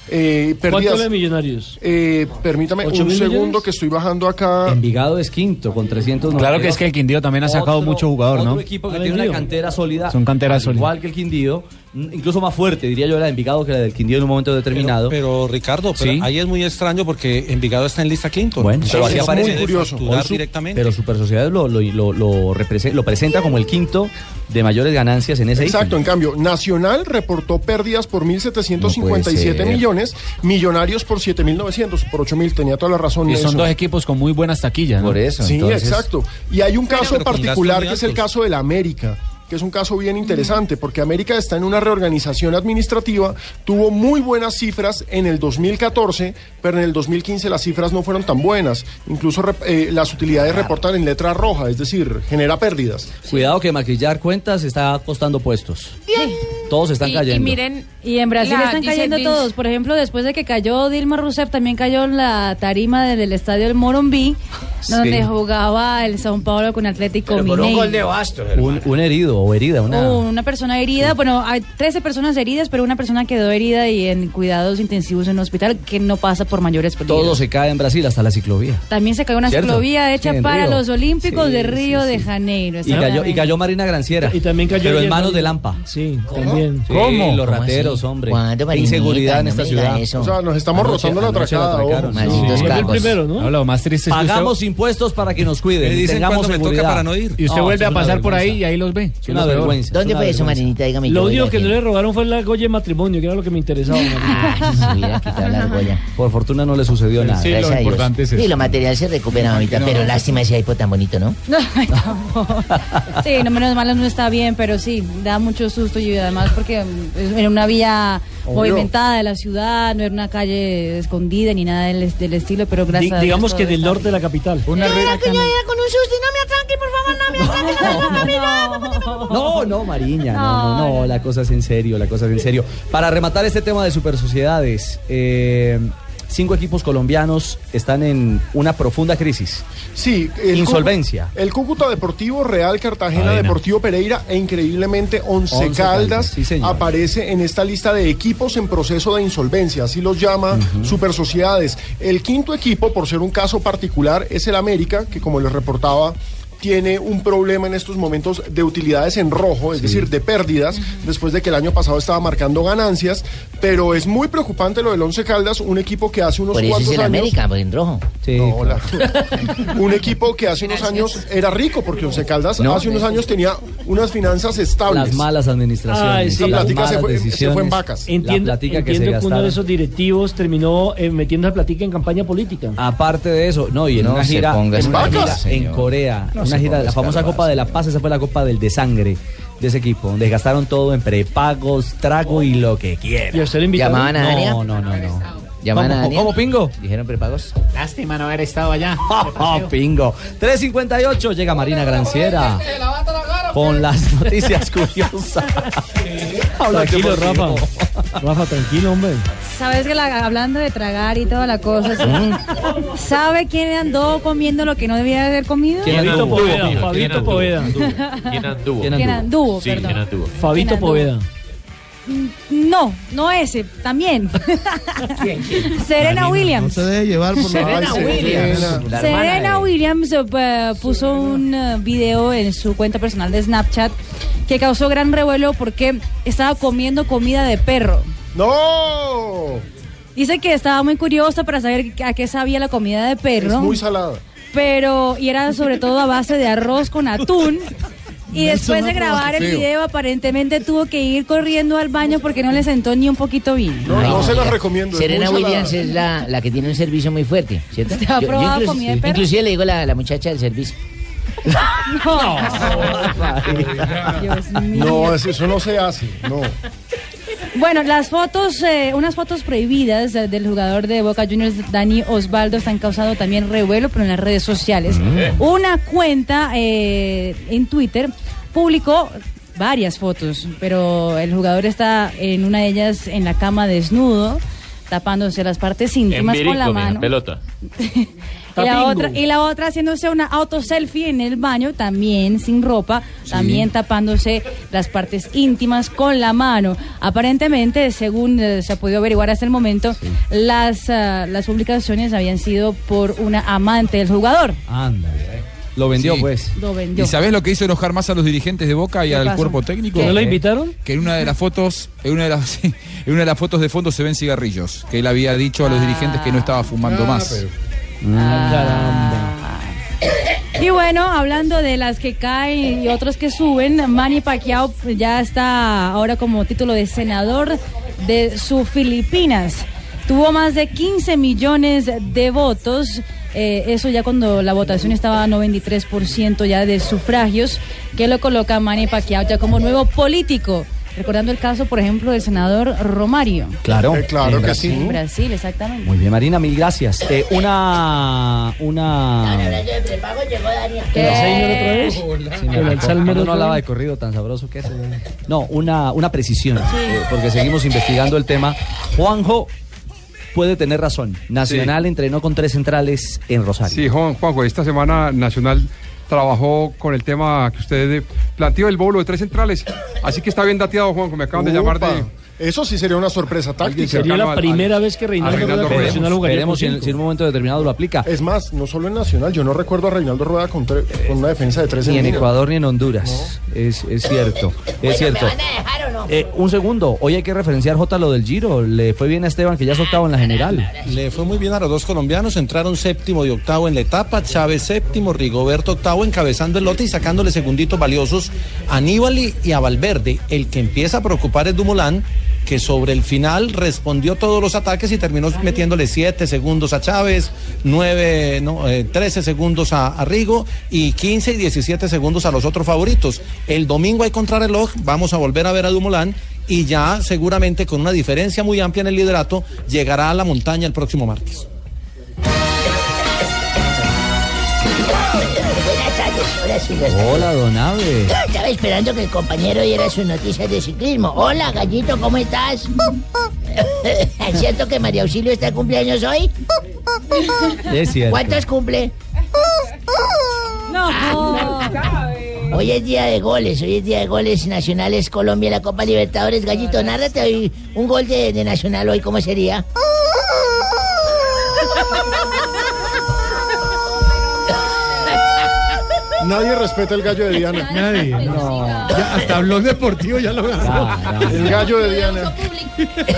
[SPEAKER 8] Eh, pérdidas.
[SPEAKER 10] ¿Cuánto de millonarios?
[SPEAKER 8] Eh, permítame
[SPEAKER 10] ¿Ocho
[SPEAKER 8] un
[SPEAKER 10] mil
[SPEAKER 8] segundo
[SPEAKER 10] millones?
[SPEAKER 8] que estoy bajando acá.
[SPEAKER 5] Envigado es quinto con 300.
[SPEAKER 23] Claro que es que el Quindío también ha sacado mucho jugador,
[SPEAKER 5] otro
[SPEAKER 23] ¿no?
[SPEAKER 5] equipo que
[SPEAKER 23] Ha
[SPEAKER 5] tiene una
[SPEAKER 23] vendido.
[SPEAKER 5] cantera sólida.
[SPEAKER 23] Son canteras
[SPEAKER 5] al
[SPEAKER 23] sólidas.
[SPEAKER 5] Igual que el Quindío, mm, incluso más fuerte, diría yo, la de Envigado que la del Quindío en un momento determinado.
[SPEAKER 31] Pero Ricardo, pero
[SPEAKER 5] Sí.
[SPEAKER 31] ahí es muy extraño porque Envigado está en lista Clinton.
[SPEAKER 5] Bueno, pero
[SPEAKER 31] Entonces,
[SPEAKER 5] así
[SPEAKER 31] es
[SPEAKER 5] aparece.
[SPEAKER 31] muy curioso.
[SPEAKER 5] Con su- Pero Super Sociedades lo, lo, lo, lo represe- lo presenta como el quinto de mayores ganancias en ese
[SPEAKER 8] Exacto, en cambio, Nacional reportó pérdidas por 1.757
[SPEAKER 13] No puede ser.
[SPEAKER 8] millones, Millonarios por 7.900, por 8.000, tenía toda la razón.
[SPEAKER 23] Y son
[SPEAKER 8] Nelson.
[SPEAKER 23] dos equipos con muy buenas taquillas, ¿no? Por eso.
[SPEAKER 8] Sí, exacto. Y hay un caso
[SPEAKER 23] Pero con gastos
[SPEAKER 8] particular
[SPEAKER 23] muy
[SPEAKER 8] que es el
[SPEAKER 23] altos.
[SPEAKER 8] caso del América que es un caso
[SPEAKER 23] Mm.
[SPEAKER 8] bien interesante, porque América está en una reorganización administrativa, tuvo muy buenas cifras en el 2014, pero en el 2015 las cifras no fueron tan buenas. Incluso rep- eh, las utilidades reportan en letra roja, es decir, genera pérdidas.
[SPEAKER 5] Cuidado que maquillar cuentas está costando puestos. Todos están
[SPEAKER 18] Y- y
[SPEAKER 5] cayendo.
[SPEAKER 18] miren,
[SPEAKER 4] Y en Brasil
[SPEAKER 18] La-
[SPEAKER 4] están
[SPEAKER 18] dice-
[SPEAKER 4] cayendo
[SPEAKER 18] dice-
[SPEAKER 4] todos. Por ejemplo, después de que cayó Dilma Rousseff, también cayó en la tarima del, del estadio El Morumbi,
[SPEAKER 5] Sí.
[SPEAKER 4] donde jugaba el São Paulo con Atlético
[SPEAKER 5] Pero por un
[SPEAKER 4] Mineiro.
[SPEAKER 5] gol de Un, un herido o herida, una.
[SPEAKER 4] Hubo Una persona herida, bueno, hay 13 personas heridas, pero una persona quedó herida y en cuidados intensivos en un hospital que no pasa por mayores peligros.
[SPEAKER 5] Todo se cae en Brasil, hasta la ciclovía.
[SPEAKER 4] También se cayó una
[SPEAKER 5] ¿Cierto?
[SPEAKER 4] ciclovía hecha
[SPEAKER 5] Sí, en
[SPEAKER 4] para
[SPEAKER 5] Río.
[SPEAKER 4] los Olímpicos
[SPEAKER 5] Sí,
[SPEAKER 4] de
[SPEAKER 5] sí,
[SPEAKER 4] Río de Janeiro.
[SPEAKER 5] Y cayó, y cayó Marina Granciera. Y también
[SPEAKER 10] cayó
[SPEAKER 5] Pero en
[SPEAKER 10] ayer
[SPEAKER 5] manos
[SPEAKER 10] también.
[SPEAKER 5] de Lampa.
[SPEAKER 10] Sí, también.
[SPEAKER 5] Sí, Los rateros, hombre.
[SPEAKER 10] ¿Cuándo,
[SPEAKER 5] Qué inseguridad en esta ciudad.
[SPEAKER 8] O sea, nos estamos rozando la atracada. ojo.
[SPEAKER 23] No, lo más triste es que usted-
[SPEAKER 5] Pagamos impuestos para que nos cuiden.
[SPEAKER 23] Le dicen
[SPEAKER 5] tengamos
[SPEAKER 23] cuándo me toca
[SPEAKER 5] seguridad.
[SPEAKER 23] para no ir. Y usted vuelve
[SPEAKER 5] es
[SPEAKER 23] a
[SPEAKER 5] una
[SPEAKER 23] pasar por ahí
[SPEAKER 5] vergüenza.
[SPEAKER 23] y ahí los ve.
[SPEAKER 5] Es
[SPEAKER 23] Son
[SPEAKER 5] una
[SPEAKER 23] los peores.
[SPEAKER 5] vergüenza.
[SPEAKER 23] ¿Dónde
[SPEAKER 5] es una
[SPEAKER 23] fue eso,
[SPEAKER 5] vergüenza.
[SPEAKER 23] Marinita? Dígame, yo
[SPEAKER 10] Lo
[SPEAKER 23] voy a
[SPEAKER 10] único que no
[SPEAKER 23] decir.
[SPEAKER 10] le robaron fue la goya de matrimonio, que era lo que me interesaba.
[SPEAKER 5] Por fortuna no le sucedió nada.
[SPEAKER 10] Sí, lo
[SPEAKER 5] Gracias a Dios.
[SPEAKER 10] importante es
[SPEAKER 5] Sí,
[SPEAKER 10] eso.
[SPEAKER 5] lo material.
[SPEAKER 13] material se recupera ahorita,
[SPEAKER 5] no.
[SPEAKER 13] pero lástima ese iPod tan bonito, ¿no?
[SPEAKER 4] No, ay, tampoco. sí, no menos mal no está bien, pero sí, da mucho susto y además porque mm, es- era una vía
[SPEAKER 13] Obvio.
[SPEAKER 4] movimentada de la ciudad, no era una calle escondida ni nada del, del estilo, pero gracias a Dios
[SPEAKER 10] digamos que
[SPEAKER 4] todo
[SPEAKER 10] del
[SPEAKER 4] está
[SPEAKER 10] norte de la capital.
[SPEAKER 4] con un susto no me atraque, por favor, no me
[SPEAKER 5] No, no, Mariña, no, no,
[SPEAKER 4] No,
[SPEAKER 5] no, la cosa es en serio, la cosa es en serio. Para rematar este tema de super sociedades, cinco equipos colombianos están en una profunda crisis.
[SPEAKER 8] Sí,
[SPEAKER 5] Insolvencia.
[SPEAKER 8] Cúcu- El Cúcuta Deportivo, Real Cartagena,
[SPEAKER 5] Cadena.
[SPEAKER 8] Deportivo Pereira e increíblemente Once,
[SPEAKER 5] Once
[SPEAKER 8] Caldas
[SPEAKER 5] Caldas, sí, señor.
[SPEAKER 8] aparece en esta lista de equipos en proceso de insolvencia, así los llama Super Sociedades. El quinto equipo, por ser un caso particular, es el América, que como les reportaba tiene un problema en estos momentos de utilidades en rojo, es decir, de pérdidas, después de que el año pasado estaba marcando ganancias, pero es muy preocupante lo del Once Caldas, un equipo que hace unos
[SPEAKER 11] Por eso
[SPEAKER 8] cuantos
[SPEAKER 11] es el
[SPEAKER 8] años
[SPEAKER 11] América, pues en rojo.
[SPEAKER 8] No, la- un equipo que hace unos años era rico, porque Once Caldas
[SPEAKER 5] No.
[SPEAKER 8] hace unos años tenía unas finanzas estables.
[SPEAKER 5] Las malas administraciones,
[SPEAKER 10] Ay, sí.
[SPEAKER 5] las
[SPEAKER 10] La
[SPEAKER 8] plática se
[SPEAKER 5] malas
[SPEAKER 8] fue- se fue en
[SPEAKER 5] decisiones,
[SPEAKER 8] vacas.
[SPEAKER 5] la
[SPEAKER 10] Entiendo,
[SPEAKER 5] platica que se
[SPEAKER 10] entiendo que, uno de
[SPEAKER 5] gastaron.
[SPEAKER 10] esos directivos terminó eh, metiendo la platica en campaña política.
[SPEAKER 5] Aparte de eso, no, y en
[SPEAKER 10] No
[SPEAKER 5] una
[SPEAKER 10] se
[SPEAKER 5] gira,
[SPEAKER 10] ponga
[SPEAKER 5] en, una
[SPEAKER 10] escalvazo,
[SPEAKER 5] gira en
[SPEAKER 10] señor.
[SPEAKER 5] Corea,
[SPEAKER 10] No
[SPEAKER 5] una
[SPEAKER 10] se
[SPEAKER 5] gira,
[SPEAKER 10] ponga
[SPEAKER 5] la famosa
[SPEAKER 10] escalvazo.
[SPEAKER 5] Copa de la Paz, esa fue la Copa del desangre de ese equipo, donde gastaron todo en prepagos, trago y lo que quiera.
[SPEAKER 10] ¿Y a usted le invitaron?
[SPEAKER 5] ¿Llamaban a
[SPEAKER 10] No,
[SPEAKER 5] Dania? No, no, no.
[SPEAKER 11] ¿Llamaban a Dania?
[SPEAKER 5] ¿Cómo, Pingo?
[SPEAKER 11] Dijeron prepagos.
[SPEAKER 12] Lástima no haber estado allá.
[SPEAKER 5] Oh, Pingo. 3.58, llega Marina Granciera con las noticias curiosas.
[SPEAKER 10] Tranquilo, Rafa. Rafa, tranquilo, hombre.
[SPEAKER 4] Sabes que la- hablando de tragar y toda la cosa, sí.
[SPEAKER 5] Mm.
[SPEAKER 4] ¿sabe quién andó comiendo lo que no debía haber comido?
[SPEAKER 28] ¿Quién
[SPEAKER 10] Fabito
[SPEAKER 28] anduvo?
[SPEAKER 10] Poveda,
[SPEAKER 28] Anduvo,
[SPEAKER 10] Fabito
[SPEAKER 28] ¿quién anduvo?
[SPEAKER 10] Poveda.
[SPEAKER 28] ¿Quién anduvo?
[SPEAKER 4] ¿Quién anduvo?
[SPEAKER 28] Sí,
[SPEAKER 4] Perdón.
[SPEAKER 28] ¿quién anduvo?
[SPEAKER 4] ¿Quién
[SPEAKER 10] Fabito
[SPEAKER 4] anduvo?
[SPEAKER 10] Poveda.
[SPEAKER 4] No, no ese, también. Serena
[SPEAKER 16] No
[SPEAKER 4] Williams.
[SPEAKER 16] se deje llevar por
[SPEAKER 4] Serena
[SPEAKER 16] Williams.
[SPEAKER 4] Serena Williams eh, eh, puso un eh, video en su cuenta personal de Snapchat que causó gran revuelo porque estaba comiendo comida de perro.
[SPEAKER 8] ¡No!
[SPEAKER 4] Dice que estaba muy curiosa para saber a qué sabía la comida de
[SPEAKER 8] Es
[SPEAKER 4] perro.
[SPEAKER 8] muy salada.
[SPEAKER 4] pero y era sobre todo a base de arroz con atún. Y
[SPEAKER 8] Nelson
[SPEAKER 4] después de
[SPEAKER 8] no
[SPEAKER 4] grabar el
[SPEAKER 8] probó. Feo.
[SPEAKER 4] video, aparentemente tuvo que ir corriendo al baño porque no le sentó ni un poquito bien.
[SPEAKER 8] No, no se las
[SPEAKER 11] ya.
[SPEAKER 8] recomiendo. es
[SPEAKER 11] Serena
[SPEAKER 8] muy salada.
[SPEAKER 11] Williams es la, la que tiene un servicio muy fuerte, ¿cierto?
[SPEAKER 4] ¿Te ha probado comida de perro?
[SPEAKER 11] Inclusive le digo la, la muchacha del servicio.
[SPEAKER 4] No.
[SPEAKER 8] No, es- eso no se hace. No.
[SPEAKER 4] Bueno, las fotos, eh, unas fotos prohibidas eh, del jugador de Boca Juniors, Dani Osvaldo, están causando también revuelo, pero en las redes sociales.
[SPEAKER 1] Mm.
[SPEAKER 4] Una cuenta eh, en Twitter publicó varias fotos, pero el jugador está en una de ellas en la cama desnudo, tapándose las partes íntimas con la mano.
[SPEAKER 28] pelota.
[SPEAKER 4] Y la,
[SPEAKER 28] Tapingo.
[SPEAKER 4] otra, y la otra haciéndose una auto selfie en el baño, también sin ropa, también tapándose las partes íntimas con la mano. Aparentemente, según eh, se ha podido averiguar hasta el momento, las, ah, las publicaciones habían sido por una amante del jugador.
[SPEAKER 5] Ándale. Lo vendió,
[SPEAKER 17] Sí.
[SPEAKER 5] pues.
[SPEAKER 4] Lo vendió.
[SPEAKER 17] ¿Y sabés lo que hizo enojar más a los dirigentes de Boca y
[SPEAKER 4] ¿Qué
[SPEAKER 17] al
[SPEAKER 4] pasó?
[SPEAKER 17] cuerpo técnico? Eh,
[SPEAKER 4] ¿Que no lo
[SPEAKER 10] invitaron?
[SPEAKER 17] Que en una de las fotos, en una de las, sí, en una de las fotos de fondo se ven cigarrillos. Que él había dicho
[SPEAKER 4] Ah.
[SPEAKER 17] a los dirigentes que no estaba fumando
[SPEAKER 10] Ah,
[SPEAKER 17] más.
[SPEAKER 10] pero-
[SPEAKER 4] Y bueno, hablando de las que caen y otros que suben, Manny Pacquiao ya está ahora como título de senador de sus Filipinas. Tuvo más de 15 millones de votos, eh, eso ya cuando la votación estaba a 93% ya de sufragios, que lo coloca a Manny Pacquiao ya como nuevo político. Recordando el caso, por ejemplo, del senador Romario.
[SPEAKER 5] Eh, Claro. en Brasil.
[SPEAKER 4] En Brasil, exactamente.
[SPEAKER 5] Muy bien, Marina, mil gracias. Eh, una. Una.
[SPEAKER 10] Pero el
[SPEAKER 5] no,
[SPEAKER 10] salmero
[SPEAKER 5] no, no
[SPEAKER 10] otra
[SPEAKER 5] hablaba de
[SPEAKER 10] vez.
[SPEAKER 5] corrido tan sabroso que es. No, una, una precisión, eh, porque seguimos investigando el tema. Juanjo puede tener razón. Nacional entrenó con tres centrales en Rosario.
[SPEAKER 27] Sí, Juan, Juanjo, esta semana Nacional trabajó con el tema que usted eh, planteó, el bolo de tres centrales. Así que está bien dateado, Juanjo, me acaban de llamar de...
[SPEAKER 8] Upa. Eso sí sería una sorpresa táctica.
[SPEAKER 27] Sería la primera
[SPEAKER 10] vez que
[SPEAKER 27] Reinaldo Reinaldo Rueda Rueda. jugaría
[SPEAKER 5] Veremos
[SPEAKER 27] con
[SPEAKER 5] si en,
[SPEAKER 27] cinco.
[SPEAKER 5] si en un momento determinado lo aplica.
[SPEAKER 8] Es más, no solo en Nacional, yo no recuerdo a Reinaldo Rueda con, tre- con una defensa de tres
[SPEAKER 5] Ni en
[SPEAKER 8] línea.
[SPEAKER 5] Ecuador ni en Honduras. Es, es cierto. Es cierto. Eh, un segundo, hoy hay que referenciar, J, lo del Giro. Le fue bien a Esteban, que ya es octavo en la general.
[SPEAKER 31] Le fue muy bien a los dos colombianos, entraron séptimo y octavo en la etapa, Chávez séptimo, Rigoberto octavo encabezando el lote y sacándole segunditos valiosos a Aníbal y a Valverde. El que empieza a preocupar es Dumoulin, que sobre el final respondió todos los ataques y terminó metiéndole siete segundos a Chávez, nueve, no, eh, 13 segundos a, a Rigo y 15 y 17 segundos a los otros favoritos. El domingo hay contrarreloj, vamos a volver a ver a Dumoulin y ya seguramente con una diferencia muy amplia en el liderato llegará a la montaña el próximo martes.
[SPEAKER 26] Buenas tardes, ahora sí las-
[SPEAKER 5] Hola, Donave.
[SPEAKER 26] Estaba esperando que el compañero diera sus noticias de ciclismo. Hola, gallito, ¿cómo estás? ¿Es cierto que María Auxilio está de cumpleaños hoy?
[SPEAKER 5] Es cierto.
[SPEAKER 26] ¿Cuántos cumple? Ah,
[SPEAKER 4] No,
[SPEAKER 26] Hoy es día de goles, hoy es día de goles nacionales Colombia, la Copa Libertadores. Gallito, nárrate hoy un gol de, de Nacional hoy, ¿cómo sería?
[SPEAKER 8] Nadie respeta el gallo de Diana. Nadie. hasta blog deportivo ya lo ganó. El gallo de Diana.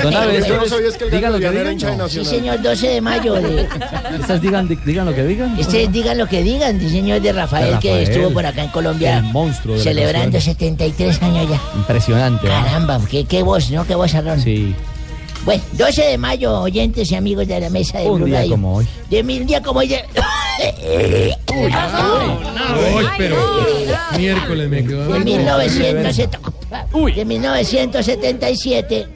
[SPEAKER 5] Don Abe,
[SPEAKER 8] Yo no sabía es que el
[SPEAKER 5] diga
[SPEAKER 8] gallo
[SPEAKER 5] lo
[SPEAKER 8] de
[SPEAKER 5] que
[SPEAKER 8] Diana era
[SPEAKER 5] digan.
[SPEAKER 8] hincha de
[SPEAKER 5] No.
[SPEAKER 26] Sí,
[SPEAKER 8] Nacional.
[SPEAKER 26] señor, 12 de mayo. de-
[SPEAKER 5] Estas digan, di- digan lo que digan.
[SPEAKER 26] Ustedes digan lo que digan, sí, señor de Rafael,
[SPEAKER 5] De
[SPEAKER 26] que
[SPEAKER 5] Rafael,
[SPEAKER 26] estuvo por acá en Colombia
[SPEAKER 5] el monstruo de la
[SPEAKER 26] celebrando
[SPEAKER 5] canción.
[SPEAKER 26] 73 años ya.
[SPEAKER 5] Impresionante. ¿eh?
[SPEAKER 26] Caramba, qué, qué voz, ¿no? Qué voz, Arrón.
[SPEAKER 5] Sí.
[SPEAKER 26] Bueno, 12 de mayo, oyentes y amigos de la mesa de
[SPEAKER 5] Un
[SPEAKER 26] Blue
[SPEAKER 5] día
[SPEAKER 26] Radio.
[SPEAKER 5] como hoy.
[SPEAKER 26] De mil día como hoy. de-
[SPEAKER 1] Hoy, pero miércoles me quedó.
[SPEAKER 26] De 1970 de 1977,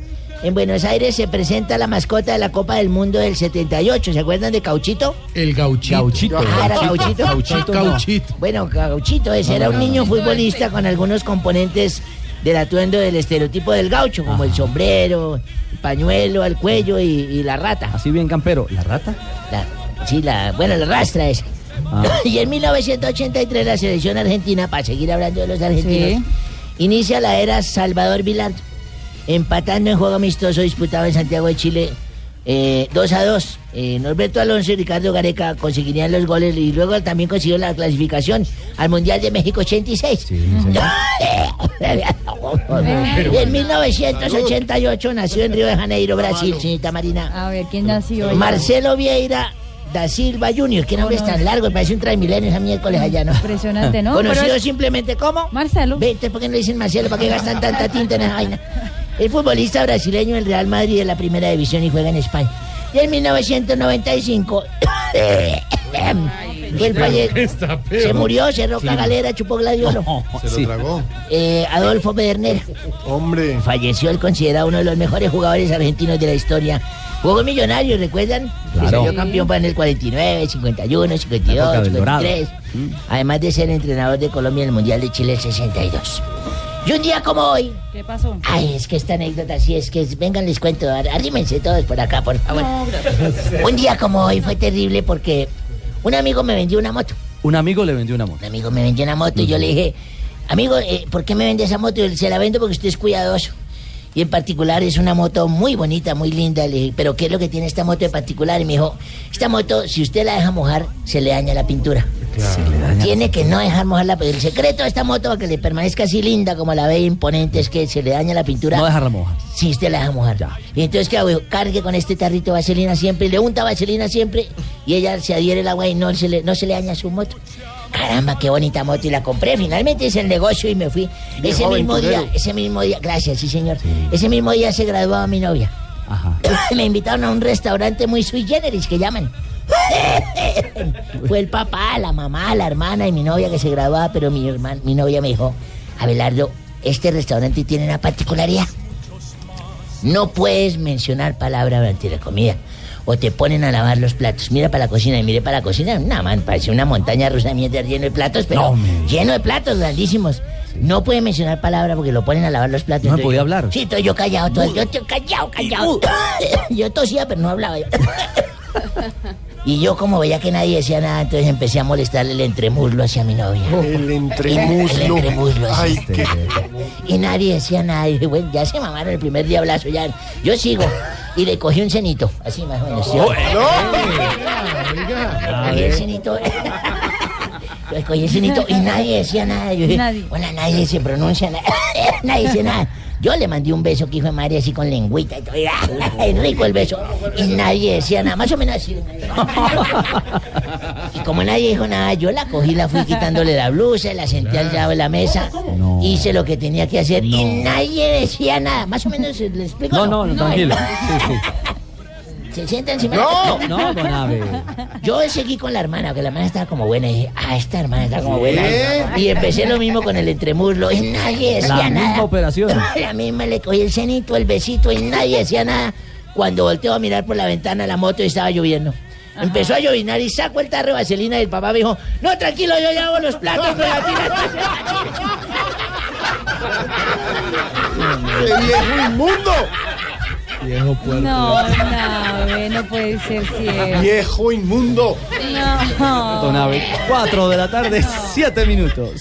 [SPEAKER 26] en Buenos Aires se presenta la mascota de la Copa del Mundo del 78. ¿Se acuerdan de Cauchito?
[SPEAKER 1] El gauchito. Gauchito.
[SPEAKER 26] Ah, era Cauchito.
[SPEAKER 1] Gauchito.
[SPEAKER 26] No.
[SPEAKER 1] Gauchito.
[SPEAKER 26] Bueno, Cauchito ese era un niño futbolista con algunos componentes del atuendo del estereotipo del gaucho, como el sombrero, el pañuelo al cuello y, y la rata. Así bien campero. ¿La rata? Ah. sí, la, bueno, la rastra esa. Y en 1983 la selección argentina, para seguir hablando de los argentinos, inicia la era Salvador Vilar, empatando en juego amistoso disputado en Santiago de Chile eh, 2 a 2. Eh, Norberto Alonso y Ricardo Gareca conseguirían los goles y luego también consiguió la clasificación al Mundial de México 86. Y Eh, en 1988 nació en Río de Janeiro, Brasil, señorita Marina.
[SPEAKER 4] A ver, ¿quién nació? hoy?
[SPEAKER 26] Marcelo Vieira da Silva Junior, que nombre es tan largo, parece un transmilenio esa miércoles allá, ¿no?
[SPEAKER 4] Impresionante, ¿no?
[SPEAKER 26] Conocido
[SPEAKER 4] Pero es-
[SPEAKER 26] simplemente como Marcelo. ¿Viste por qué no le dicen Marcelo? ¿Para qué gastan tanta tinta en esa vaina? El futbolista brasileño del Real Madrid de la primera división y juega en España. Y en 1995 fue el falle- se murió, se roca
[SPEAKER 1] Sí.
[SPEAKER 26] galera, chupó gladiolo.
[SPEAKER 1] Se lo tragó.
[SPEAKER 26] Eh, Adolfo Pedernera. Hombre. Falleció el considerado uno de los mejores jugadores argentinos de la historia. Jugó en Millonarios, ¿recuerdan? Que
[SPEAKER 1] Claro.
[SPEAKER 26] salió campeón para en el 49, 51,
[SPEAKER 1] La época
[SPEAKER 26] 52,
[SPEAKER 1] del Dorado.
[SPEAKER 26] 53. Además de ser entrenador de Colombia en el Mundial de Chile del 62. Y un día como hoy.
[SPEAKER 4] ¿Qué pasó?
[SPEAKER 26] Ay, es que esta anécdota, sí, es que es- vengan, les cuento. ar- Arrímense todos por acá, por favor. Un día como hoy fue terrible porque un amigo me vendió una moto.
[SPEAKER 5] Un amigo le vendió una moto.
[SPEAKER 26] Un amigo me vendió una moto y yo le dije, amigo, eh, ¿por qué me vende esa moto? Y él, se la vendo porque usted es cuidadoso. Y en particular es una moto muy bonita, muy linda. Le dije, ¿pero qué es lo que tiene esta moto en particular? Y me dijo, esta moto, si usted la deja mojar, se le daña la pintura. Tiene que no dejar mojar la pintura. El secreto de esta moto para que le permanezca así linda como la ve imponente es que se le daña la pintura.
[SPEAKER 5] No dejarla mojar.
[SPEAKER 26] Sí, usted la deja mojar. Y entonces, ¿qué hago? Yo, Cargue con este tarrito de vaselina siempre, y le unta vaselina siempre y ella se adhiere el agua y no se le, no se le daña su moto. Caramba, qué bonita moto y la compré. Finalmente hice el negocio y me fui. Ese mismo día,
[SPEAKER 1] aventurero.
[SPEAKER 26] ese mismo día, gracias, sí señor. Ese mismo día se graduaba mi novia. me invitaron a un restaurante muy sui generis que llaman. Fue el papá, la mamá, la hermana y mi novia que se graduaba, pero mi, hermana, mi novia me dijo, Abelardo, este restaurante tiene una particularidad. No puedes mencionar palabra durante la comida. O te ponen a lavar los platos. Mira para la cocina y mire para la cocina. Una man, parece una montaña rusa de mierda lleno de platos, pero lleno de platos grandísimos. No puede mencionar palabra porque lo ponen a lavar los platos.
[SPEAKER 5] No me
[SPEAKER 26] Entonces,
[SPEAKER 5] podía hablar.
[SPEAKER 26] Sí, estoy yo callado, todo, yo estoy callado, callado.
[SPEAKER 5] uh.
[SPEAKER 26] yo tosía, pero no hablaba. y yo como veía que nadie decía nada, entonces empecé a molestarle el entremuslo hacia mi novia.
[SPEAKER 8] El
[SPEAKER 26] El
[SPEAKER 8] entremuslo.
[SPEAKER 26] entremuslo.
[SPEAKER 8] Ay,
[SPEAKER 26] así.
[SPEAKER 8] qué.
[SPEAKER 26] Y nadie decía nada. Y dije, bueno, ya se mamaron el primer diablazo, ya. Yo sigo. Y le cogí un cenito, así más o menos. ¿sí? Cogí el cenito. Le cogí el cenito y nadie decía nada. Yo dije,
[SPEAKER 1] Nadie.
[SPEAKER 26] hola, nadie se pronuncia nada. nadie dice nada. Yo le mandé un beso que hijo de madre así con lengüita y todo. y, ah, y rico el beso. Y nadie decía nada, más o menos así. Y como nadie dijo nada, yo la cogí, la fui quitándole la blusa, la senté al lado de la mesa, hice lo que tenía que hacer y nadie decía nada. Más o menos le explico.
[SPEAKER 5] No, no, no, tranquilo. Sí, sí.
[SPEAKER 26] Se sienta encima.
[SPEAKER 5] No. No, don Abe.
[SPEAKER 26] Yo seguí con la hermana, que la hermana estaba como buena. Y dije, ah, esta hermana está como buena.
[SPEAKER 5] ¿Eh?
[SPEAKER 26] Y empecé lo mismo con el entremuslo. Y nadie decía
[SPEAKER 5] La
[SPEAKER 26] nada.
[SPEAKER 5] misma operación.
[SPEAKER 26] La misma le cogí el cenito, el besito y nadie decía nada. Cuando volteo a mirar por la ventana la moto y estaba lloviendo. Empezó a llovinar y saco el tarro de vaselina y el papá me dijo, no, tranquilo, yo ya hago los platos con la
[SPEAKER 1] ¡Qué viejo
[SPEAKER 26] inmundo!
[SPEAKER 32] Viejo puerco.
[SPEAKER 4] No, no, ve, no puede ser cierto.
[SPEAKER 8] Viejo inmundo.
[SPEAKER 4] No.
[SPEAKER 7] Don Abe, 4 de la tarde, 7 minutos.